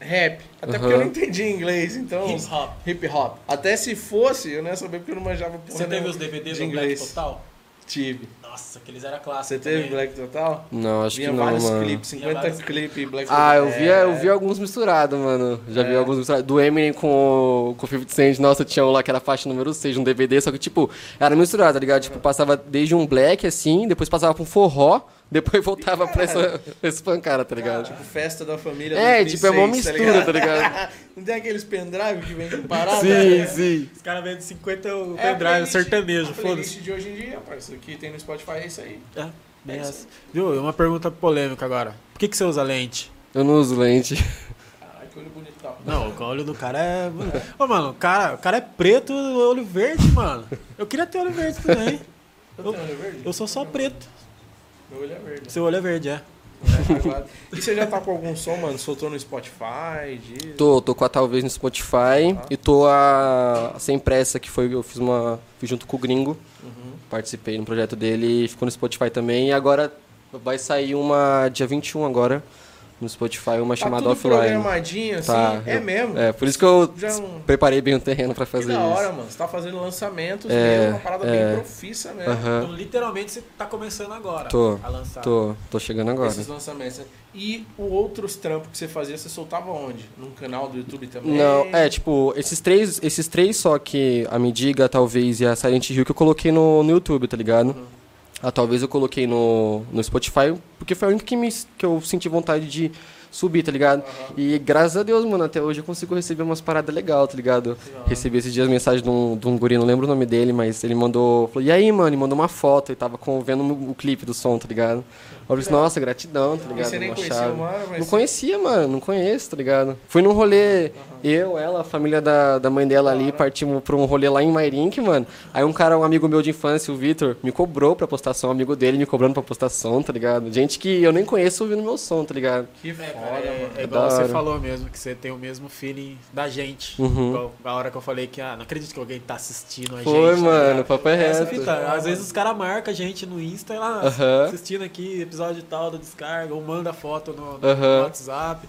Speaker 3: rap. Até porque eu
Speaker 2: Aham.
Speaker 3: não entendia inglês, então.
Speaker 1: Hip hop.
Speaker 3: Hip hop. Até se fosse, eu não ia saber porque eu não manjava porra
Speaker 1: Você teve
Speaker 3: nenhuma
Speaker 1: os DVDs
Speaker 3: de
Speaker 1: do Black
Speaker 3: inglês.
Speaker 1: Total?
Speaker 3: Tive.
Speaker 1: Nossa, aqueles eram clássicos.
Speaker 3: Você teve
Speaker 1: também.
Speaker 3: Black Total?
Speaker 2: Não, acho
Speaker 3: Vinha
Speaker 2: que não,
Speaker 3: vários
Speaker 2: mano.
Speaker 3: clipes,
Speaker 1: Vinha
Speaker 3: 50
Speaker 1: vários
Speaker 3: clipes Black
Speaker 2: Ah, eu vi, eu
Speaker 3: É.
Speaker 2: vi alguns misturados, mano. Já vi alguns misturados. Do Eminem com o, com o 50 Cent, nossa, tinha um lá que era a faixa número 6, um DVD, só que, tipo, era misturado, tá ligado? Tipo, passava desde um black, assim, depois passava pra um forró, [LAUGHS] depois voltava pra essa, esse pancara, tá ligado?
Speaker 3: Tipo, festa da família.
Speaker 2: é, tipo, é uma
Speaker 3: 2006,
Speaker 2: mistura, tá ligado?
Speaker 3: Não tem aqueles pendrive que
Speaker 2: [LAUGHS]
Speaker 3: vem com parada?
Speaker 2: sim, sim.
Speaker 1: Os caras vendem 50 o
Speaker 3: É a
Speaker 1: É pendrive,
Speaker 3: playlist-
Speaker 1: sertanejo,
Speaker 3: a
Speaker 1: foda-se.
Speaker 3: playlist de hoje em dia, parceiro, que tem no Spotify é isso aí.
Speaker 1: É, bem essa. Viu? E Uma pergunta polêmica agora. Por que, que você usa lente?
Speaker 2: Eu não uso lente.
Speaker 3: Caralho, que olho bonito tá.
Speaker 1: Não, o olho do cara é. Ô, mano, o cara, o cara é preto, olho verde, mano. Eu queria ter olho verde também.
Speaker 3: Eu tenho olho verde?
Speaker 1: Eu sou só preto.
Speaker 3: Meu olho é verde. né? Tá
Speaker 1: Seu olho é verde, é.
Speaker 3: e você já tá com algum som, mano? Soltou no Spotify? Tá Deezer?
Speaker 2: Tô, tô com a Talvez no Spotify e tô a Sem Pressa, que foi, eu fiz uma, fiz junto com o Gringo, participei no projeto dele, ficou no Spotify também e agora vai sair uma, dia 21 agora, no Spotify, uma
Speaker 3: Tá
Speaker 2: chamada
Speaker 3: tudo
Speaker 2: Offline.
Speaker 3: programadinho, assim?
Speaker 2: Tá,
Speaker 3: é
Speaker 2: eu-
Speaker 3: mesmo?
Speaker 2: É, por isso que eu
Speaker 3: Já um-
Speaker 2: preparei bem o terreno pra
Speaker 3: Que
Speaker 2: fazer
Speaker 3: da hora,
Speaker 2: isso.
Speaker 3: mano. Você tá fazendo lançamentos
Speaker 2: É,
Speaker 3: mesmo, uma parada
Speaker 2: é.
Speaker 3: bem profissa mesmo.
Speaker 2: Aham.
Speaker 1: Então, literalmente, você tá começando agora
Speaker 2: Tô,
Speaker 1: a lançar.
Speaker 2: Tô, tô chegando agora.
Speaker 3: Esses lançamentos. né? E o outros trampos que você fazia, você soltava onde? Num canal do YouTube também?
Speaker 2: Não, é, tipo, esses três, esses três só que a Mediga, talvez, e a Silent Hill que eu coloquei no, no YouTube, tá ligado?
Speaker 3: Uhum.
Speaker 2: A talvez eu coloquei no, no Spotify, porque foi a única que, me, que eu senti vontade de subir, tá ligado?
Speaker 3: Uhum.
Speaker 2: E graças a Deus, mano, até hoje eu consigo receber umas paradas legais, tá ligado? Recebi esses dias mensagem de um, de um guri, não lembro o nome dele, mas ele mandou, falou, e aí, mano, e mandou uma foto, e tava com, vendo o clipe do som, tá ligado? Eu disse, nossa, gratidão, tá
Speaker 3: E
Speaker 2: ligado?
Speaker 3: É. você nem
Speaker 2: Uma
Speaker 3: conhecia
Speaker 2: chave.
Speaker 3: o mano, mas...
Speaker 2: Não conhecia, mano, não conheço, tá ligado? Fui num rolê, eu, ela, a família da, da mãe dela ali, partimos pra um rolê lá em Mairink, mano. Aí um cara, um amigo meu de infância, o Vitor, me cobrou pra postar som, um amigo dele me cobrando pra postar som, tá ligado? Gente que eu nem conheço ouvindo meu som, tá ligado?
Speaker 3: Que
Speaker 1: É,
Speaker 3: foda,
Speaker 1: cara, é,
Speaker 3: mano.
Speaker 1: é igual
Speaker 2: Da
Speaker 1: você
Speaker 2: hora. Uhum.
Speaker 1: falou mesmo, que você tem o mesmo feeling da gente. Igual a hora que eu falei que, ah, não acredito que alguém tá assistindo a gente.
Speaker 2: Foi,
Speaker 1: tá
Speaker 2: mano,
Speaker 1: ligado?
Speaker 2: papo é
Speaker 1: É essa
Speaker 2: reto.
Speaker 1: fita. Às vezes os caras marcam a gente no Insta, lá,
Speaker 2: Aham.
Speaker 1: assistindo aqui episódio tal da descarga, ou manda foto no, no
Speaker 2: Aham.
Speaker 1: WhatsApp.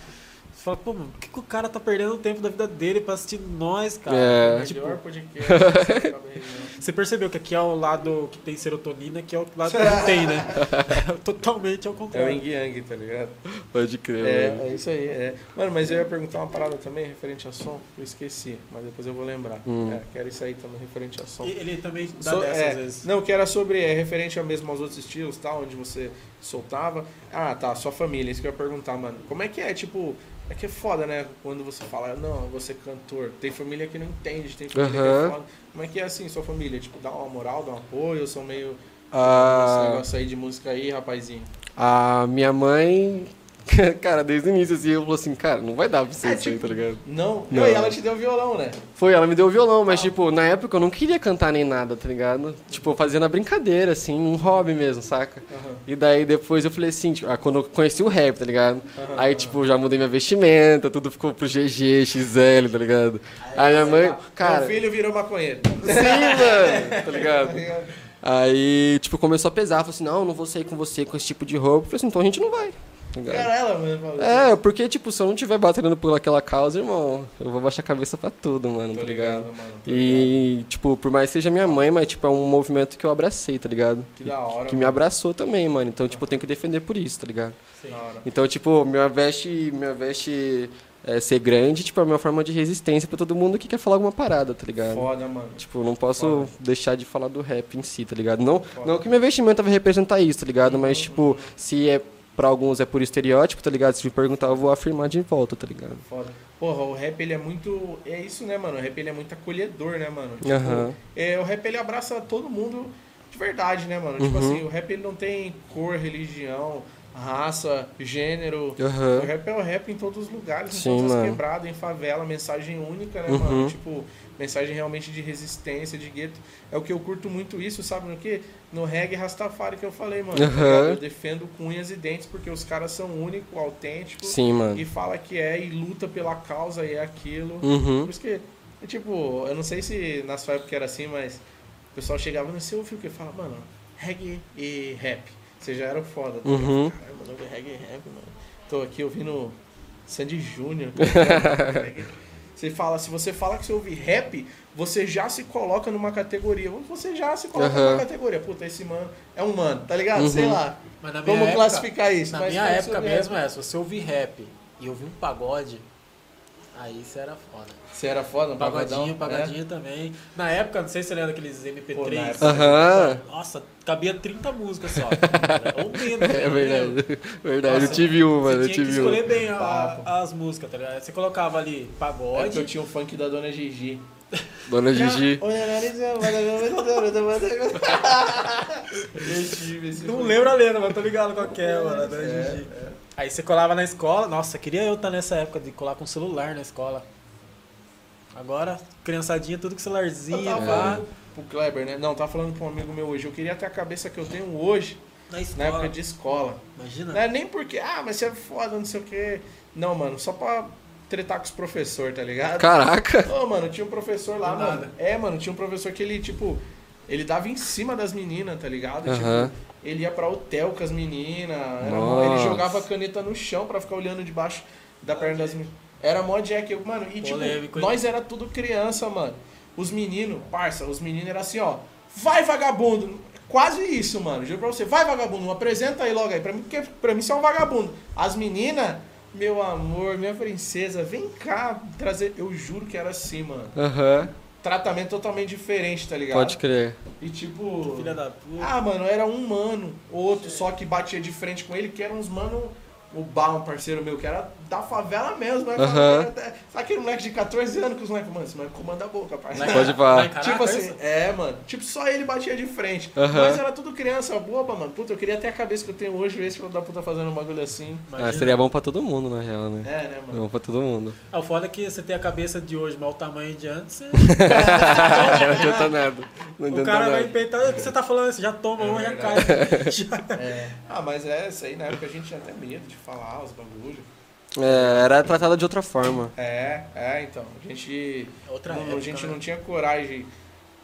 Speaker 1: Você fala, pô, mano, por que, que o cara tá perdendo o tempo da vida dele pra assistir nós, cara?
Speaker 2: É.
Speaker 1: Tipo,
Speaker 3: Melhor [LAUGHS] podcast. talvez, né?
Speaker 1: você percebeu que aqui é o lado que tem serotonina, que é o lado que não tem,
Speaker 2: [LAUGHS]
Speaker 1: né? [LAUGHS] Totalmente ao
Speaker 3: É o
Speaker 1: contrário.
Speaker 3: Ying Yang, tá ligado?
Speaker 2: Pode crer,
Speaker 3: É, é isso aí. é. Mano, mas eu ia perguntar uma parada também referente a som, eu esqueci, mas depois eu vou lembrar.
Speaker 2: Hum.
Speaker 3: É, quero isso aí também referente a som.
Speaker 1: E ele também dá
Speaker 3: So-
Speaker 1: dessa
Speaker 3: é,
Speaker 1: às vezes.
Speaker 3: Não, que era sobre, é, referente a mesmo aos outros estilos, tal, onde você soltava. Ah, tá, sua família, isso que eu ia perguntar, mano. Como é que é, tipo, é que é foda, né? Quando você fala, não, você cantor. Tem família que não entende, tem família que é
Speaker 2: Aham.
Speaker 3: foda. Como é que é assim, sua família? Tipo, dá uma moral, dá um apoio, eu sou meio. tipo, Esse
Speaker 2: Ah,
Speaker 3: negócio aí de música aí, rapazinho.
Speaker 2: a minha mãe, [LAUGHS] cara, desde o início, assim, eu falou assim, cara, não vai dar pra você
Speaker 1: É,
Speaker 2: isso aí, tá
Speaker 1: tipo,
Speaker 2: ligado?
Speaker 3: Não?
Speaker 2: Não.
Speaker 3: não. E ela te deu violão, né?
Speaker 2: Foi, ela me deu o violão, mas, tipo, na época eu não queria cantar nem nada, tá ligado? Tipo, eu fazia na brincadeira, assim, um hobby mesmo, saca? E daí depois eu falei assim, tipo, ah, quando eu conheci o rap, tá ligado? Aí, tipo, já mudei minha vestimenta, tudo ficou pro GG, XL, tá ligado? Aí é minha mãe, cara, sim,
Speaker 3: Meu
Speaker 2: [LAUGHS]
Speaker 3: filho virou maconheiro.
Speaker 2: mano, tá ligado? Aí, tipo, começou a pesar, falou assim, não, eu não vou sair com você com esse tipo de roupa. Eu falei assim, então a gente não vai, tá ligado?
Speaker 3: Era ela, mano. falou.
Speaker 2: É, porque, tipo, se eu não tiver batendo por aquela causa, irmão, eu vou baixar a cabeça pra tudo, mano,
Speaker 3: Tô
Speaker 2: tá ligado?
Speaker 3: assim, ligado, mano. tô ligado.
Speaker 2: E, tipo, por mais que seja minha mãe, mas, tipo, é um movimento que eu abracei, tá ligado?
Speaker 3: Que da hora.
Speaker 2: Que me
Speaker 3: mano.
Speaker 2: abraçou também, mano. Então, tipo, eu tenho que defender por isso, tá ligado?
Speaker 3: Da hora.
Speaker 2: Então, tipo, minha veste, minha veste é, ser grande, tipo, é a minha forma de resistência pra todo mundo que quer falar alguma parada, tá ligado?
Speaker 3: Foda, mano.
Speaker 2: Tipo, não posso deixar de falar do rap em si, tá ligado? Não,
Speaker 3: Foda.
Speaker 2: não que minha vestimenta vai representar isso, tá ligado? Mas,
Speaker 3: Uhum.
Speaker 2: tipo, se é pra alguns é por estereótipo, tá ligado? Se me perguntar, eu vou afirmar de volta, tá ligado?
Speaker 3: Foda. Porra, o rap ele é muito. É isso, né, mano? O rap ele é muito acolhedor, né, mano? Tipo,
Speaker 2: Aham.
Speaker 3: é, o rap ele abraça todo mundo de verdade, né, mano?
Speaker 2: Uhum.
Speaker 3: Tipo assim, o rap ele não tem cor, religião, raça, gênero.
Speaker 2: Aham.
Speaker 3: O rap é o rap em todos os lugares,
Speaker 2: Sim,
Speaker 3: em todas as
Speaker 2: mano.
Speaker 3: quebradas, em favela, mensagem única, né,
Speaker 2: Uhum.
Speaker 3: mano? Tipo, mensagem realmente de resistência, de gueto. É o que eu curto muito isso, sabe no que? No reggae Rastafari que eu falei, mano. tá
Speaker 2: Uhum.
Speaker 3: ligado? Eu defendo com unhas e dentes porque os caras são únicos, autênticos
Speaker 2: Sim, mano.
Speaker 3: e fala que é e luta pela causa e é aquilo.
Speaker 2: Uhum.
Speaker 3: Por isso que, é tipo, eu não sei se na sua época era assim, mas o pessoal chegava no seu ouviu que fala, mano, reggae e rap. Você já era o foda. Tá ligado?
Speaker 2: Uhum.
Speaker 3: Caramba, não ouvi reggae e rap, mano. Tô aqui ouvindo Sandy
Speaker 2: [LAUGHS]
Speaker 3: Júnior. tá ligado? Reggae. Você fala, se você fala que você ouve rap, você já se coloca numa categoria. Você já se coloca
Speaker 2: Aham.
Speaker 3: numa categoria. Puta, esse mano é um mano, tá ligado? Sei
Speaker 2: Uhum.
Speaker 3: lá.
Speaker 1: Mas na minha
Speaker 3: Como
Speaker 1: época-
Speaker 3: classificar isso?
Speaker 1: Na
Speaker 3: Mas
Speaker 1: minha
Speaker 3: fala
Speaker 1: época
Speaker 3: sobre
Speaker 1: mesmo
Speaker 3: rap.
Speaker 1: é, se você ouvir rap e ouvir um pagode, aí você era foda.
Speaker 3: Você era foda, um
Speaker 1: Pagodinho,
Speaker 3: pagodão, né?
Speaker 1: pagodinho também. Na época, não sei se você lembra daqueles MP3.
Speaker 3: Pô, na época-
Speaker 2: Aham.
Speaker 1: Nossa, cabia 30 músicas
Speaker 3: [LAUGHS]
Speaker 1: só. cara. Ou menos.
Speaker 2: É verdade. Verdade, eu
Speaker 1: Nossa,
Speaker 2: tive um, mano.
Speaker 1: Você
Speaker 2: Eu
Speaker 1: tinha que
Speaker 2: tive um.
Speaker 1: escolher bem a-
Speaker 3: Papo.
Speaker 1: as músicas, tá ligado? Você colocava ali
Speaker 3: É que eu
Speaker 1: pagode.
Speaker 3: tinha o funk da Dona Gigi.
Speaker 2: Dona Gigi.
Speaker 3: Eu tive esse
Speaker 1: Não
Speaker 3: funk.
Speaker 1: lembro a letra, mas tô ligado qual que é, mano. Dona Gigi.
Speaker 3: é.
Speaker 1: Aí você colava na escola. Nossa, queria eu estar nessa época de colar com celular na escola. Agora, criançadinha, tudo com
Speaker 3: Eu
Speaker 1: celularzinho,
Speaker 3: tava
Speaker 1: pá.
Speaker 3: tá falando pro Kleber, né? Não, tava falando pra um amigo meu hoje. Eu queria ter a cabeça que eu tenho hoje
Speaker 1: Na
Speaker 3: na
Speaker 1: escola.
Speaker 3: época de escola.
Speaker 1: Imagina.
Speaker 3: Não é nem porque, ah, mas você é foda, não sei o quê. Não, mano, só pra tretar com os professores, tá ligado?
Speaker 2: Caraca!
Speaker 3: Ô, mano, tinha um professor lá,
Speaker 1: Do
Speaker 3: mano.
Speaker 1: nada.
Speaker 3: É, mano, tinha um professor que ele, tipo, ele dava em cima das meninas, tá ligado?
Speaker 2: Aham.
Speaker 3: Tipo, ele ia pra hotel com as meninas. era mó-
Speaker 2: Nossa.
Speaker 3: Ele jogava a caneta no chão pra ficar olhando debaixo da perna das meninas. Era mó Jack, eu- mano. E, tipo,
Speaker 1: Polêmico, hein?
Speaker 3: nós era tudo criança, mano. Os meninos, parça, os meninos eram assim, ó. Vai, vagabundo! Quase isso, mano. Juro pra você. Vai, vagabundo, apresenta aí logo aí. Pra mim, porque pra mim você é um vagabundo. As meninas, meu amor, minha princesa, vem cá trazer. Eu juro que era assim, mano
Speaker 2: Aham.
Speaker 3: tratamento totalmente diferente, tá ligado?
Speaker 2: Pode crer. Ah,
Speaker 3: E tipo.
Speaker 1: Filha da puta.
Speaker 3: Ah, mano, era um mano, outro, só que batia de frente com ele, que era uns mano. O Bar, um parceiro meu, que era da favela mesmo, né?
Speaker 2: Aham.
Speaker 3: Até- Sabe aquele moleque de 14 anos que os moleques, mano, esse moleque comanda a boca, [LAUGHS]
Speaker 1: Né?
Speaker 3: parceiro.
Speaker 2: Pode pá.
Speaker 3: Tipo assim, é, mano. Tipo, só ele batia de frente.
Speaker 2: Aham.
Speaker 3: Mas era tudo criança boba, mano. Puta, eu queria ter a cabeça que eu tenho hoje, ver esse filho da puta fazendo um bagulho assim.
Speaker 2: Ah, seria bom pra todo mundo, na real, né?
Speaker 3: É, né, mano?
Speaker 2: Bom pra
Speaker 1: [LAUGHS]
Speaker 2: todo mundo.
Speaker 1: Ah, o foda é que você tem a cabeça de hoje, mas o tamanho de antes, você-
Speaker 2: Não adianta nada. Não
Speaker 1: o
Speaker 2: adianta
Speaker 1: cara vai
Speaker 2: nada.
Speaker 1: peitar. O que você tá falando? Você já toma uma, já cai.
Speaker 3: [LAUGHS]
Speaker 1: [LAUGHS] Já-
Speaker 3: É. Ah, mas é isso aí, na época a gente tinha até medo de falar os bagulhos.
Speaker 2: É, era tratada de outra forma.
Speaker 3: É, é, então. A gente.
Speaker 1: Outra
Speaker 3: não,
Speaker 1: época,
Speaker 3: a gente
Speaker 1: né?
Speaker 3: não tinha coragem,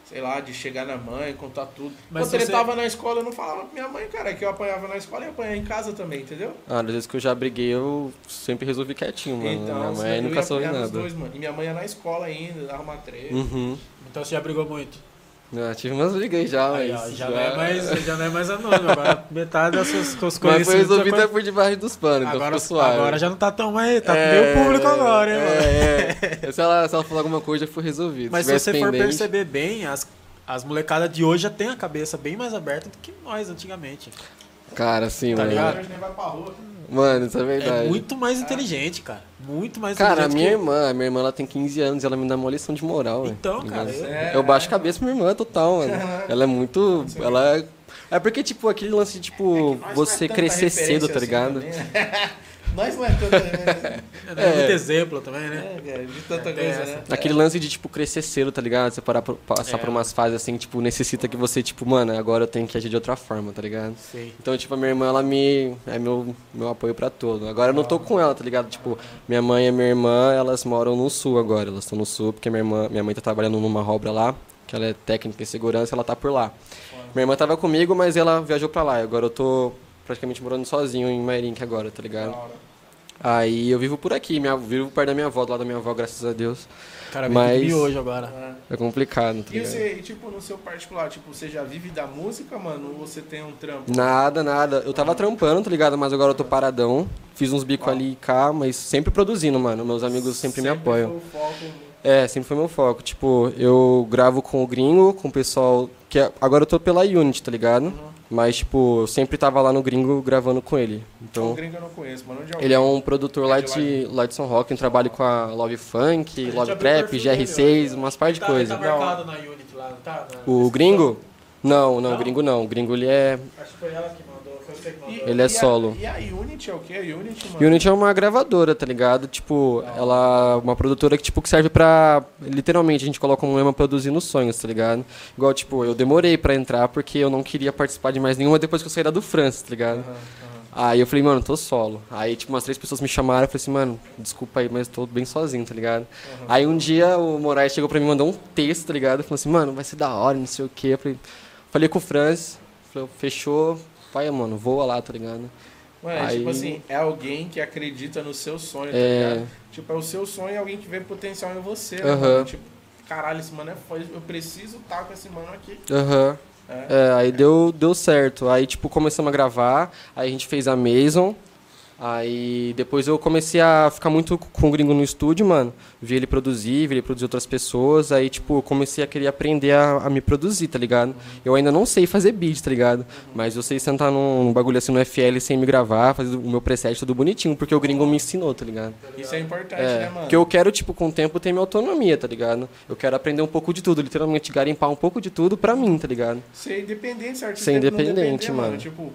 Speaker 3: sei lá, de chegar na mãe, contar tudo.
Speaker 1: Mas
Speaker 3: Quando ele
Speaker 1: você-
Speaker 3: tava na escola, eu não falava pra minha mãe, cara, que eu apanhava na escola e apanhava em casa também, entendeu?
Speaker 2: Ah, das vezes que eu já briguei, eu sempre resolvi quietinho, mano.
Speaker 1: Então,
Speaker 2: Minha
Speaker 3: senão
Speaker 2: mãe
Speaker 3: Então, eu
Speaker 2: nunca
Speaker 3: ia
Speaker 2: soube
Speaker 3: apanhar nos
Speaker 2: nada.
Speaker 3: dois, mano. E minha mãe ia na escola ainda, dava uma treta.
Speaker 2: Uhum.
Speaker 1: Então você já brigou muito.
Speaker 2: Eu tive umas brigas aí Ah, já, mas.
Speaker 1: Aí, ó, já, Não é mais, já não é mais anônimo. Agora metade das suas suas
Speaker 2: Mas foi
Speaker 1: conhecidas já
Speaker 2: resolvido
Speaker 1: conhe-
Speaker 2: é por debaixo dos panos, então
Speaker 1: agora,
Speaker 2: ficou suave.
Speaker 1: agora já não tá tão mais. Tá meio público agora, hein, mano?
Speaker 2: É, é. Se ela, se ela falar alguma coisa, já foi resolvido.
Speaker 1: Mas se
Speaker 2: tivesse
Speaker 1: você for
Speaker 2: pendente-
Speaker 1: perceber bem, as, as molecadas de hoje já tem a cabeça bem mais aberta do que nós antigamente.
Speaker 2: Cara, sim,
Speaker 1: Tá
Speaker 2: mano.
Speaker 1: ligado?
Speaker 3: Hoje nem vai pra rua.
Speaker 2: Mano, isso é
Speaker 1: É
Speaker 2: verdade.
Speaker 1: muito mais inteligente, cara. Muito mais
Speaker 2: Cara, a
Speaker 1: inteligente.
Speaker 2: minha
Speaker 1: que-
Speaker 2: irmã, a minha irmã ela tem 15 anos e ela me dá uma lição de moral, velho.
Speaker 1: Então,
Speaker 2: Tá
Speaker 1: cara,
Speaker 2: ligado?
Speaker 1: eu-
Speaker 3: É,
Speaker 2: Eu baixo a cabeça pra minha irmã total,
Speaker 1: [LAUGHS]
Speaker 2: mano. Ela é muito. Ela. É porque, tipo, aquele lance de, tipo,
Speaker 3: nós não é
Speaker 2: você
Speaker 3: tanta
Speaker 2: crescer
Speaker 3: referência
Speaker 2: cedo, tá
Speaker 3: assim
Speaker 2: ligado?
Speaker 3: também, né? [LAUGHS] nós não é tanta referência,
Speaker 1: É,
Speaker 2: É.
Speaker 1: muito exemplo também, né?
Speaker 3: né, cara, de tanta
Speaker 1: É, tem
Speaker 3: coisa,
Speaker 1: essa.
Speaker 3: né?
Speaker 2: Aquele lance de, tipo, crescer cedo, tá ligado? Você parar, por- passar
Speaker 1: É.
Speaker 2: por umas fases assim, tipo, necessita que você, tipo, mano, agora eu tenho que agir de outra forma, tá ligado?
Speaker 1: Sei.
Speaker 2: Então, tipo, a minha irmã, ela me. É meu, meu apoio pra tudo. Agora eu não tô com ela, tá ligado? Tipo, minha mãe e minha irmã, elas moram no sul agora. Elas estão no sul, porque minha, irmã, minha mãe tá trabalhando numa obra lá, que ela é técnica em segurança, ela tá por lá. Minha irmã tava comigo, mas ela viajou pra lá. Agora eu tô praticamente morando sozinho em Mairink agora, tá ligado?
Speaker 3: Da hora.
Speaker 2: Aí eu vivo por aqui, minha, vivo perto da minha avó, do lado da minha avó, graças a Deus.
Speaker 1: Cara,
Speaker 2: Mas-
Speaker 1: mas... hoje agora.
Speaker 3: Ah.
Speaker 2: É complicado, tá
Speaker 3: E
Speaker 2: ligado?
Speaker 3: você, e, tipo, no seu particular, tipo, você já vive da música, mano, ou você tem um trampo?
Speaker 2: Nada, nada. Eu tava trampando, tá ligado? Mas agora eu tô paradão. Fiz uns bicos ali e cá, mas sempre produzindo, mano. Meus amigos sempre, me apoiam.
Speaker 3: foi o foco-
Speaker 2: É, sempre foi meu foco. Tipo, eu gravo com o gringo, com o pessoal. que é- Agora eu tô pela Unity, tá ligado? Mas, tipo, eu sempre tava lá no gringo gravando com ele.
Speaker 3: O
Speaker 2: Então.
Speaker 3: um gringo eu não conheço, mano. Onde
Speaker 2: Ele é um produtor lá
Speaker 3: É de lá
Speaker 2: de, lá de São Roque, ele trabalha com a Love Funk,
Speaker 1: gente
Speaker 2: Love
Speaker 1: abriu o
Speaker 2: Trap,
Speaker 1: perfil
Speaker 2: GR6,
Speaker 1: dele, ó.
Speaker 2: umas par de
Speaker 1: tá,
Speaker 2: coisa.
Speaker 1: Tá marcado na Unity lá, não tá? Na-
Speaker 2: O gringo? Não, não,
Speaker 1: Não?
Speaker 2: o gringo não. O gringo ele é.
Speaker 1: Acho que foi ela que mandou, foi você que mandou.
Speaker 2: Ele é solo.
Speaker 3: A, e a Unity é o quê? A Unity, mano?
Speaker 2: Unity é uma gravadora, tá ligado? Tipo, ela é uma produtora que, tipo, que serve pra. Literalmente, a gente coloca um lema produzindo sonhos, tá ligado? Igual, tipo, eu demorei pra entrar porque eu não queria participar de mais nenhuma depois que eu saí da do França, tá ligado?
Speaker 3: Aham, aham.
Speaker 2: Aí eu falei, mano, tô solo. Aí, tipo, umas três pessoas me chamaram. Eu falei assim, mano, desculpa aí, mas tô bem sozinho, tá ligado? Aí um dia o Moraes chegou pra mim e mandou um texto, tá ligado? Falou assim, mano, vai ser da hora, não sei o quê. Eu falei, falei com o Franz, falei, fechou, vai, mano, voa lá, tá ligado?
Speaker 3: Mano, é
Speaker 2: Aí-
Speaker 3: tipo assim, é alguém que acredita no seu sonho, tá
Speaker 2: É.
Speaker 3: ligado? Tipo, é o seu sonho e alguém que vê potencial em você. né,
Speaker 2: Aham.
Speaker 3: mano? Tipo, caralho, esse mano é foda, eu preciso estar com esse mano aqui.
Speaker 2: Aham.
Speaker 3: É.
Speaker 2: É, aí deu, deu certo. Aí, tipo, começamos a gravar, aí a gente fez a Mason. Aí depois eu comecei a ficar muito com o gringo no estúdio, mano. Vi ele produzir, vi ele produzir outras pessoas. Aí, tipo, eu comecei a querer aprender a, a me produzir, tá ligado? Eu ainda não sei fazer beat, tá ligado? Mas eu sei sentar num, num bagulho assim no FL sem me gravar, fazer o meu preset tudo bonitinho, porque o gringo me ensinou, tá ligado?
Speaker 3: Isso é importante, né,
Speaker 2: É,
Speaker 3: mano?
Speaker 2: porque eu quero, tipo, com o tempo ter minha autonomia, tá ligado? Eu quero aprender um pouco de tudo, literalmente garimpar um pouco de tudo pra mim, tá ligado?
Speaker 3: Ser independente, se o artista
Speaker 2: Ser
Speaker 3: não depender,
Speaker 2: independente, mano.
Speaker 3: Tipo,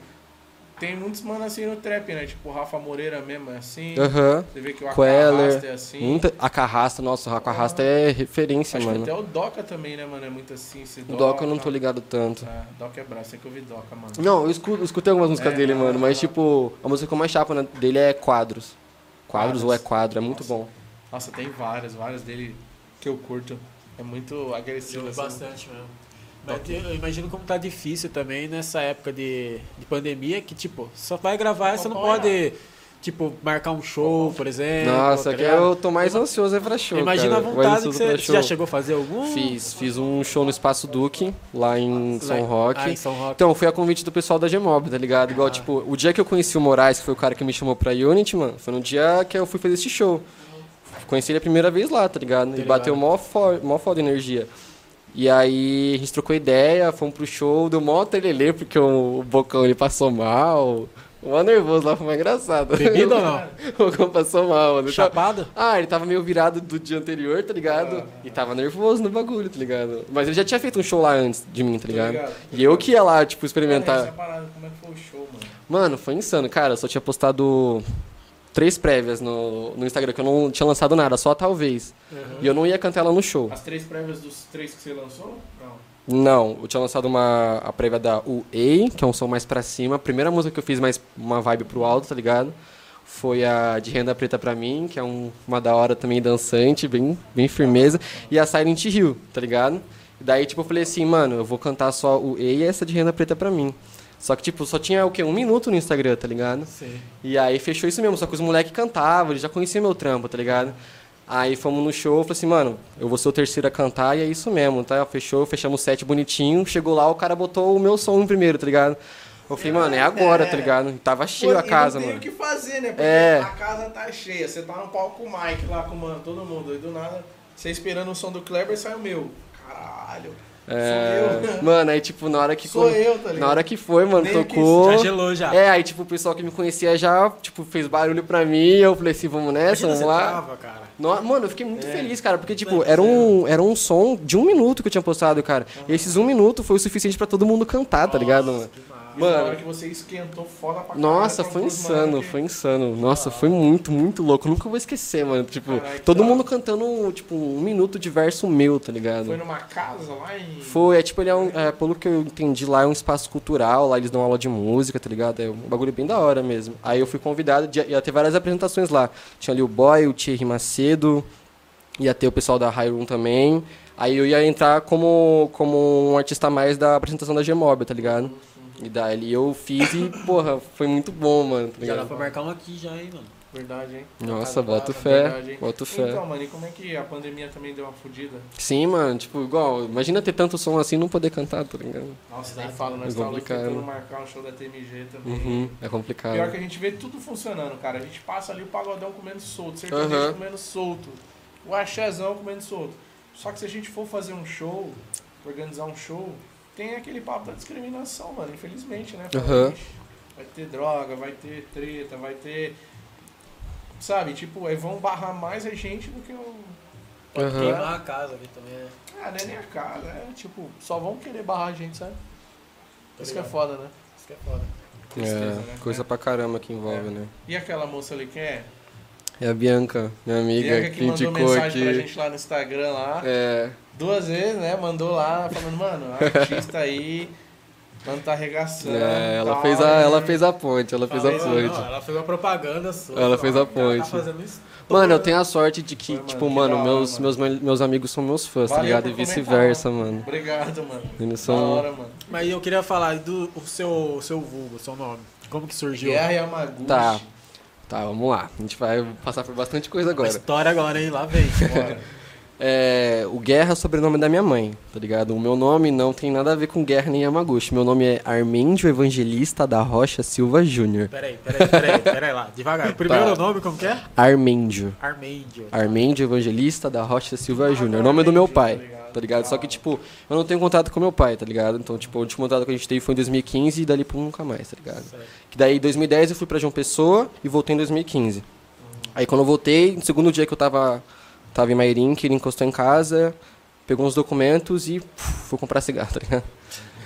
Speaker 3: tem muitos manos assim no trap, né? Tipo, o Rafa Moreira mesmo é assim.
Speaker 2: Aham.
Speaker 3: Você vê que o Acarrasta
Speaker 2: Queller.
Speaker 3: é assim. Então,
Speaker 2: Muita... A Carrasta, nossa, a Carrasta é referência,
Speaker 3: Acho
Speaker 2: mano.
Speaker 3: que até o Doca também, né, mano? É muito assim. Esse
Speaker 2: O Doc eu não tô ligado tanto.
Speaker 3: É, Doca é brabo, sei que eu vi Doca, mano.
Speaker 2: Não, eu escu- eu escutei algumas músicas
Speaker 3: É,
Speaker 2: dele,
Speaker 3: não,
Speaker 2: mano,
Speaker 3: não,
Speaker 2: mas
Speaker 3: não.
Speaker 2: tipo, a música que eu mais chapa né, dele é Quadros. Quadros
Speaker 3: Quadros.
Speaker 2: ou é quadro, é muito
Speaker 3: Nossa.
Speaker 2: bom.
Speaker 3: Nossa, tem várias, várias dele que eu curto. É muito agressivo.
Speaker 1: Sim,
Speaker 3: assim.
Speaker 1: bastante mesmo. Mas eu eu imagino como tá difícil também nessa época de, de pandemia, que, tipo, só vai gravar e você não pode, tipo, marcar um show, por
Speaker 3: É,
Speaker 1: exemplo.
Speaker 2: Nossa,
Speaker 1: tá
Speaker 2: que
Speaker 1: ligado?
Speaker 2: eu tô mais ansioso aí pra show.
Speaker 1: Imagina
Speaker 2: cara.
Speaker 1: a
Speaker 2: Mais
Speaker 1: vontade
Speaker 2: ansioso
Speaker 1: que
Speaker 2: pra
Speaker 1: você, você
Speaker 2: show.
Speaker 1: já chegou a fazer algum?
Speaker 2: Fiz, fiz um show no Espaço Duque, lá em
Speaker 1: Lá
Speaker 2: São
Speaker 1: em-
Speaker 2: Roque.
Speaker 1: Ah, em São Roque.
Speaker 2: Então, foi a convite do pessoal da Gemob, tá ligado?
Speaker 1: Ah.
Speaker 2: Igual, tipo, o dia que eu conheci o Moraes, que foi o cara que me chamou pra Unity, mano, foi no dia que eu fui fazer esse show. Conheci ele a primeira vez lá, tá ligado? E
Speaker 1: ligado.
Speaker 2: bateu mó, fo mó foda energia. E aí, a gente trocou ideia, fomos pro show, deu mó telelê, porque o, o Bocão, ele passou mal. Mó nervoso lá, foi mais engraçado.
Speaker 1: Bebida ou não?
Speaker 2: [LAUGHS] O Bocão passou mal, mano.
Speaker 1: Chapado?
Speaker 2: Ah, ele tava meio virado do dia anterior, tá ligado?
Speaker 1: Ah.
Speaker 2: E tava nervoso no bagulho, tá ligado? Mas ele já tinha feito um show lá antes de mim, tá ligado?
Speaker 3: ligado.
Speaker 2: E eu que ia lá, tipo, experimentar.
Speaker 3: Cara, essa parada, como é que foi o show, mano?
Speaker 2: Mano, foi insano, cara. Eu só tinha postado três prévias no, no Instagram, que eu não tinha lançado nada, só talvez. E eu não ia cantar ela no show.
Speaker 3: As três prévias dos três que você lançou? Não.
Speaker 2: Não, eu tinha lançado uma a prévia da UA, que é um som mais pra cima. A primeira música que eu fiz mais uma vibe pro alto, tá ligado? Foi a de Renda Preta pra mim, que é um- uma da hora também dançante, bem, bem firmeza. E a Silent Hill, tá ligado? E daí, tipo, eu falei assim, mano, eu vou cantar só o E e essa de Renda Preta pra mim. Só que, tipo, só tinha o quê? Um minuto no Instagram, tá ligado?
Speaker 1: Sim.
Speaker 2: E aí fechou isso mesmo, só que os moleques cantavam, eles já conheciam meu trampo, tá ligado? Aí fomos no show, eu falei assim, mano, eu vou ser o terceiro a cantar e é isso mesmo, tá? Fechou, fechamos o set bonitinho, chegou lá, o cara botou o meu som em primeiro, tá ligado? Eu falei, mano, é agora, tá ligado? E tava cheio a casa,
Speaker 3: não tem
Speaker 2: mano.
Speaker 3: o que fazer, né? Porque
Speaker 2: É.
Speaker 3: a casa tá cheia. Você tá no palco com o Mike lá com o mano, todo mundo. E do nada, você esperando o som do Kleber, sai o meu. Caralho.
Speaker 2: É,
Speaker 3: Sou eu. né?
Speaker 2: Mano, aí tipo, na hora que
Speaker 3: Sou eu, tá ligado?
Speaker 2: Na hora que foi, mano,
Speaker 3: Meio que
Speaker 2: tocou.
Speaker 1: já gelou já.
Speaker 2: É, aí tipo, o pessoal que me conhecia já, tipo, fez barulho pra mim, eu falei assim, vamos nessa,
Speaker 1: Imagina
Speaker 2: vamos
Speaker 1: você tá
Speaker 2: lá.
Speaker 1: trava, cara.
Speaker 2: No- mano, eu fiquei
Speaker 3: É.
Speaker 2: muito feliz, cara, porque, tipo, era um, era um som de um minuto que eu tinha postado, cara. E esses um minuto foi o suficiente pra todo mundo cantar, tá ligado, mano?
Speaker 3: E na
Speaker 2: [LAUGHS]
Speaker 3: hora
Speaker 2: Mano,
Speaker 3: que você esquentou foda pra caralho.
Speaker 2: nossa,
Speaker 3: pra
Speaker 2: foi
Speaker 3: pros mano
Speaker 2: insano,
Speaker 3: que-
Speaker 2: foi insano. Nossa, foi muito, muito louco. Nunca vou esquecer, mano. Tipo,
Speaker 3: Caralho, que
Speaker 2: todo
Speaker 3: da hora.
Speaker 2: mundo cantando, tipo, um minuto de verso meu, tá
Speaker 3: Foi
Speaker 2: ligado?
Speaker 3: numa casa lá em.
Speaker 2: Foi, é tipo, ele é um. é, pelo que eu entendi lá, é um espaço cultural, lá eles dão aula de música, tá ligado? É um bagulho bem da hora mesmo. Aí eu fui convidado, de- ia ter várias apresentações lá. Tinha ali o Boy, o Thierry Macedo, ia ter o pessoal da High Room também. Aí eu ia entrar como, como um artista a mais da apresentação da Gmob, tá ligado? E daí eu fiz e, [LAUGHS] porra, foi muito bom, mano, tá
Speaker 1: Já dá
Speaker 2: ligado?
Speaker 1: pra marcar um aqui já, hein, mano.
Speaker 3: Verdade, hein?
Speaker 2: Nossa,
Speaker 1: Cada
Speaker 2: boto
Speaker 1: parada,
Speaker 3: Verdade,
Speaker 2: fé,
Speaker 3: tá hein?
Speaker 2: boto fé.
Speaker 3: Então, mano, e como é que a pandemia também deu uma fodida?
Speaker 2: Sim, mano, tipo, igual, imagina ter tanto som assim e não poder cantar, tá ligado?
Speaker 3: Nossa, nem fala, nós
Speaker 2: É
Speaker 3: estávamos
Speaker 2: complicado.
Speaker 3: tentando marcar um show da TMG também.
Speaker 2: Uhum, é complicado.
Speaker 3: Pior que a gente vê tudo funcionando, cara. A gente passa ali o pagodão comendo solto, o sertanejo
Speaker 2: Aham.
Speaker 3: comendo solto, o axézão comendo solto. Só que se a gente for fazer um show, organizar um show, tem aquele papo da discriminação, mano, infelizmente, né? Fala,
Speaker 2: Aham.
Speaker 3: "Ixi, Vai ter droga, vai ter treta, vai ter. Sabe, tipo, aí vão barrar mais a gente do que o.
Speaker 2: Aham.
Speaker 1: Queimar a casa aqui também, né?
Speaker 3: Ah, não é nem a casa, é tipo, só vão querer barrar a gente, sabe? Isso que é
Speaker 1: Tá ligado.
Speaker 3: foda, né?
Speaker 1: Isso que é foda.
Speaker 3: Tristeza, né?
Speaker 2: É, coisa pra caramba que envolve,
Speaker 3: É.
Speaker 2: né?
Speaker 3: E aquela moça ali que é?
Speaker 2: É a Bianca, minha amiga,
Speaker 3: Bianca
Speaker 2: que,
Speaker 3: que mandou
Speaker 2: indicou
Speaker 3: mensagem pra
Speaker 2: aqui.
Speaker 3: gente lá no Instagram lá.
Speaker 2: É,
Speaker 3: Duas vezes, né? Mandou lá falando, mano, artista aí, mano, tá arregaçando.
Speaker 2: é, ela,
Speaker 3: tal,
Speaker 2: fez a,
Speaker 3: né?"
Speaker 2: ela fez a ponte, ela fez a
Speaker 1: Falei, não, não,
Speaker 2: ponte.
Speaker 1: ela fez uma propaganda sua.
Speaker 2: Ela fez a
Speaker 1: Tá
Speaker 2: ponte.
Speaker 1: fazendo isso.
Speaker 2: Mano, eu tenho a sorte de que,
Speaker 3: Foi, mano,
Speaker 2: tipo,
Speaker 3: que
Speaker 2: mano,
Speaker 3: da hora,
Speaker 2: meus,
Speaker 3: mano.
Speaker 2: Meus, meus amigos são meus fãs, tá
Speaker 3: Valeu
Speaker 2: ligado?
Speaker 3: por
Speaker 2: E vice-versa,
Speaker 3: comentar,
Speaker 2: mano.
Speaker 3: Obrigado, mano.
Speaker 2: Eles
Speaker 3: Da
Speaker 2: são.
Speaker 3: hora, mano.
Speaker 1: Mas eu queria falar do o seu, o seu vulgo, o seu nome. Como que surgiu?
Speaker 2: É
Speaker 3: Guerra Yamaguchi.
Speaker 2: Tá. Tá, vamos lá. A gente vai passar por bastante coisa
Speaker 1: A
Speaker 2: agora.
Speaker 1: história agora, hein? Lá vem.
Speaker 3: Bora.
Speaker 2: É, o Guerra é o sobrenome da minha mãe, tá ligado? O meu nome não tem nada a ver com Guerra nem Yamaguchi. Meu nome é Armêndio Evangelista da Rocha Silva Júnior.
Speaker 1: Peraí, peraí, peraí, peraí lá. Devagar. Primeiro
Speaker 2: [LAUGHS] Tá.
Speaker 1: nome, como que é?
Speaker 2: Armêndio.
Speaker 1: Armêndio.
Speaker 2: Armêndio Evangelista da Rocha Silva Júnior. O nome é do meu pai,
Speaker 3: tá ligado?
Speaker 2: tá ligado? Só que, tipo, eu não tenho contato com meu pai, tá ligado? Então, tipo, o último contato que a gente teve foi em 2015 e dali por nunca mais, tá ligado? Que daí, em 2010, eu fui pra João Pessoa e voltei em 2015. Aí, quando eu voltei, no segundo dia que eu tava, tava em Mairim, que ele encostou em casa, pegou uns documentos e [LAUGHS] puf, fui comprar cigarro, tá ligado?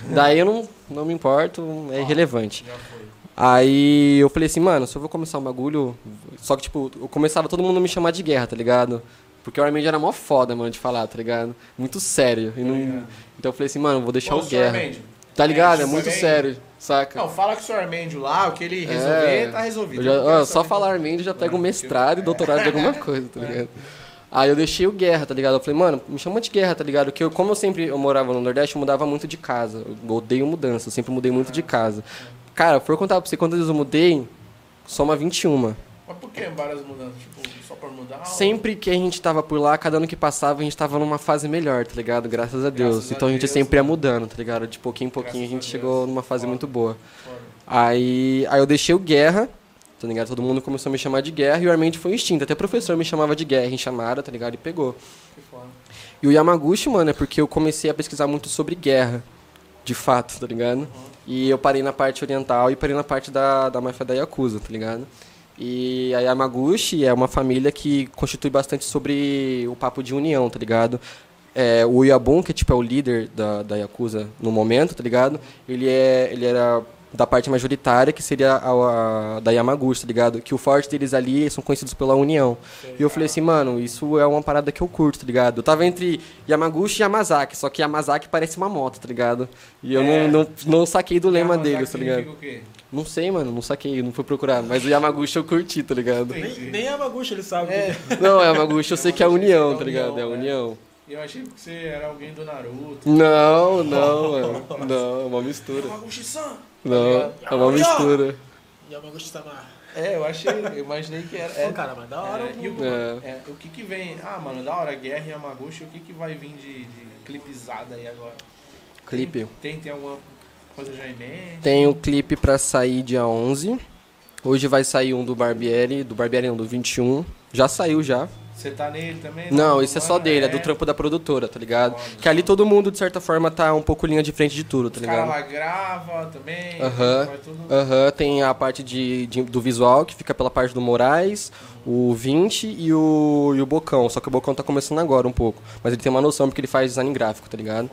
Speaker 2: Daí eu não, não me importo, é irrelevante.
Speaker 3: Ah, Já foi.
Speaker 2: Aí eu falei assim, mano, se eu vou começar um bagulho. Só que, tipo, eu começava todo mundo a me chamar de guerra, tá ligado? Porque o Armin era mó foda, mano, de falar, tá ligado? Muito sério. E não-
Speaker 3: né?
Speaker 2: Então eu falei assim, mano, vou deixar
Speaker 4: Ô,
Speaker 2: o
Speaker 4: Sr.
Speaker 2: guerra.
Speaker 4: Mendes,
Speaker 2: Tá ligado?
Speaker 4: é,
Speaker 2: É muito
Speaker 4: Sr.
Speaker 2: sério, saca?
Speaker 4: Não, fala com o Sr. Mendes lá, o que ele resolver,
Speaker 2: É.
Speaker 4: tá resolvido.
Speaker 2: Eu já-
Speaker 4: Eu não quero
Speaker 2: ó, só
Speaker 3: né?
Speaker 4: saber
Speaker 2: falar armênio já pega um mestrado e doutorado de alguma coisa, tá ligado? Aí eu deixei o Guerra, tá ligado? Eu falei, mano, me chama de Guerra, tá ligado? Porque eu, como eu sempre eu morava no Nordeste, eu mudava muito de casa. Eu odeio mudança, eu sempre mudei muito de casa. Cara, for contar pra você quantas vezes eu mudei, soma 21.
Speaker 3: Mas por que várias mudanças? Tipo, só pra mudar?
Speaker 2: Sempre que a gente tava por lá, cada ano que passava, a gente tava numa fase melhor, tá ligado? Graças a Deus.
Speaker 3: Graças a
Speaker 2: então a gente
Speaker 3: Deus,
Speaker 2: sempre ia mudando, tá ligado? De pouquinho em pouquinho
Speaker 3: Graças
Speaker 2: a gente
Speaker 3: a
Speaker 2: chegou
Speaker 3: Deus.
Speaker 2: numa fase
Speaker 3: Foda.
Speaker 2: muito boa.
Speaker 3: Foda.
Speaker 2: Aí, aí eu deixei o Guerra, tá ligado? Todo mundo começou a me chamar de Guerra e o Armand foi um instinto. Até o professor me chamava de Guerra em chamada, tá ligado? E pegou.
Speaker 3: ou que foda?
Speaker 2: E o Yamaguchi, mano, é porque eu comecei a pesquisar muito sobre guerra, de fato, tá ligado? E eu parei na parte oriental e parei na parte da, da máfia da Yakuza, tá ligado? E a Yamaguchi é uma família que constitui bastante sobre o papo de união, tá ligado? É, o Yabun, que tipo, é o líder da, da Yakuza no momento, tá ligado? Ele, é, ele era da parte majoritária, que seria a, a da Yamaguchi, tá ligado? Que o forte deles ali eles são conhecidos pela união. E eu falei assim, mano, isso é uma parada que eu curto, tá ligado? Eu tava entre Yamaguchi e Yamazaki, só que Yamazaki parece uma moto, tá ligado? E eu
Speaker 3: É.
Speaker 2: não, não, não saquei do lema
Speaker 3: Yamazaki
Speaker 2: deles, tá ligado?
Speaker 3: significa o quê?
Speaker 2: Não sei, mano, não saquei, não fui procurar, mas o Yamaguchi eu curti, tá ligado?
Speaker 1: Nem, nem Yamaguchi ele sabe.
Speaker 2: É.
Speaker 1: o que é.
Speaker 2: Não, Yamaguchi eu sei que é a união,
Speaker 3: é
Speaker 2: tá ligado? É a
Speaker 3: união, né?
Speaker 2: união.
Speaker 3: E eu achei que você era alguém do Naruto.
Speaker 2: Não, não, mano. Não, é uma mistura.
Speaker 3: Yamaguchi-san!
Speaker 2: Não, é uma mistura.
Speaker 1: é. Yamaguchi tá na.
Speaker 3: É, eu achei, eu imaginei que era.
Speaker 1: Pô,
Speaker 3: É,
Speaker 1: cara, mas da hora.
Speaker 3: é, e
Speaker 1: eu vou-
Speaker 3: o,
Speaker 2: É.
Speaker 3: é, o que que vem? Ah, mano, da hora, Guerra e Yamaguchi, o que que vai vir de, de clipizada aí agora?
Speaker 2: Clipe.
Speaker 3: Tem, tem alguma coisa já em mente?
Speaker 2: Tem o clipe pra sair dia 11. Hoje vai sair um do Barbieri, do Barbieri não, do 21. Já saiu já.
Speaker 3: Você tá nele também?
Speaker 2: Não, isso é só
Speaker 3: Mano,
Speaker 2: dele, é do trampo da produtora, tá ligado?
Speaker 3: Foda.
Speaker 2: Que ali todo mundo, de certa forma, tá um pouco linha de frente de tudo, tá
Speaker 3: Os caras
Speaker 2: ligado?
Speaker 3: lá grava também.
Speaker 2: Aham.
Speaker 3: faz tudo.
Speaker 2: Aham, tem a parte de, de- do visual, que fica pela parte do Moraes, o 20 e o, e o Bocão. Só que o Bocão tá começando agora um pouco. Mas ele tem uma noção porque ele faz design gráfico, tá ligado?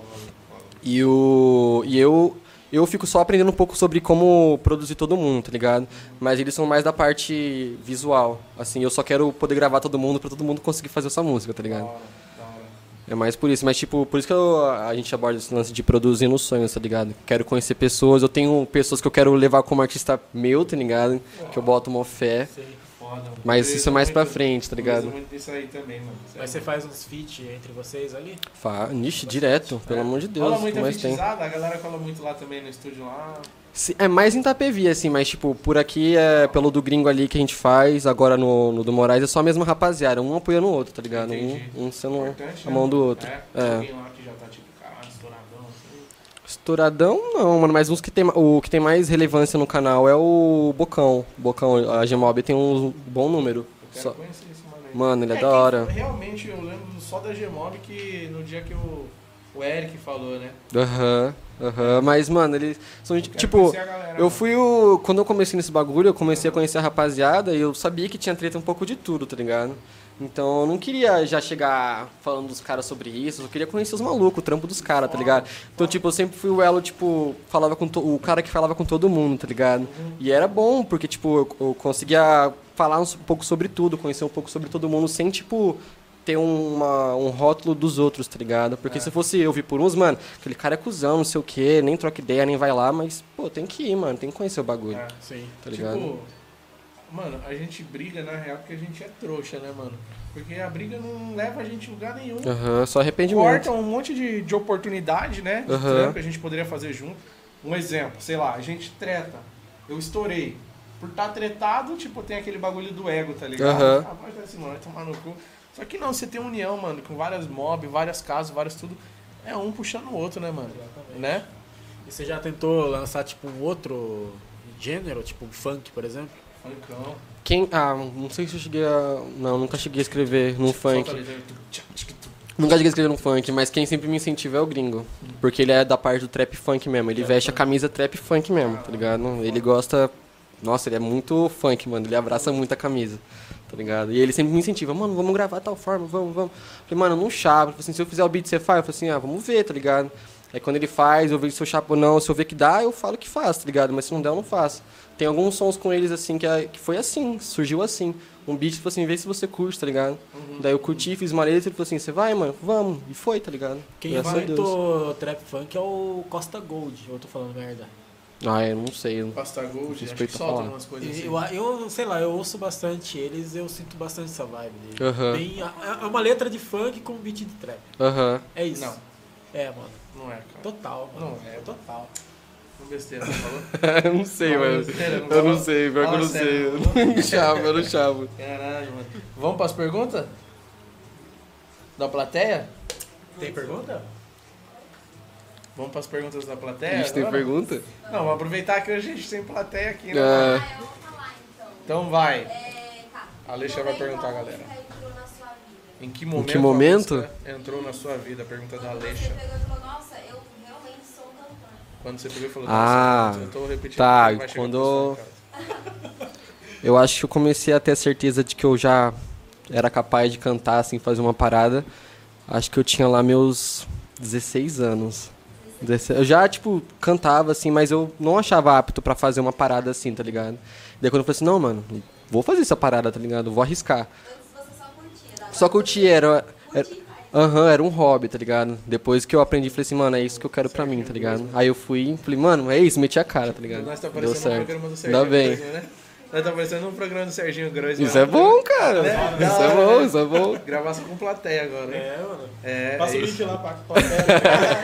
Speaker 2: E o. E eu. Eu fico só aprendendo um pouco sobre como produzir todo mundo, tá ligado? Mas eles são mais da parte visual. Assim, eu só quero poder gravar todo mundo pra todo mundo conseguir fazer essa música, tá
Speaker 3: Da
Speaker 2: ligado?
Speaker 3: hora, da hora.
Speaker 2: É mais por isso, mas tipo, por isso que eu- a gente aborda esse lance de produzir nos sonhos, tá ligado? Quero conhecer pessoas, eu tenho pessoas que eu quero levar como artista meu, tá ligado? Que eu boto uma fé,
Speaker 3: Foda, mano.
Speaker 2: mas isso é mais pra
Speaker 3: Muito-
Speaker 2: frente, tá
Speaker 3: Preciso
Speaker 2: ligado?
Speaker 3: muito disso aí também, mano. Isso aí.
Speaker 1: Mas você faz uns feat entre vocês ali?
Speaker 2: Fa... Nixe, direto, pelo amor de Deus,
Speaker 3: Rola
Speaker 2: o que
Speaker 3: muita
Speaker 2: mais tem?
Speaker 3: fitizada, a galera cola muito lá também no estúdio lá.
Speaker 2: Se- É mais em Itapevi, assim, mas tipo, por aqui é pelo do gringo ali que a gente faz, agora no, no do Moraes é só a mesma rapaziada, um apoiando o outro, tá ligado?
Speaker 3: Entendi.
Speaker 2: Um, um sendo
Speaker 3: Importante,
Speaker 2: a
Speaker 3: né?
Speaker 2: mão do outro.
Speaker 3: É,
Speaker 2: É.
Speaker 3: Alguém lá que já tá tipo, caralho, estouradão, assim.
Speaker 2: Estouradão não, mano, mas uns que tem, ma- o que tem mais relevância no canal é o Bocão. Bocão, a Gmob tem um bom número.
Speaker 3: Eu quero
Speaker 2: Só-
Speaker 3: conhecer esse mano aí.
Speaker 2: Mano, ele é,
Speaker 3: É
Speaker 2: da
Speaker 3: que
Speaker 2: hora.
Speaker 3: Realmente, eu lembro só da Gmob que no dia que o, o Eric falou, né?
Speaker 2: Aham, aham. Mas, mano, eles são gente-
Speaker 3: Quero
Speaker 2: tipo.
Speaker 3: conhecer a galera,
Speaker 2: Eu
Speaker 3: mano.
Speaker 2: fui o. Quando eu comecei nesse bagulho, eu comecei a conhecer a rapaziada e eu sabia que tinha treta um pouco de tudo, tá ligado? Então eu não queria já chegar falando dos caras sobre isso, eu queria conhecer os malucos, o trampo dos caras, tá ligado? Então, tipo, eu sempre fui o elo, tipo, falava com to- o cara que falava com todo mundo, tá ligado? E era bom, porque, tipo, eu, eu conseguia falar um pouco sobre tudo, conhecer um pouco sobre todo mundo, sem, tipo, ter uma, um rótulo dos outros, tá ligado?
Speaker 3: É.
Speaker 2: Porque se fosse eu vir por uns, mano, aquele cara é cuzão, não sei o quê, nem troca ideia, nem vai lá, mas, pô, tem que ir, mano, tem que conhecer o bagulho,
Speaker 3: É.
Speaker 1: Sim.
Speaker 2: tá ligado?
Speaker 3: Tipo, mano, a gente briga na real porque a gente é trouxa, né, mano? Porque a briga não leva a gente a lugar nenhum.
Speaker 2: Aham, só arrependimento.
Speaker 3: Corta um monte de, de oportunidade, né? De
Speaker 2: Aham.
Speaker 3: trampo que a gente poderia fazer junto. Um exemplo, sei lá, a gente treta. Eu estourei. Por estar tretado, tipo, tem aquele bagulho do ego, tá ligado?
Speaker 2: Aham.
Speaker 3: Ah, vai dar esse mano, vai tomar no cu. Só que não, você tem união, mano, com várias mob, várias casas, várias tudo. É um puxando o outro, né, mano? Né?
Speaker 1: E você já tentou lançar, tipo, um outro gênero, tipo um funk, por exemplo?
Speaker 3: Funkão.
Speaker 2: Quem. Ah, não sei se eu cheguei a. Não, nunca cheguei a escrever num funk.
Speaker 3: Solta a letra. Tum, tchá, tchic, tum.
Speaker 2: Nunca cheguei a escrever num funk, mas quem sempre me incentiva é o gringo. Porque ele é da parte do trap funk mesmo. Ele veste a camisa trap funk mesmo, tá ligado? Ele gosta. Nossa, ele é muito funk, mano. Ele abraça muito a camisa, tá ligado? E ele sempre me incentiva, mano, vamos gravar tal forma, vamos, vamos. Eu falei, mano, eu não chapa. Falei assim, se eu fizer o beat, você faz? Eu falei assim, ah, vamos ver, tá ligado? Aí quando ele faz, eu vejo se eu chapo ou não, se eu ver que dá, eu falo que faço, tá ligado? Mas se não der, eu não faço. Tem alguns sons com eles assim que, é- que foi assim, surgiu assim. Um beat, tipo assim, vê se você curte, tá ligado?
Speaker 1: Uhum.
Speaker 2: Daí eu curti, fiz uma letra, ele falou assim, você vai, mano? Vamos. E foi, tá ligado?
Speaker 1: Quem
Speaker 2: Graças a Deus.
Speaker 1: inventou trap funk é o Costa Gold, eu tô falando merda.
Speaker 2: Ah, eu não sei. eu não-
Speaker 3: Pasta Gold, acho que
Speaker 2: Suspeito
Speaker 3: solta
Speaker 2: falar.
Speaker 3: umas coisas assim.
Speaker 1: Eu, eu, sei lá, eu ouço bastante eles, eu sinto bastante essa vibe dele.
Speaker 2: Aham.
Speaker 1: Bem- é- é uma letra de funk com beat de trap.
Speaker 2: Aham. [LAUGHS]
Speaker 1: É isso.
Speaker 3: Não.
Speaker 1: É, mano.
Speaker 3: Não é, cara.
Speaker 1: Total, mano.
Speaker 3: Não, é.
Speaker 1: total.
Speaker 3: Não besteira, tá não falou?
Speaker 2: eu não sei,
Speaker 3: Não,
Speaker 2: mano.
Speaker 3: besteira,
Speaker 2: Eu
Speaker 3: falou?
Speaker 2: não sei, pior que eu não [LAUGHS]
Speaker 3: Fala
Speaker 2: sei.
Speaker 3: sério.
Speaker 2: Eu não chavo, eu não chavo.
Speaker 3: Caralho, mano. Vamos pras perguntas? Da plateia?
Speaker 1: Tem pergunta?
Speaker 3: Vamos pras perguntas da
Speaker 2: A
Speaker 3: plateia?
Speaker 2: gente tem
Speaker 3: É, agora?
Speaker 2: pergunta?
Speaker 3: Não, vamos aproveitar que hoje a gente tem plateia aqui, né?
Speaker 2: Ah,
Speaker 5: Ah, eu vou falar então.
Speaker 3: Então vai.
Speaker 5: É, tá.
Speaker 3: A Alexia vai
Speaker 5: Momento
Speaker 3: perguntar,
Speaker 5: a
Speaker 3: galera.
Speaker 5: música entrou na sua vida?
Speaker 3: Em que momento,
Speaker 2: que momento?
Speaker 3: a música entrou na sua vida? A Pergunta da
Speaker 5: Você
Speaker 3: Alexia.
Speaker 5: pegou e falou, nossa, eu realmente sou um cantor.
Speaker 3: Quando você pegou e falou,
Speaker 2: Ah,
Speaker 3: nossa, eu tô repetindo.
Speaker 2: tá,
Speaker 3: vai chegar
Speaker 2: quando-
Speaker 3: pra sua casa.
Speaker 2: Eu acho que eu comecei a ter a certeza de que eu já era capaz de cantar, assim, fazer uma parada. Acho que eu tinha lá meus 16 anos. 16 Eu já, tipo, cantava, assim, mas eu não achava apto pra fazer uma parada assim, tá ligado? Daí quando eu falei assim, não, mano, vou fazer essa parada, tá ligado? Vou arriscar.
Speaker 5: Antes você só curtia. da-
Speaker 2: Só curti, era... era...
Speaker 5: Curti, vai.
Speaker 2: Aham, era um hobby, tá ligado? Depois que eu aprendi, falei assim, mano, é isso que eu quero pra mim, tá ligado? Aí eu fui e falei, mano, é isso, meti a cara, tá ligado?
Speaker 3: Nós tá
Speaker 2: Deu
Speaker 3: parecendo um
Speaker 2: certo.
Speaker 3: programa do Serginho
Speaker 2: Ainda bem.
Speaker 3: Groisman, né? Nós tá parecendo um programa do Serginho Grosso.
Speaker 2: Isso é bom, cara.
Speaker 3: Né?
Speaker 2: Isso é bom, isso é bom.
Speaker 3: Gravação com plateia agora, hein?
Speaker 1: É, mano.
Speaker 3: É,
Speaker 1: Passa
Speaker 3: é
Speaker 1: o
Speaker 3: isso.
Speaker 1: link lá pra, [LAUGHS] pra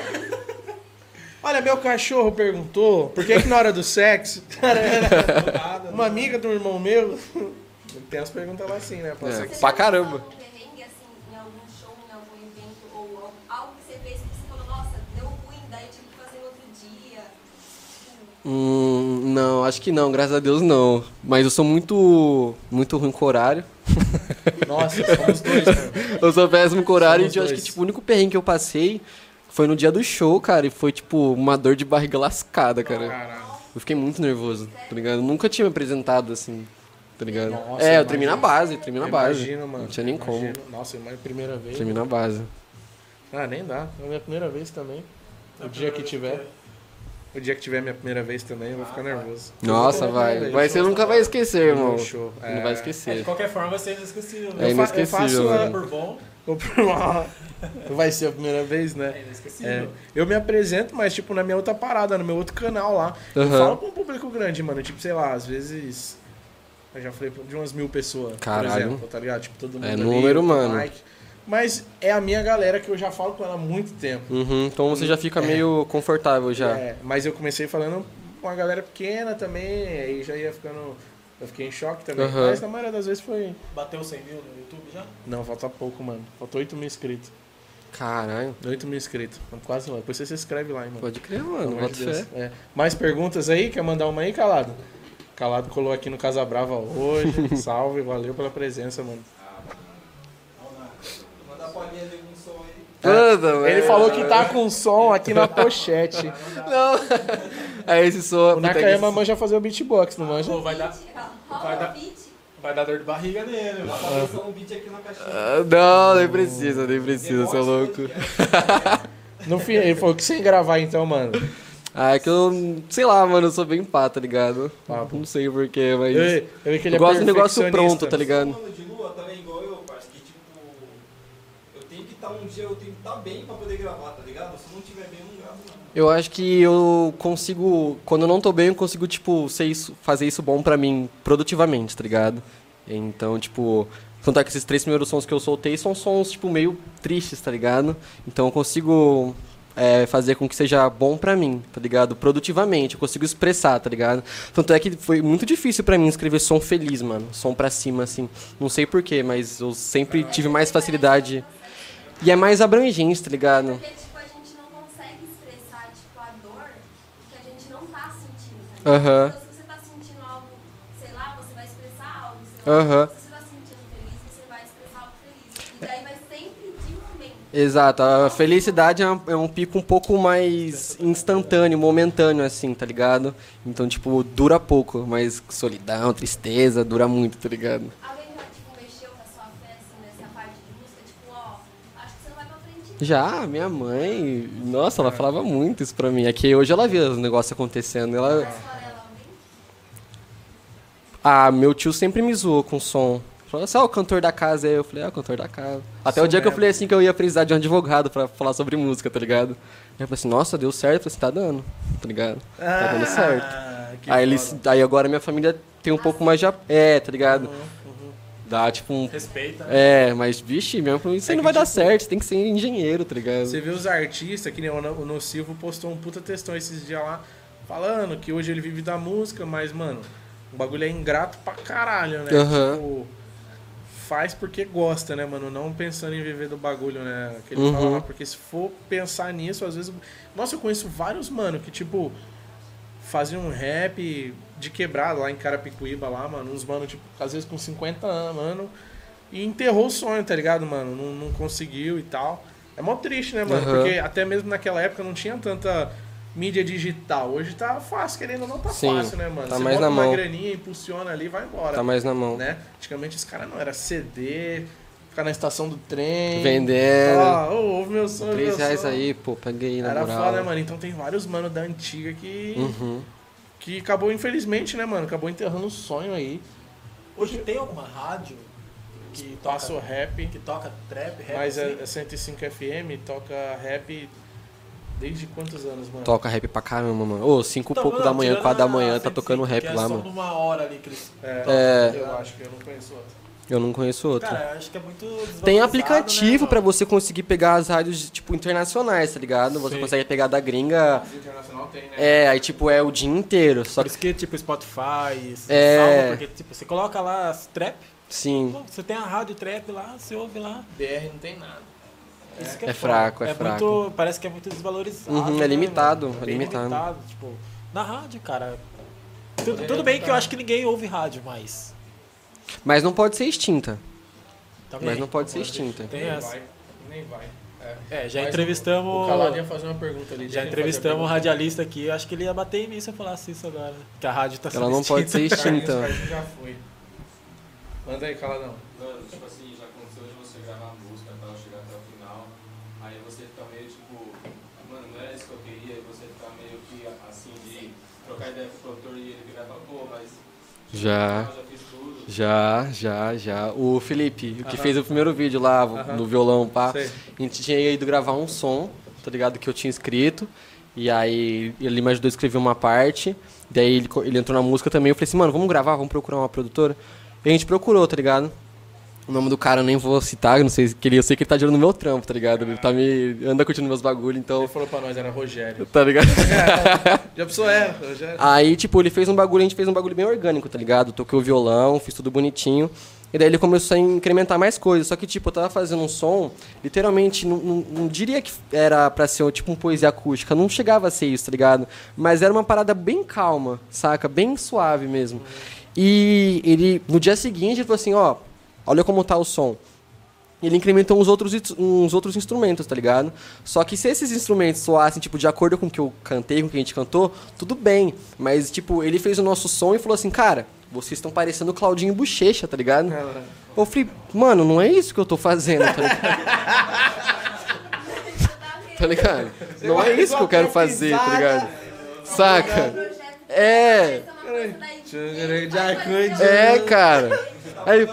Speaker 3: Olha, meu cachorro perguntou por que, que na hora do
Speaker 1: [LAUGHS]
Speaker 3: sexo. [LAUGHS] uma amiga do irmão meu. Tem umas perguntas lá assim, né? Passa
Speaker 2: É.
Speaker 3: aqui.
Speaker 5: Você
Speaker 2: Pra
Speaker 5: já
Speaker 2: caramba.
Speaker 5: passou algum perrengue, assim, em algum show, em algum evento, ou al- algo que você fez que você falou, nossa, deu ruim, daí tive que fazer outro dia.
Speaker 2: Hum, não, acho que não, graças a Deus não. Mas eu sou muito muito ruim com horário.
Speaker 3: Nossa, somos dois, né?
Speaker 2: Eu sou péssimo com horário
Speaker 3: Somos
Speaker 2: e eu acho
Speaker 3: dois.
Speaker 2: que tipo, o único perrengue que eu passei foi no dia do show, cara, e foi tipo uma dor de barriga lascada, cara.
Speaker 3: Caralho.
Speaker 2: Eu fiquei muito nervoso, tá ligado? Eu nunca tinha me apresentado assim, tá ligado?
Speaker 3: Nossa,
Speaker 2: é, eu
Speaker 3: imagina.
Speaker 2: tremi na base, tremi na base.
Speaker 3: Imagina, mano.
Speaker 2: Não tinha nem como.
Speaker 3: Imagina. Nossa, mas primeira vez.
Speaker 2: Tremi na base.
Speaker 3: Ah, nem dá. É a minha primeira vez também. O dia que tiver. O dia que tiver minha primeira vez também, eu vou ficar nervoso.
Speaker 2: Nossa, vai. Vai você nunca vai esquecer, irmão.
Speaker 3: Show. É.
Speaker 2: Não vai esquecer.
Speaker 1: É, De qualquer forma, vai ser inesquecível. né?
Speaker 2: É
Speaker 3: Eu fa- eu
Speaker 2: inesquecível,
Speaker 3: faço a-
Speaker 2: mano.
Speaker 1: Por bom,
Speaker 3: [LAUGHS] Vai ser a primeira vez, né?
Speaker 1: é
Speaker 3: É,
Speaker 1: inesquecível.
Speaker 3: eu me apresento, mas, tipo, na minha outra parada, no meu outro canal lá. Eu
Speaker 2: Aham.
Speaker 3: falo com um público grande, mano. Tipo, sei lá, às vezes. Eu já falei de umas mil pessoas,
Speaker 2: Caralho.
Speaker 3: por exemplo, tá ligado? Tipo, todo mundo.
Speaker 2: É
Speaker 3: ali,
Speaker 2: número,
Speaker 3: com
Speaker 2: mano.
Speaker 3: like. Mas é a minha galera que eu já falo com ela há muito tempo.
Speaker 2: Uhum, então você já fica meio confortável já.
Speaker 3: É, mas eu comecei falando com uma galera pequena também, aí já ia ficando. Eu fiquei em choque também.
Speaker 2: Aham.
Speaker 3: Mas na maioria das vezes foi.
Speaker 1: Bateu 100 mil no YouTube já?
Speaker 3: Não, falta pouco, mano. Falta 8 mil inscritos.
Speaker 2: Caralho.
Speaker 3: 8 mil inscritos. Quase lá. Depois você se inscreve lá, hein, mano.
Speaker 2: Pode crer, mano.
Speaker 3: Pelo amor
Speaker 2: Bota
Speaker 3: de
Speaker 2: fé.
Speaker 3: Deus. É. Mais perguntas aí? Quer mandar uma aí, Calado? Calado colou aqui no Casa Brava
Speaker 2: [LAUGHS]
Speaker 3: hoje. Salve, valeu pela presença, mano.
Speaker 2: Manda, mano.
Speaker 3: Ele
Speaker 2: [LAUGHS]
Speaker 3: falou que tá com som aqui na pochete.
Speaker 2: Não. Aí É esse soa.
Speaker 3: O é
Speaker 2: puta,
Speaker 3: Nakayama
Speaker 2: esse-
Speaker 3: manja fazer o beatbox, não manja?
Speaker 1: Pô, vai dar,
Speaker 5: Rola
Speaker 1: dar-
Speaker 5: o beat.
Speaker 1: vai dar dor de barriga nele. mano.
Speaker 2: Ah, Não, nem precisa, nem precisa, seu louco.
Speaker 3: No fim, ele falou que sem gravar então, mano.
Speaker 2: Ah, é que eu. Sei lá, mano, eu sou bem pá, tá ligado?
Speaker 3: Papo.
Speaker 2: Não sei porquê, mas.
Speaker 3: Eu, eu vi que ele
Speaker 2: É eu gosto do
Speaker 3: é
Speaker 2: negócio pronto, tá
Speaker 3: perfeccionista.
Speaker 2: ligado?
Speaker 6: mano de lua também igual eu, parceiro, que tipo, eu tenho que estar um dia, eu tenho que estar bem pra poder gravar, tá ligado? Se não tiver bem, eu não gravo, não.
Speaker 2: Eu acho que eu consigo. Quando eu não tô bem, eu consigo, tipo, ser isso, fazer isso bom pra mim produtivamente, tá ligado? Então, tipo. Tanto é que esses três primeiros sons que eu soltei são sons, tipo, meio tristes, tá ligado? Então eu consigo é, fazer com que seja bom pra mim, tá ligado? Produtivamente, eu consigo expressar, tá ligado? Tanto é que foi muito difícil pra mim escrever som feliz, mano. Som pra cima, assim. Não sei porquê, mas eu sempre tive mais facilidade. E é mais abrangente, tá ligado?
Speaker 5: Porque, tipo, a gente não consegue expressar, tipo, a dor que a gente não tá sentindo, tá ligado?
Speaker 2: Aham.
Speaker 5: Então, se você tá sentindo algo, sei lá, você vai expressar algo, sei lá.
Speaker 2: Aham.
Speaker 5: Se você tá sentindo feliz, você vai expressar algo feliz. E daí vai sempre de momento.
Speaker 2: Exato, a felicidade é um, é um pico um pouco mais instantâneo, momentâneo, assim, tá ligado? Então, tipo, dura pouco, mas solidão, tristeza, dura muito, tá ligado?
Speaker 5: Alguém já, tipo, mexeu com a sua fé, assim, nessa parte de música, tipo, ó, acho que você não vai pra frente
Speaker 2: Já, minha mãe, nossa, ela falava muito isso pra mim. É que hoje ela vê os negócios acontecendo. Ela,
Speaker 5: Esfarela alguém?
Speaker 2: ah, meu tio sempre me zoou com som. Falou assim, ah, o cantor da casa aí. Eu falei, ah, o cantor da casa. Até o dia que eu falei assim que eu ia precisar de um advogado pra falar sobre música, tá ligado? Aí eu falei assim, nossa, deu certo. Eu falei assim, tá dando, tá ligado? Tá
Speaker 3: Ah,
Speaker 2: dando certo. Aí, eles, aí agora minha família tem um pouco mais de... ap- É, tá ligado?
Speaker 3: Uhum,
Speaker 2: Dá tipo um...
Speaker 1: Respeita.
Speaker 3: né?
Speaker 2: É, mas, vixe, mesmo,
Speaker 3: É
Speaker 2: isso aí não vai
Speaker 3: tipo,
Speaker 2: dar certo. Você tem que ser engenheiro, tá ligado?
Speaker 3: Você vê os artistas, que nem o No- o Nocivo postou um puta textão esses dias lá, falando que hoje ele vive da música, mas, mano, o bagulho é ingrato pra caralho, né?
Speaker 2: Aham.
Speaker 3: Tipo, faz porque gosta, né, mano? Não pensando em viver do bagulho, né? Que ele
Speaker 2: Uhum.
Speaker 3: fala lá, porque se for pensar nisso, às vezes. Nossa, eu conheço vários, mano, que, tipo, faziam um rap de quebrado lá em Carapicuíba, lá, mano. Uns, mano, tipo, às vezes com 50 anos, mano. E enterrou o sonho, tá ligado, mano? Não, não conseguiu e tal. É mó triste, né, mano?
Speaker 2: Aham.
Speaker 3: Porque até mesmo naquela época não tinha tanta mídia digital. Hoje tá fácil, querendo ou não, tá
Speaker 2: Sim,
Speaker 3: fácil, né, mano?
Speaker 2: tá
Speaker 3: Você
Speaker 2: mais
Speaker 3: bota
Speaker 2: na
Speaker 3: uma
Speaker 2: mão.
Speaker 3: graninha, impulsiona ali e vai embora.
Speaker 2: Tá mais na mão.
Speaker 3: né? Antigamente os caras não, era CD, ficar na estação do trem.
Speaker 2: Vendendo.
Speaker 3: Ah, ô, ouve meu sonho, meu
Speaker 2: 3 reais
Speaker 3: som.
Speaker 2: aí, pô, peguei na
Speaker 3: Era
Speaker 2: moral.
Speaker 3: foda, né, mano? Então tem vários mano da antiga que,
Speaker 2: Uhum.
Speaker 3: que acabou, infelizmente, né, mano? Acabou enterrando o sonho aí.
Speaker 1: Hoje tem alguma rádio que toca,
Speaker 3: Passa o rap,
Speaker 1: que toca trap, rap?
Speaker 3: mas
Speaker 1: assim?
Speaker 3: é é 105 FM, toca rap desde quantos anos, mano?
Speaker 2: Toca rap pra caramba, mano. Ô, 5
Speaker 1: Então,
Speaker 2: pouco
Speaker 1: não,
Speaker 2: da manhã,
Speaker 1: tirando
Speaker 2: 4 da
Speaker 1: a
Speaker 2: manhã, tá
Speaker 1: 105,
Speaker 2: tocando rap
Speaker 1: que é
Speaker 2: lá,
Speaker 1: só
Speaker 2: mano.
Speaker 1: numa hora ali que eles
Speaker 3: É,
Speaker 2: É.
Speaker 3: eu acho que eu não conheço outro.
Speaker 2: Eu não conheço outro.
Speaker 1: Cara, eu acho que é muito
Speaker 2: Tem
Speaker 1: desvalorizado,
Speaker 2: aplicativo
Speaker 1: né,
Speaker 2: pra
Speaker 1: mano?
Speaker 2: você conseguir pegar as rádios, tipo, internacionais, tá ligado? Você
Speaker 1: Sim.
Speaker 2: consegue pegar da gringa.
Speaker 3: Internacional tem, né?
Speaker 2: É, aí, tipo, é o dia inteiro. Só
Speaker 1: Por
Speaker 2: que,
Speaker 1: isso que, tipo, Spotify, se
Speaker 2: É.
Speaker 1: salva, porque, tipo, você coloca lá as trap,
Speaker 2: sim.
Speaker 1: pô, você tem a rádio trap lá, você ouve lá.
Speaker 3: BR não tem nada.
Speaker 1: Isso que é, foda.
Speaker 2: É fraco, é fraco.
Speaker 1: Muito, parece que é muito desvalorizado.
Speaker 2: Uhum, é
Speaker 1: né,
Speaker 2: limitado,
Speaker 1: mano?
Speaker 2: é
Speaker 1: Bem
Speaker 2: limitado.
Speaker 1: Tipo, na rádio, cara. Tudo, tudo bem que eu acho que ninguém ouve rádio mais.
Speaker 2: Mas não pode ser extinta.
Speaker 1: Também.
Speaker 2: Mas não pode ser extinta.
Speaker 1: tá Tem essa.
Speaker 3: nem vai.
Speaker 1: É, já
Speaker 3: Mas
Speaker 1: entrevistamos.
Speaker 3: O Calado ia fazer uma pergunta ali.
Speaker 1: Já
Speaker 3: deixa ele
Speaker 1: entrevistamos um
Speaker 3: fazer
Speaker 1: radialista aqui, eu acho que ele ia bater em mim se eu falasse isso agora. né? Que a rádio tá
Speaker 2: Ela não pode ser
Speaker 3: a pergunta.
Speaker 1: [LAUGHS]
Speaker 2: extinta.
Speaker 3: Carlinhos Carlinhos já foi. Manda aí, Caladão.
Speaker 6: Mano, tipo assim, já aconteceu de você gravar a música pra ela chegar até o final, aí você fica meio tipo, mano, não era isso que eu queria, aí você fica meio que assim de trocar ideia com o produtor e ele virar e falar, pô, mas
Speaker 2: Já.
Speaker 6: eu já fiz tudo.
Speaker 2: Já, já, já. O Felipe, o que fez o primeiro vídeo lá do violão, pá.
Speaker 3: Sei.
Speaker 2: A gente tinha ido gravar um som, tá ligado? Que eu tinha escrito. E aí ele me ajudou a escrever uma parte. Daí ele, co- ele entrou na música também. Eu falei assim, mano, vamos gravar, vamos procurar uma produtora. E a gente procurou, tá ligado? O nome do cara eu nem vou citar, eu não sei se que ele, eu sei que ele tá girando no meu trampo, tá ligado? Ele tá me. anda curtindo meus bagulho,
Speaker 3: Ele
Speaker 2: então.
Speaker 3: falou pra nós, era Rogério.
Speaker 2: Tá ligado?
Speaker 3: Já pensou, é, Rogério.
Speaker 2: Aí, tipo, ele fez um bagulho, a gente fez um bagulho bem orgânico, tá ligado? Toquei o violão, fiz tudo bonitinho. E daí ele começou a incrementar mais coisas. Só que, tipo, eu tava fazendo um som, literalmente, não, não- não diria que era pra ser tipo um poesia acústica. Não chegava a ser isso, tá ligado? Mas era uma parada bem calma, saca? Bem suave mesmo. E ele, no dia seguinte, ele falou assim, ó, olha como tá o som. E ele incrementou uns outros, instru- uns outros instrumentos, tá ligado? Só que se esses instrumentos soassem, tipo, de acordo com o que eu cantei, com o que a gente cantou, tudo bem. Mas, tipo, ele fez o nosso som e falou assim, cara, vocês estão parecendo Claudinho Bochecha, tá ligado? Eu falei, mano, não é isso que eu tô fazendo, tá ligado? tá ligado? Não é isso que eu quero fazer, tá ligado?
Speaker 5: um
Speaker 2: Saca? É. É, cara. Aí,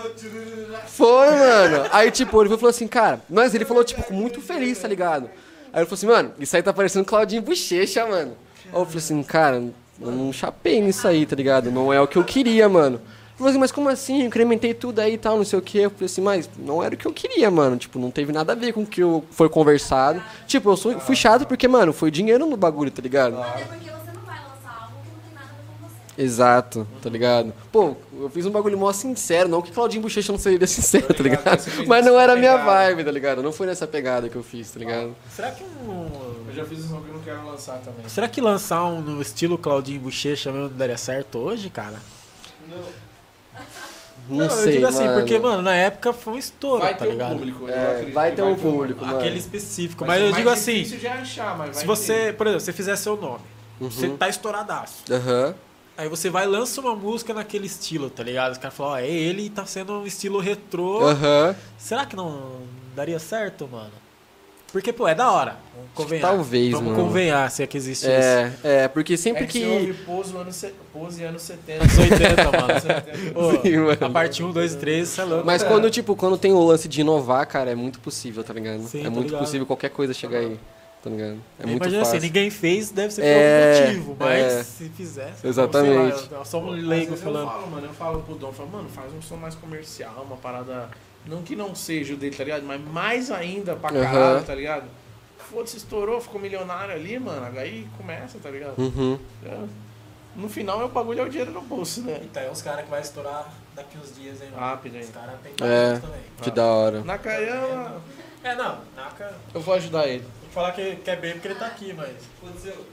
Speaker 2: foi, mano. Aí, tipo, ele falou assim, cara. Mas ele falou, tipo, muito feliz, tá ligado? Aí ele falou assim, mano, isso aí tá parecendo Claudinho Bochecha, mano. Aí eu falei assim, cara, eu não chapei nisso aí, tá ligado? Não é o que eu queria, mano. Ele falou assim, mas como assim? Eu incrementei tudo aí e tal, não sei o quê. Eu falei assim, mas não era o que eu queria, mano. Tipo, não teve nada a ver com o que eu- foi conversado. Tipo, eu sou- fui chato porque, mano, foi dinheiro no bagulho, tá ligado?
Speaker 5: Mas é porque você não vai lançar algo que não tem nada a ver com você.
Speaker 2: Exato, tá ligado? Pô, eu fiz um bagulho mó sincero, não que Claudinho Bochecha não seria [LAUGHS] sincero, tá ligado? Mas não era a minha vibe, tá ligado? Não foi nessa pegada que eu fiz, tá ligado?
Speaker 1: Será que um.
Speaker 3: Eu já fiz um som que eu não quero lançar também.
Speaker 1: Será que lançar um no estilo Claudinho Bochecha mesmo daria certo hoje, cara?
Speaker 2: Não,
Speaker 1: eu
Speaker 2: sei,
Speaker 1: digo assim,
Speaker 2: mano.
Speaker 1: porque, mano, na época foi um estouro,
Speaker 3: Vai
Speaker 1: tá
Speaker 3: ter um
Speaker 1: ligado?
Speaker 3: público, eu
Speaker 2: É,
Speaker 3: acredito
Speaker 2: vai
Speaker 3: que
Speaker 2: ter um público, mano.
Speaker 1: Aquele específico. Mas,
Speaker 3: Mas o
Speaker 1: eu
Speaker 3: é mais
Speaker 1: digo assim,
Speaker 3: difícil de achar, mas
Speaker 1: se
Speaker 3: vai
Speaker 1: você, por exemplo, você fizer seu nome,
Speaker 2: Uhum.
Speaker 1: você tá estouradaço.
Speaker 2: Aham.
Speaker 1: Aí você vai e lança uma música naquele estilo, tá ligado? Os caras falam, ó, é ele e tá sendo um estilo retrô.
Speaker 2: Aham.
Speaker 1: Será que não daria certo, mano? Porque, pô, é da hora. Vamos Convenhar.
Speaker 2: talvez,
Speaker 1: Vamos
Speaker 2: mano.
Speaker 1: convenhar se é que existe isso.
Speaker 2: É, é, porque
Speaker 3: É
Speaker 2: sempre
Speaker 3: que
Speaker 2: que.
Speaker 3: você ouve pose anos se- pose
Speaker 1: [LAUGHS]
Speaker 3: anos 70.
Speaker 1: Anos 80, mano.
Speaker 3: 70.
Speaker 1: Ô,
Speaker 2: [LAUGHS] Sim, mano.
Speaker 1: a parte 1, 2 e 3, isso é louco.
Speaker 2: Mas quando, tipo, quando tem o lance de inovar, cara, é muito possível, tá ligado?
Speaker 1: Sim,
Speaker 2: é
Speaker 1: tô
Speaker 2: muito
Speaker 1: ligado.
Speaker 2: possível qualquer coisa chegar aí, tá ligado? É muito
Speaker 1: Imagina
Speaker 2: fácil.
Speaker 1: assim, ninguém fez, deve ser por
Speaker 2: É,
Speaker 1: algum motivo, mas
Speaker 2: é.
Speaker 1: se fizesse.
Speaker 2: Exatamente.
Speaker 1: sei lá, é só um
Speaker 3: Às
Speaker 1: leigo
Speaker 3: vezes Eu
Speaker 1: falando.
Speaker 3: falo, mano, eu falo pro Dom, eu falo, mano, faz um som mais comercial, uma parada. Não que não seja o dele, tá ligado? Mas mais ainda pra
Speaker 2: Aham.
Speaker 3: caralho, tá ligado? Foda-se, estourou, ficou milionário ali, mano. Aí começa, tá ligado?
Speaker 2: Uhum.
Speaker 3: É. No final, meu bagulho é o dinheiro no bolso, né?
Speaker 1: Então, é os caras que vai estourar daqui uns dias, hein?
Speaker 3: Rápido, hein?
Speaker 1: caras têm
Speaker 2: talento
Speaker 1: também.
Speaker 2: Que da hora.
Speaker 3: Na Caiana,
Speaker 1: É, não, Naka.
Speaker 3: eu vou ajudar ele.
Speaker 1: Vou falar que quer bem porque ele tá aqui, mas.
Speaker 6: Aconteceu.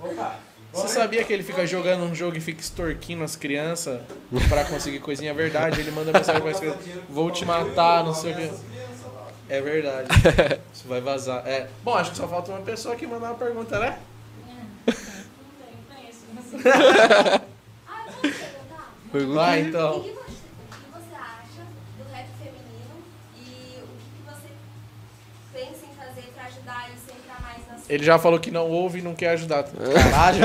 Speaker 1: Opa!
Speaker 3: Você sabia que ele fica jogando um jogo e fica extorquindo as crianças pra conseguir coisinha? É verdade, ele manda mensagem pra crianças. Vou te matar, não sei o quê.
Speaker 2: [LAUGHS]
Speaker 3: É verdade. Isso vai vazar. É. Bom, acho que só falta uma pessoa que mandar uma pergunta, né?
Speaker 5: Não conheço. Ah, deixa eu perguntar.
Speaker 3: Vai,
Speaker 5: O
Speaker 3: então.
Speaker 5: que você, o que você acha do rap feminino e o que, que você pensa em fazer pra ajudar isso a entrar mais na
Speaker 3: Ele já falou que não ouve e não quer ajudar. Caralho.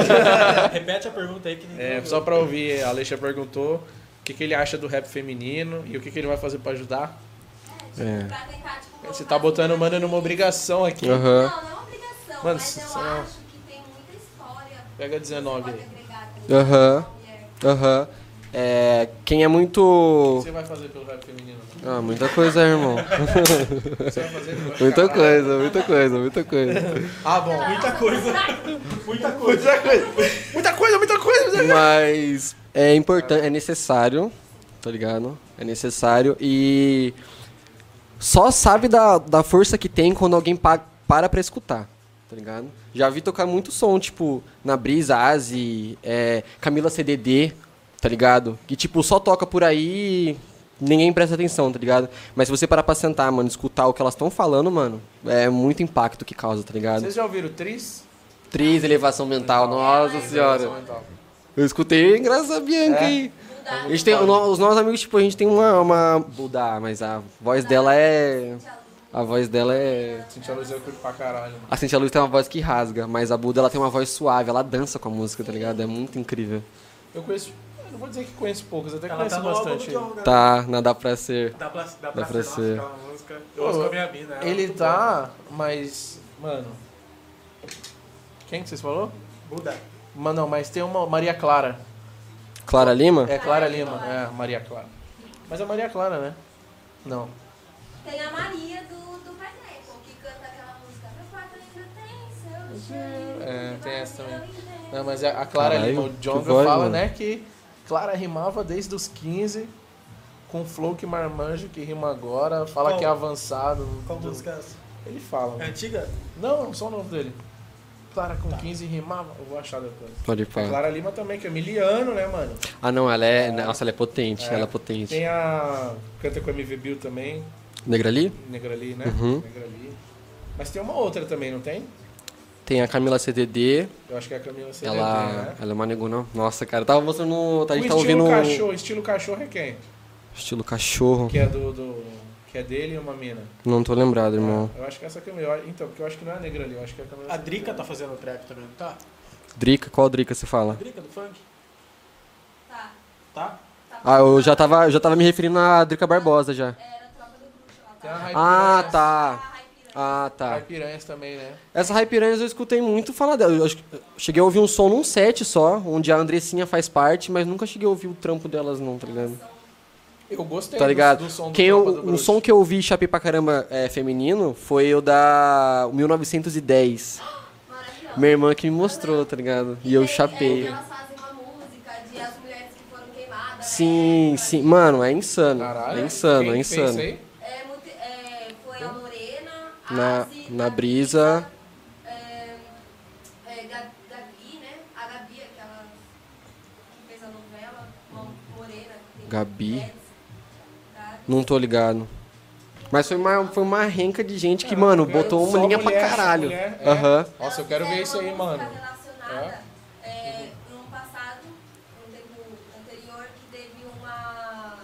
Speaker 1: [LAUGHS] Repete a pergunta aí que ninguém.
Speaker 3: É, só pra ouvir, a Alexia perguntou o que, que ele acha do rap feminino e o que, que ele vai fazer pra ajudar.
Speaker 2: É.
Speaker 5: pra tentar, tipo,
Speaker 3: Você
Speaker 5: colocar
Speaker 3: tá botando o
Speaker 5: assim,
Speaker 3: mano numa obrigação aqui.
Speaker 2: Aham.
Speaker 5: Não, não é uma obrigação,
Speaker 3: Mano,
Speaker 5: mas eu
Speaker 3: só-
Speaker 5: acho que tem muita história
Speaker 3: Pega
Speaker 5: que
Speaker 3: 19
Speaker 5: pode
Speaker 3: aí.
Speaker 5: agregar
Speaker 2: Aham.
Speaker 5: com a mulher.
Speaker 2: Aham. É, quem é
Speaker 3: O que
Speaker 2: muito.
Speaker 3: você vai fazer pelo rap feminino? mano?
Speaker 2: Ah, muita coisa, irmão.
Speaker 3: O que Você vai fazer? Vai
Speaker 2: Muita
Speaker 3: ficar-
Speaker 2: coisa, muita coisa, muita coisa.
Speaker 3: Ah, bom.
Speaker 5: Muita coisa.
Speaker 1: Muita coisa.
Speaker 3: Muita coisa, muita coisa, muita coisa.
Speaker 2: Mas é importante, é necessário, tá ligado? É necessário e só sabe da, da força que tem quando alguém pa- para pra escutar, tá ligado? Já vi tocar muito som, tipo, na Brisa, Aze, é, Camila CDD, tá ligado? Que, tipo, só toca por aí e ninguém presta atenção, tá ligado? Mas se você parar pra sentar, mano, escutar o que elas estão falando, mano, é muito impacto que causa, tá ligado?
Speaker 3: Vocês já ouviram Tris?
Speaker 2: Três, elevação mental, nossa senhora. Eu escutei graças a Bianca aí.
Speaker 5: Mudar
Speaker 2: A gente tem, o no- os nossos amigos, tipo, a gente tem uma, uma. Budá, mas a voz dela é.
Speaker 5: de aluno.
Speaker 2: A voz dela é.
Speaker 3: Cintia Luz eu curto pra caralho, mano.
Speaker 2: A Cintia Luz tem uma voz que rasga, mas a Buda ela tem uma voz suave, ela dança com a música, tá ligado? É muito incrível.
Speaker 3: Eu conheço. eu não vou dizer que conheço poucos, até
Speaker 1: Ela
Speaker 3: conheço um
Speaker 1: tá no álbum
Speaker 3: bastante.
Speaker 1: do John, né?
Speaker 2: Tá, nada pra ser.
Speaker 1: Dá pra, dá
Speaker 2: pra
Speaker 1: pra,
Speaker 2: ser, ser.
Speaker 1: nossa, aquela música. Eu
Speaker 3: Ô,
Speaker 1: ouço com a minha mina. ela é
Speaker 3: Ele
Speaker 1: muito
Speaker 3: tá, mas. Mano. Quem que vocês falou?
Speaker 1: boa. Buda.
Speaker 3: Mano, não, mas tem uma. Maria Clara.
Speaker 2: Clara Lima?
Speaker 3: É Clara Lima. É, Maria Clara. Mas é Maria Clara, né? Não.
Speaker 5: Tem a Maria do, do Pineapple, que canta aquela música. Meu quarto ainda tem seu cheiro.
Speaker 3: É,
Speaker 5: que
Speaker 3: tem
Speaker 5: vai
Speaker 3: essa
Speaker 5: me
Speaker 3: também.
Speaker 5: doer.
Speaker 3: Não, mas é- a a Clara
Speaker 2: Caralho,
Speaker 3: Lima, o John
Speaker 2: que voz,
Speaker 3: fala,
Speaker 2: mano.
Speaker 3: né, que Clara rimava desde os 15 com flow que marmanjo que rima agora, fala
Speaker 1: Qual?
Speaker 3: que é avançado.
Speaker 1: Qual
Speaker 3: Do-
Speaker 1: música é essa?
Speaker 3: Ele fala.
Speaker 1: É Tá. antiga?
Speaker 3: Não, só o novo dele. Clara com 15 rimava, eu vou achar depois.
Speaker 2: Pode ir
Speaker 3: A
Speaker 2: pra.
Speaker 3: Clara Lima também, que é miliano, né, mano?
Speaker 2: Ah, não, ela é. Nossa, ela é potente, ela é potente.
Speaker 3: Tem a. Canta com a MV Bill também,
Speaker 2: Negra ali?
Speaker 3: Negra Lee, né?
Speaker 2: Uhum.
Speaker 3: Negra Lee. Mas tem uma outra também, não tem?
Speaker 2: Tem a Camila CDD,
Speaker 3: Eu acho que é a Camila CDT,
Speaker 2: ela,
Speaker 3: né?
Speaker 2: ela é uma negona. Nossa, cara, eu tava mostrando. no- tá, A
Speaker 3: O
Speaker 2: gente
Speaker 3: estilo
Speaker 2: tava ouvindo. um
Speaker 3: cachorro, estilo cachorro é quem?
Speaker 2: Estilo cachorro.
Speaker 3: Que é do, do- Que é dele e uma mina.
Speaker 2: Não tô lembrado, irmão.
Speaker 3: Eu acho que essa Camila. eu acho- Então, porque eu acho que não é a negra ali, eu acho que é a Camila.
Speaker 1: A Drica tá fazendo trap também, não tá?
Speaker 2: Drica, qual Drica você
Speaker 1: A
Speaker 2: fala?
Speaker 1: Drica do funk,
Speaker 5: Tá,
Speaker 1: tá?
Speaker 5: tá
Speaker 2: Ah, eu já tava, eu já tava me referindo à Drica Barbosa já.
Speaker 5: Era a tropa do bruxo, ela
Speaker 3: Tem a
Speaker 5: tá.
Speaker 3: Rai
Speaker 2: Ah,
Speaker 3: Piranhas.
Speaker 2: tá.
Speaker 5: Ai, piranha.
Speaker 2: Ah,
Speaker 3: Rai
Speaker 2: tá.
Speaker 3: Piranhas também, né?
Speaker 2: Essa Hype Piranhas eu escutei muito falar dela. Eu acho que- eu cheguei a ouvir um som num set só, onde a Andressinha faz parte, mas nunca cheguei a ouvir o trampo delas não, tá ligado?
Speaker 3: Eu gostei
Speaker 2: Tá
Speaker 3: do-
Speaker 2: ligado?
Speaker 3: do, som do
Speaker 2: Quem
Speaker 3: Tropa do
Speaker 2: eu, um
Speaker 3: Bruxo.
Speaker 2: som que eu ouvi e chapei pra caramba é, feminino foi o da 1910.
Speaker 5: Maravilhosa.
Speaker 2: Minha irmã que me mostrou, tá ligado? E eu
Speaker 5: Tem-
Speaker 2: chapei.
Speaker 5: É, elas fazem uma música de as mulheres que foram queimadas. né?
Speaker 2: Sim, sim. Mano, é insano.
Speaker 3: Caralho.
Speaker 2: É insano, é
Speaker 3: quem que fez
Speaker 2: insano.
Speaker 3: isso aí?
Speaker 5: É, muito- é, foi a Lorena, a
Speaker 2: Na-
Speaker 5: Asi,
Speaker 2: na
Speaker 5: a
Speaker 2: Brisa.
Speaker 5: é, é, Ga- Gabi, né? A Gabi, aquela que fez a novela, uma morena. que tem
Speaker 2: Gabi?
Speaker 5: dreads, Gabi.
Speaker 2: Não tô ligado. Mas foi uma, foi uma renca de gente que, mano, botou
Speaker 3: Só
Speaker 2: uma linha pra
Speaker 3: mulher, só
Speaker 2: caralho.
Speaker 3: mulher, é.
Speaker 2: Aham.
Speaker 3: Nossa, eu
Speaker 5: Elas
Speaker 3: quero ver
Speaker 5: fizeram
Speaker 3: isso aí,
Speaker 5: uma
Speaker 3: mano.
Speaker 5: música relacionada, é, num passado, num tempo anterior, que teve uma,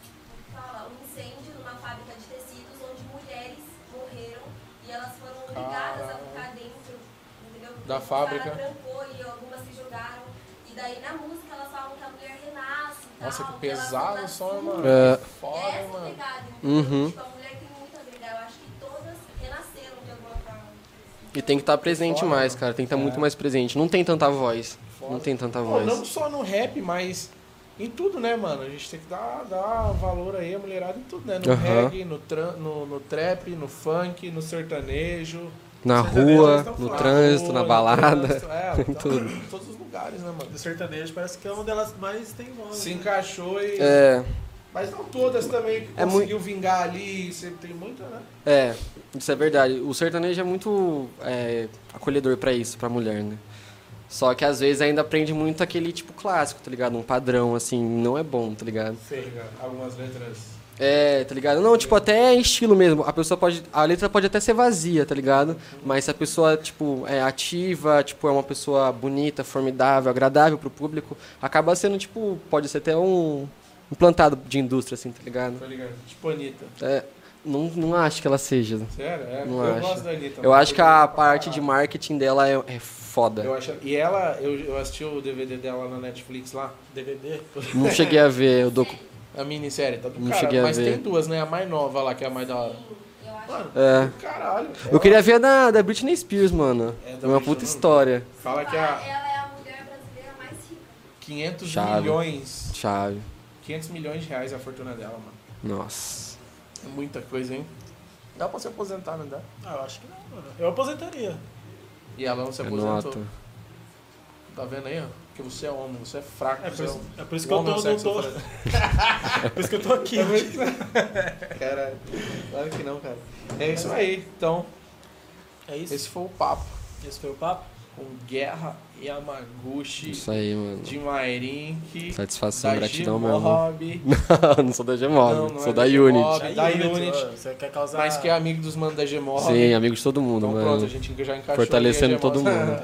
Speaker 5: como que fala, um incêndio numa fábrica de tecidos onde mulheres morreram e elas foram
Speaker 7: Da
Speaker 5: O
Speaker 7: fábrica.
Speaker 5: cara trancou e algumas se jogaram. E daí na música elas falam que a mulher renasce e
Speaker 3: Nossa,
Speaker 5: tal,
Speaker 3: que
Speaker 5: elas
Speaker 3: pesado o
Speaker 5: nascem.
Speaker 3: som, mano.
Speaker 2: É.
Speaker 5: É
Speaker 3: Foda,
Speaker 5: essa a
Speaker 3: mano.
Speaker 5: pegada, entendeu?
Speaker 2: Uhum.
Speaker 5: Tipo, a mulher tem muito a agregar. Eu acho que todas renasceram de alguma forma.
Speaker 2: E tem que estar presente
Speaker 3: Foda,
Speaker 2: mais,
Speaker 3: mano. É.
Speaker 2: cara. Tem que estar muito mais presente. Não tem tanta voz. Não tem tanta
Speaker 3: Pô,
Speaker 2: voz.
Speaker 3: não só no rap, mas em tudo, né, mano? A gente tem que dar, dar valor aí a mulherada em tudo, né? No
Speaker 2: Aham.
Speaker 3: reggae, no, tran- no, no trap, no funk, no sertanejo.
Speaker 2: Na
Speaker 1: Sertanejo,
Speaker 2: rua,
Speaker 1: eles tão
Speaker 2: no
Speaker 1: falando.
Speaker 2: trânsito,
Speaker 3: rua,
Speaker 2: na
Speaker 3: no
Speaker 2: balada.
Speaker 3: trânsito, É, em
Speaker 2: tudo.
Speaker 3: Em todos os lugares, né, mano?
Speaker 1: O sertanejo parece que é uma delas que mais tem voz.
Speaker 3: Se
Speaker 1: né?
Speaker 3: encaixou e.
Speaker 2: [LAUGHS] É,
Speaker 3: Mas não todas também que
Speaker 2: É
Speaker 3: conseguiu vingar ali. Você tem muita, né?
Speaker 2: é. Isso é verdade. O sertanejo é muito é, acolhedor pra isso, pra mulher, né? Só que às vezes ainda aprende muito aquele tipo clássico, tá ligado? Um padrão, assim, não é bom, tá ligado?
Speaker 3: Sei, algumas letras.
Speaker 2: É, tá ligado? Não, tipo, até estilo mesmo. A pessoa pode. A letra pode até ser vazia, tá ligado? Mas se a pessoa, tipo, é ativa, tipo, é uma pessoa bonita, formidável, agradável pro público, acaba sendo, tipo, pode ser até um implantado de indústria, assim, tá ligado?
Speaker 3: Tá ligado? Tipo Anitta.
Speaker 2: É, não, não acho que ela seja.
Speaker 3: Sério? É,
Speaker 2: Não
Speaker 3: eu
Speaker 2: acho.
Speaker 3: gosto da Anitta.
Speaker 2: Eu
Speaker 3: mano.
Speaker 2: acho que a
Speaker 3: gosto pra
Speaker 2: parte de
Speaker 3: caralho.
Speaker 2: marketing dela é, é
Speaker 3: Eu
Speaker 2: foda.
Speaker 3: acho, e ela, eu, eu assisti o DVD dela na Netflix lá,
Speaker 1: DVD.
Speaker 2: Não
Speaker 3: é.
Speaker 2: cheguei a ver o docu.
Speaker 3: a minissérie, tá do
Speaker 2: Não cheguei
Speaker 3: caralho.
Speaker 2: a
Speaker 3: Mas
Speaker 2: ver.
Speaker 3: tem duas, né? A mais nova lá, que é a mais da hora.
Speaker 5: Eu acho
Speaker 3: Mano,
Speaker 2: É.
Speaker 3: caralho.
Speaker 2: Eu queria ver a da, da Britney Spears, mano.
Speaker 3: É, da
Speaker 2: É uma
Speaker 3: Britney
Speaker 2: puta
Speaker 3: Spears.
Speaker 2: história.
Speaker 3: Fala
Speaker 5: que
Speaker 3: que a
Speaker 5: ela é a mulher brasileira mais rica.
Speaker 3: 500
Speaker 2: Chave.
Speaker 3: milhões,
Speaker 2: Chave.
Speaker 3: 500 milhões de reais a fortuna dela, mano.
Speaker 2: Nossa.
Speaker 3: É muita coisa, hein? Dá pra se aposentar, não dá?
Speaker 1: Ah, eu acho que não, mano. Eu aposentaria.
Speaker 3: E ela não se
Speaker 2: É
Speaker 3: aposentou.
Speaker 2: nota.
Speaker 3: Tá vendo aí, ó? Porque você é homem, você é fraco.
Speaker 1: É por,
Speaker 3: você é
Speaker 1: isso-
Speaker 3: um-
Speaker 1: é por isso que eu
Speaker 3: homem
Speaker 1: tô,
Speaker 3: é o
Speaker 1: não
Speaker 3: sexo
Speaker 1: tô. [LAUGHS]
Speaker 3: opulesto.
Speaker 1: Por isso que eu tô aqui.
Speaker 3: Caralho. Claro que não, cara. É isso aí. Então,
Speaker 1: É isso?
Speaker 3: esse foi o papo
Speaker 1: Esse foi o papo?
Speaker 3: com Guerra Yamaguchi
Speaker 2: Isso aí, mano.
Speaker 3: de Mairink.
Speaker 2: Satisfação,
Speaker 3: da
Speaker 2: gratidão, meu irmão.
Speaker 3: G-Mob,
Speaker 2: [LAUGHS] Não, não sou da Gemob,
Speaker 3: Não, não
Speaker 2: sou
Speaker 3: é
Speaker 2: da
Speaker 3: da
Speaker 2: Unity.
Speaker 3: Gemob. Da Unity.
Speaker 1: ó, Você quer causar...
Speaker 3: Mas que é amigo dos manos da Gmob.
Speaker 2: Sim, amigo de todo mundo,
Speaker 3: Então
Speaker 2: mano.
Speaker 3: pronto, a gente já encaixou.
Speaker 2: Fortalecendo
Speaker 3: aí a [LAUGHS] Gmob.
Speaker 2: todo mundo.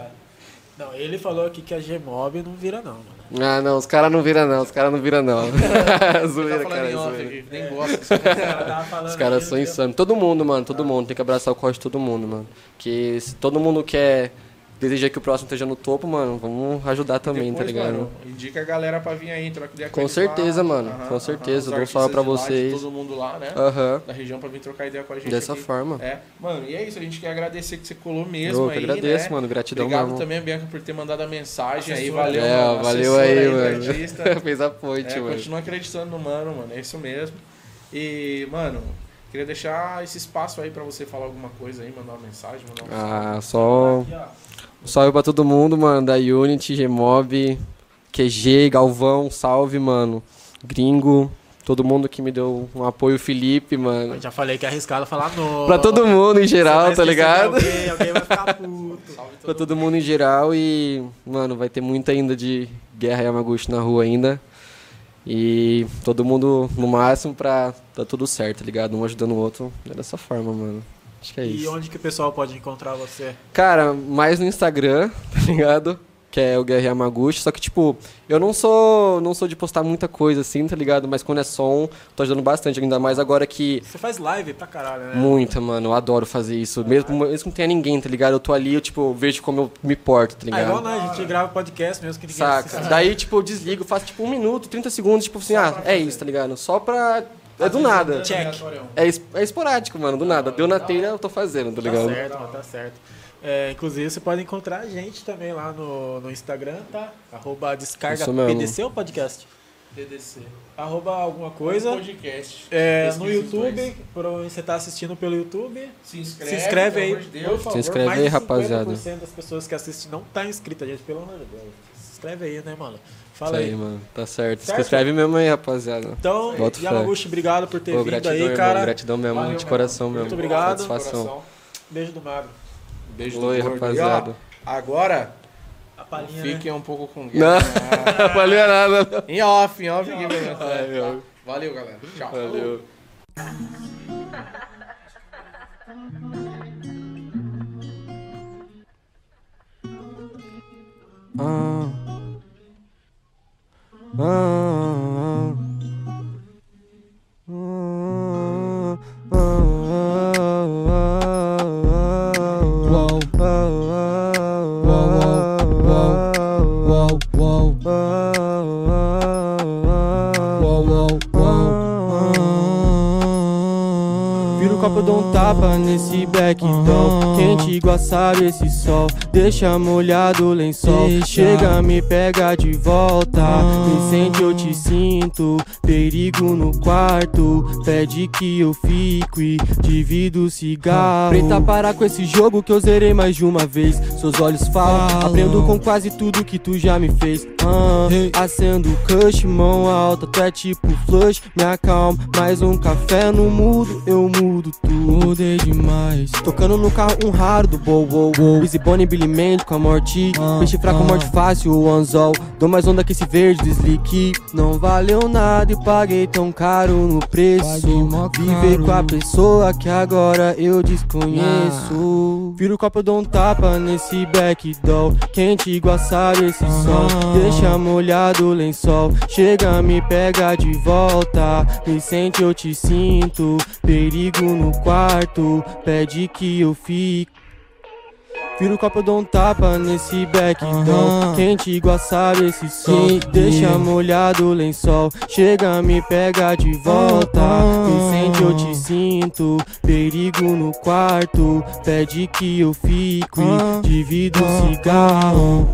Speaker 1: Não, ele falou aqui que a Gmob não vira não,
Speaker 2: [LAUGHS]
Speaker 1: mano.
Speaker 2: Ah, não, os caras não viram, não. Os caras não viram, não. [LAUGHS]
Speaker 3: tá
Speaker 2: zoeira,
Speaker 3: falando
Speaker 2: cara,
Speaker 3: em off
Speaker 2: zoeira.
Speaker 3: aqui, nem gosta.
Speaker 2: Os caras são insanos. Todo mundo, mano,
Speaker 3: Ah.
Speaker 2: todo mundo. Tem que abraçar o corte de todo mundo, mano. Que se todo mundo quer, deseja que o próximo esteja no topo, mano, vamos ajudar também,
Speaker 3: Depois,
Speaker 2: tá ligado?
Speaker 3: mano, indica a galera pra vir aí, troca ideia
Speaker 2: Com
Speaker 3: eles
Speaker 2: certeza,
Speaker 3: lá.
Speaker 2: mano,
Speaker 3: Aham,
Speaker 2: com
Speaker 3: aham.
Speaker 2: certeza.
Speaker 3: Os
Speaker 2: Dou um salve pra
Speaker 3: artistas de lá, de
Speaker 2: vocês.
Speaker 3: Todo mundo lá, né?
Speaker 2: Aham,
Speaker 3: Da região pra vir trocar ideia com a gente.
Speaker 2: dessa
Speaker 3: aqui.
Speaker 2: forma.
Speaker 3: É, mano, e é isso, a gente quer agradecer que você colou mesmo
Speaker 2: Eu que
Speaker 3: aí,
Speaker 2: agradeço,
Speaker 3: né?
Speaker 2: mano. Gratidão,
Speaker 3: Obrigado
Speaker 2: meu irmão.
Speaker 3: também, Bianca, por ter mandado a mensagem aí.
Speaker 1: Assessora.
Speaker 3: Valeu,
Speaker 2: é,
Speaker 3: mano.
Speaker 2: valeu
Speaker 3: assessora
Speaker 2: aí,
Speaker 3: do
Speaker 2: mano.
Speaker 3: artista.
Speaker 2: [LAUGHS]
Speaker 3: [LAUGHS]
Speaker 2: Fez a ponte,
Speaker 3: É,
Speaker 2: mano.
Speaker 3: continua acreditando no mano, mano. É isso mesmo. E, mano, queria deixar esse espaço aí pra você falar alguma coisa aí, mandar uma mensagem, mandar um
Speaker 2: Ah, só. Um salve pra todo mundo, mano. Da Unity, Gmob, QG, Galvão, salve, mano. Gringo, todo mundo que me deu um apoio, Felipe, mano.
Speaker 1: Eu já falei que é arriscado falar não.
Speaker 2: Pra todo mundo em geral,
Speaker 1: Você
Speaker 2: tá
Speaker 1: vai esquecer
Speaker 2: ligado?
Speaker 1: de Alguém, alguém vai ficar puto.
Speaker 3: salve todo
Speaker 2: Pra todo mundo em geral e, mano, vai ter muito ainda de guerra Yamaguchi na rua ainda. E todo mundo no máximo pra dar tudo certo, tá ligado? Um ajudando o outro. É dessa forma, mano. Acho que é
Speaker 1: E
Speaker 2: isso.
Speaker 1: onde que o pessoal pode encontrar você?
Speaker 2: Cara, mais no Instagram, [LAUGHS] tá ligado? Que é o Guerra Yamaguchi. Só que, tipo, eu não sou não sou de postar muita coisa assim, tá ligado? Mas quando é som, tô ajudando bastante. Ainda mais agora que.
Speaker 1: Você faz live pra caralho, né?
Speaker 2: Muita, mano, eu adoro fazer isso. Mesmo, mesmo que não tenha ninguém, tá ligado? Eu tô ali, eu, tipo, vejo como eu me porto, tá
Speaker 1: Ah, igual
Speaker 2: ligado?
Speaker 1: nós, a gente grava podcast mesmo que ninguém
Speaker 2: Saca?
Speaker 1: assiste.
Speaker 2: Daí, tipo, eu desligo, faço tipo um minuto, 30 segundos, tipo assim, ah, é isso, tá ligado? Só pra. É do nada.
Speaker 1: Check.
Speaker 3: um
Speaker 2: É, es- é esporádico, mano, do nada. Deu na telha, eu tô fazendo, tá
Speaker 1: Tá
Speaker 2: ligado?
Speaker 1: certo, mano, tá certo. É, inclusive, você pode encontrar a gente também lá no, no Instagram, tá? Arroba descarga
Speaker 2: Isso mesmo.
Speaker 1: PDC ou podcast?
Speaker 3: TDC.
Speaker 1: Arroba alguma coisa.
Speaker 3: Podcast.
Speaker 1: É,
Speaker 3: Pesquisa
Speaker 1: no
Speaker 3: os
Speaker 1: YouTube,
Speaker 3: dois.
Speaker 1: provavelmente você tá assistindo pelo YouTube.
Speaker 3: Se inscreve,
Speaker 1: se inscreve
Speaker 3: pelo
Speaker 1: aí,
Speaker 3: amor de
Speaker 1: por
Speaker 3: Deus.
Speaker 1: favor.
Speaker 2: Se inscreve
Speaker 1: Mais
Speaker 2: aí,
Speaker 1: de
Speaker 2: rapaziada.
Speaker 1: 50% das pessoas que assistem não tá inscrita, gente, pelo amor de Deus. Se inscreve aí, né, mano?
Speaker 2: Isso
Speaker 1: Fala aí.
Speaker 2: aí, mano. Tá certo. Se
Speaker 1: Certo?
Speaker 2: inscreve mesmo aí, rapaziada.
Speaker 1: Então,
Speaker 2: Bota fé.
Speaker 1: Yamaguchi, obrigado por ter
Speaker 2: Pô,
Speaker 1: vindo
Speaker 2: gratidão,
Speaker 1: aí,
Speaker 2: irmão.
Speaker 1: cara.
Speaker 2: Gratidão mesmo,
Speaker 3: Valeu,
Speaker 2: de
Speaker 3: meu
Speaker 2: coração mesmo.
Speaker 1: Muito obrigado.
Speaker 2: Satisfação.
Speaker 3: Coração.
Speaker 1: Beijo do magro.
Speaker 3: Beijo
Speaker 2: Oi,
Speaker 3: do gordo.
Speaker 2: rapaziada.
Speaker 3: E, ó, Agora,
Speaker 1: A palhinha, né?
Speaker 3: fiquem um pouco com
Speaker 2: Não,
Speaker 3: guerra.
Speaker 2: [LAUGHS] valeu é nada.
Speaker 3: Em off, em off. aqui, velho.
Speaker 2: Ai, meu.
Speaker 3: Valeu, galera. Tchau.
Speaker 2: Valeu. Ah. Ah. Ah. Ah. Ah. Ah. Ah. Ah. Ah. uou, uou, uou, uou. Vira o copo, eu dou um tapa nesse black então Quente igual sabe esse sol Deixa molhado o lençol Chega, me pega de volta Me sente, eu te sinto Perigo no quarto Pede que eu fico e divido o cigarro Preta parar com esse jogo que eu zerei mais de uma vez Seus olhos falam, aprendo com quase tudo que tu já me fez ah, Acendo o cush, mão alta, tu é tipo flush Me acalma, mais um café no mudo, eu mudo tudo Mudei demais Tocando no carro um raro do bow, wow, wow Ah, Easy Bonnie, Billy Mandy com a morte Peixe fraco, morte fácil, o anzol Dou mais onda que esse verde do Slick Não valeu nada e paguei tão caro no preço Viver com a pessoa que agora eu desconheço Viro o copo, eu dou um tapa nesse back doll Quente igual assar esse sol Deixa molhado o lençol Chega, me pega de volta Me sente, eu te sinto Perigo no quarto Pede que eu fique Vira o copo, eu dou um tapa nesse back então Quente igual sabe esse sol Deixa molhado o lençol Chega, me pega de volta Me sente, eu te sinto Perigo no quarto Pede É que eu fico E divido o cigarro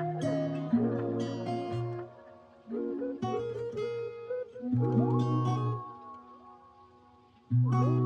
Speaker 8: Thank you.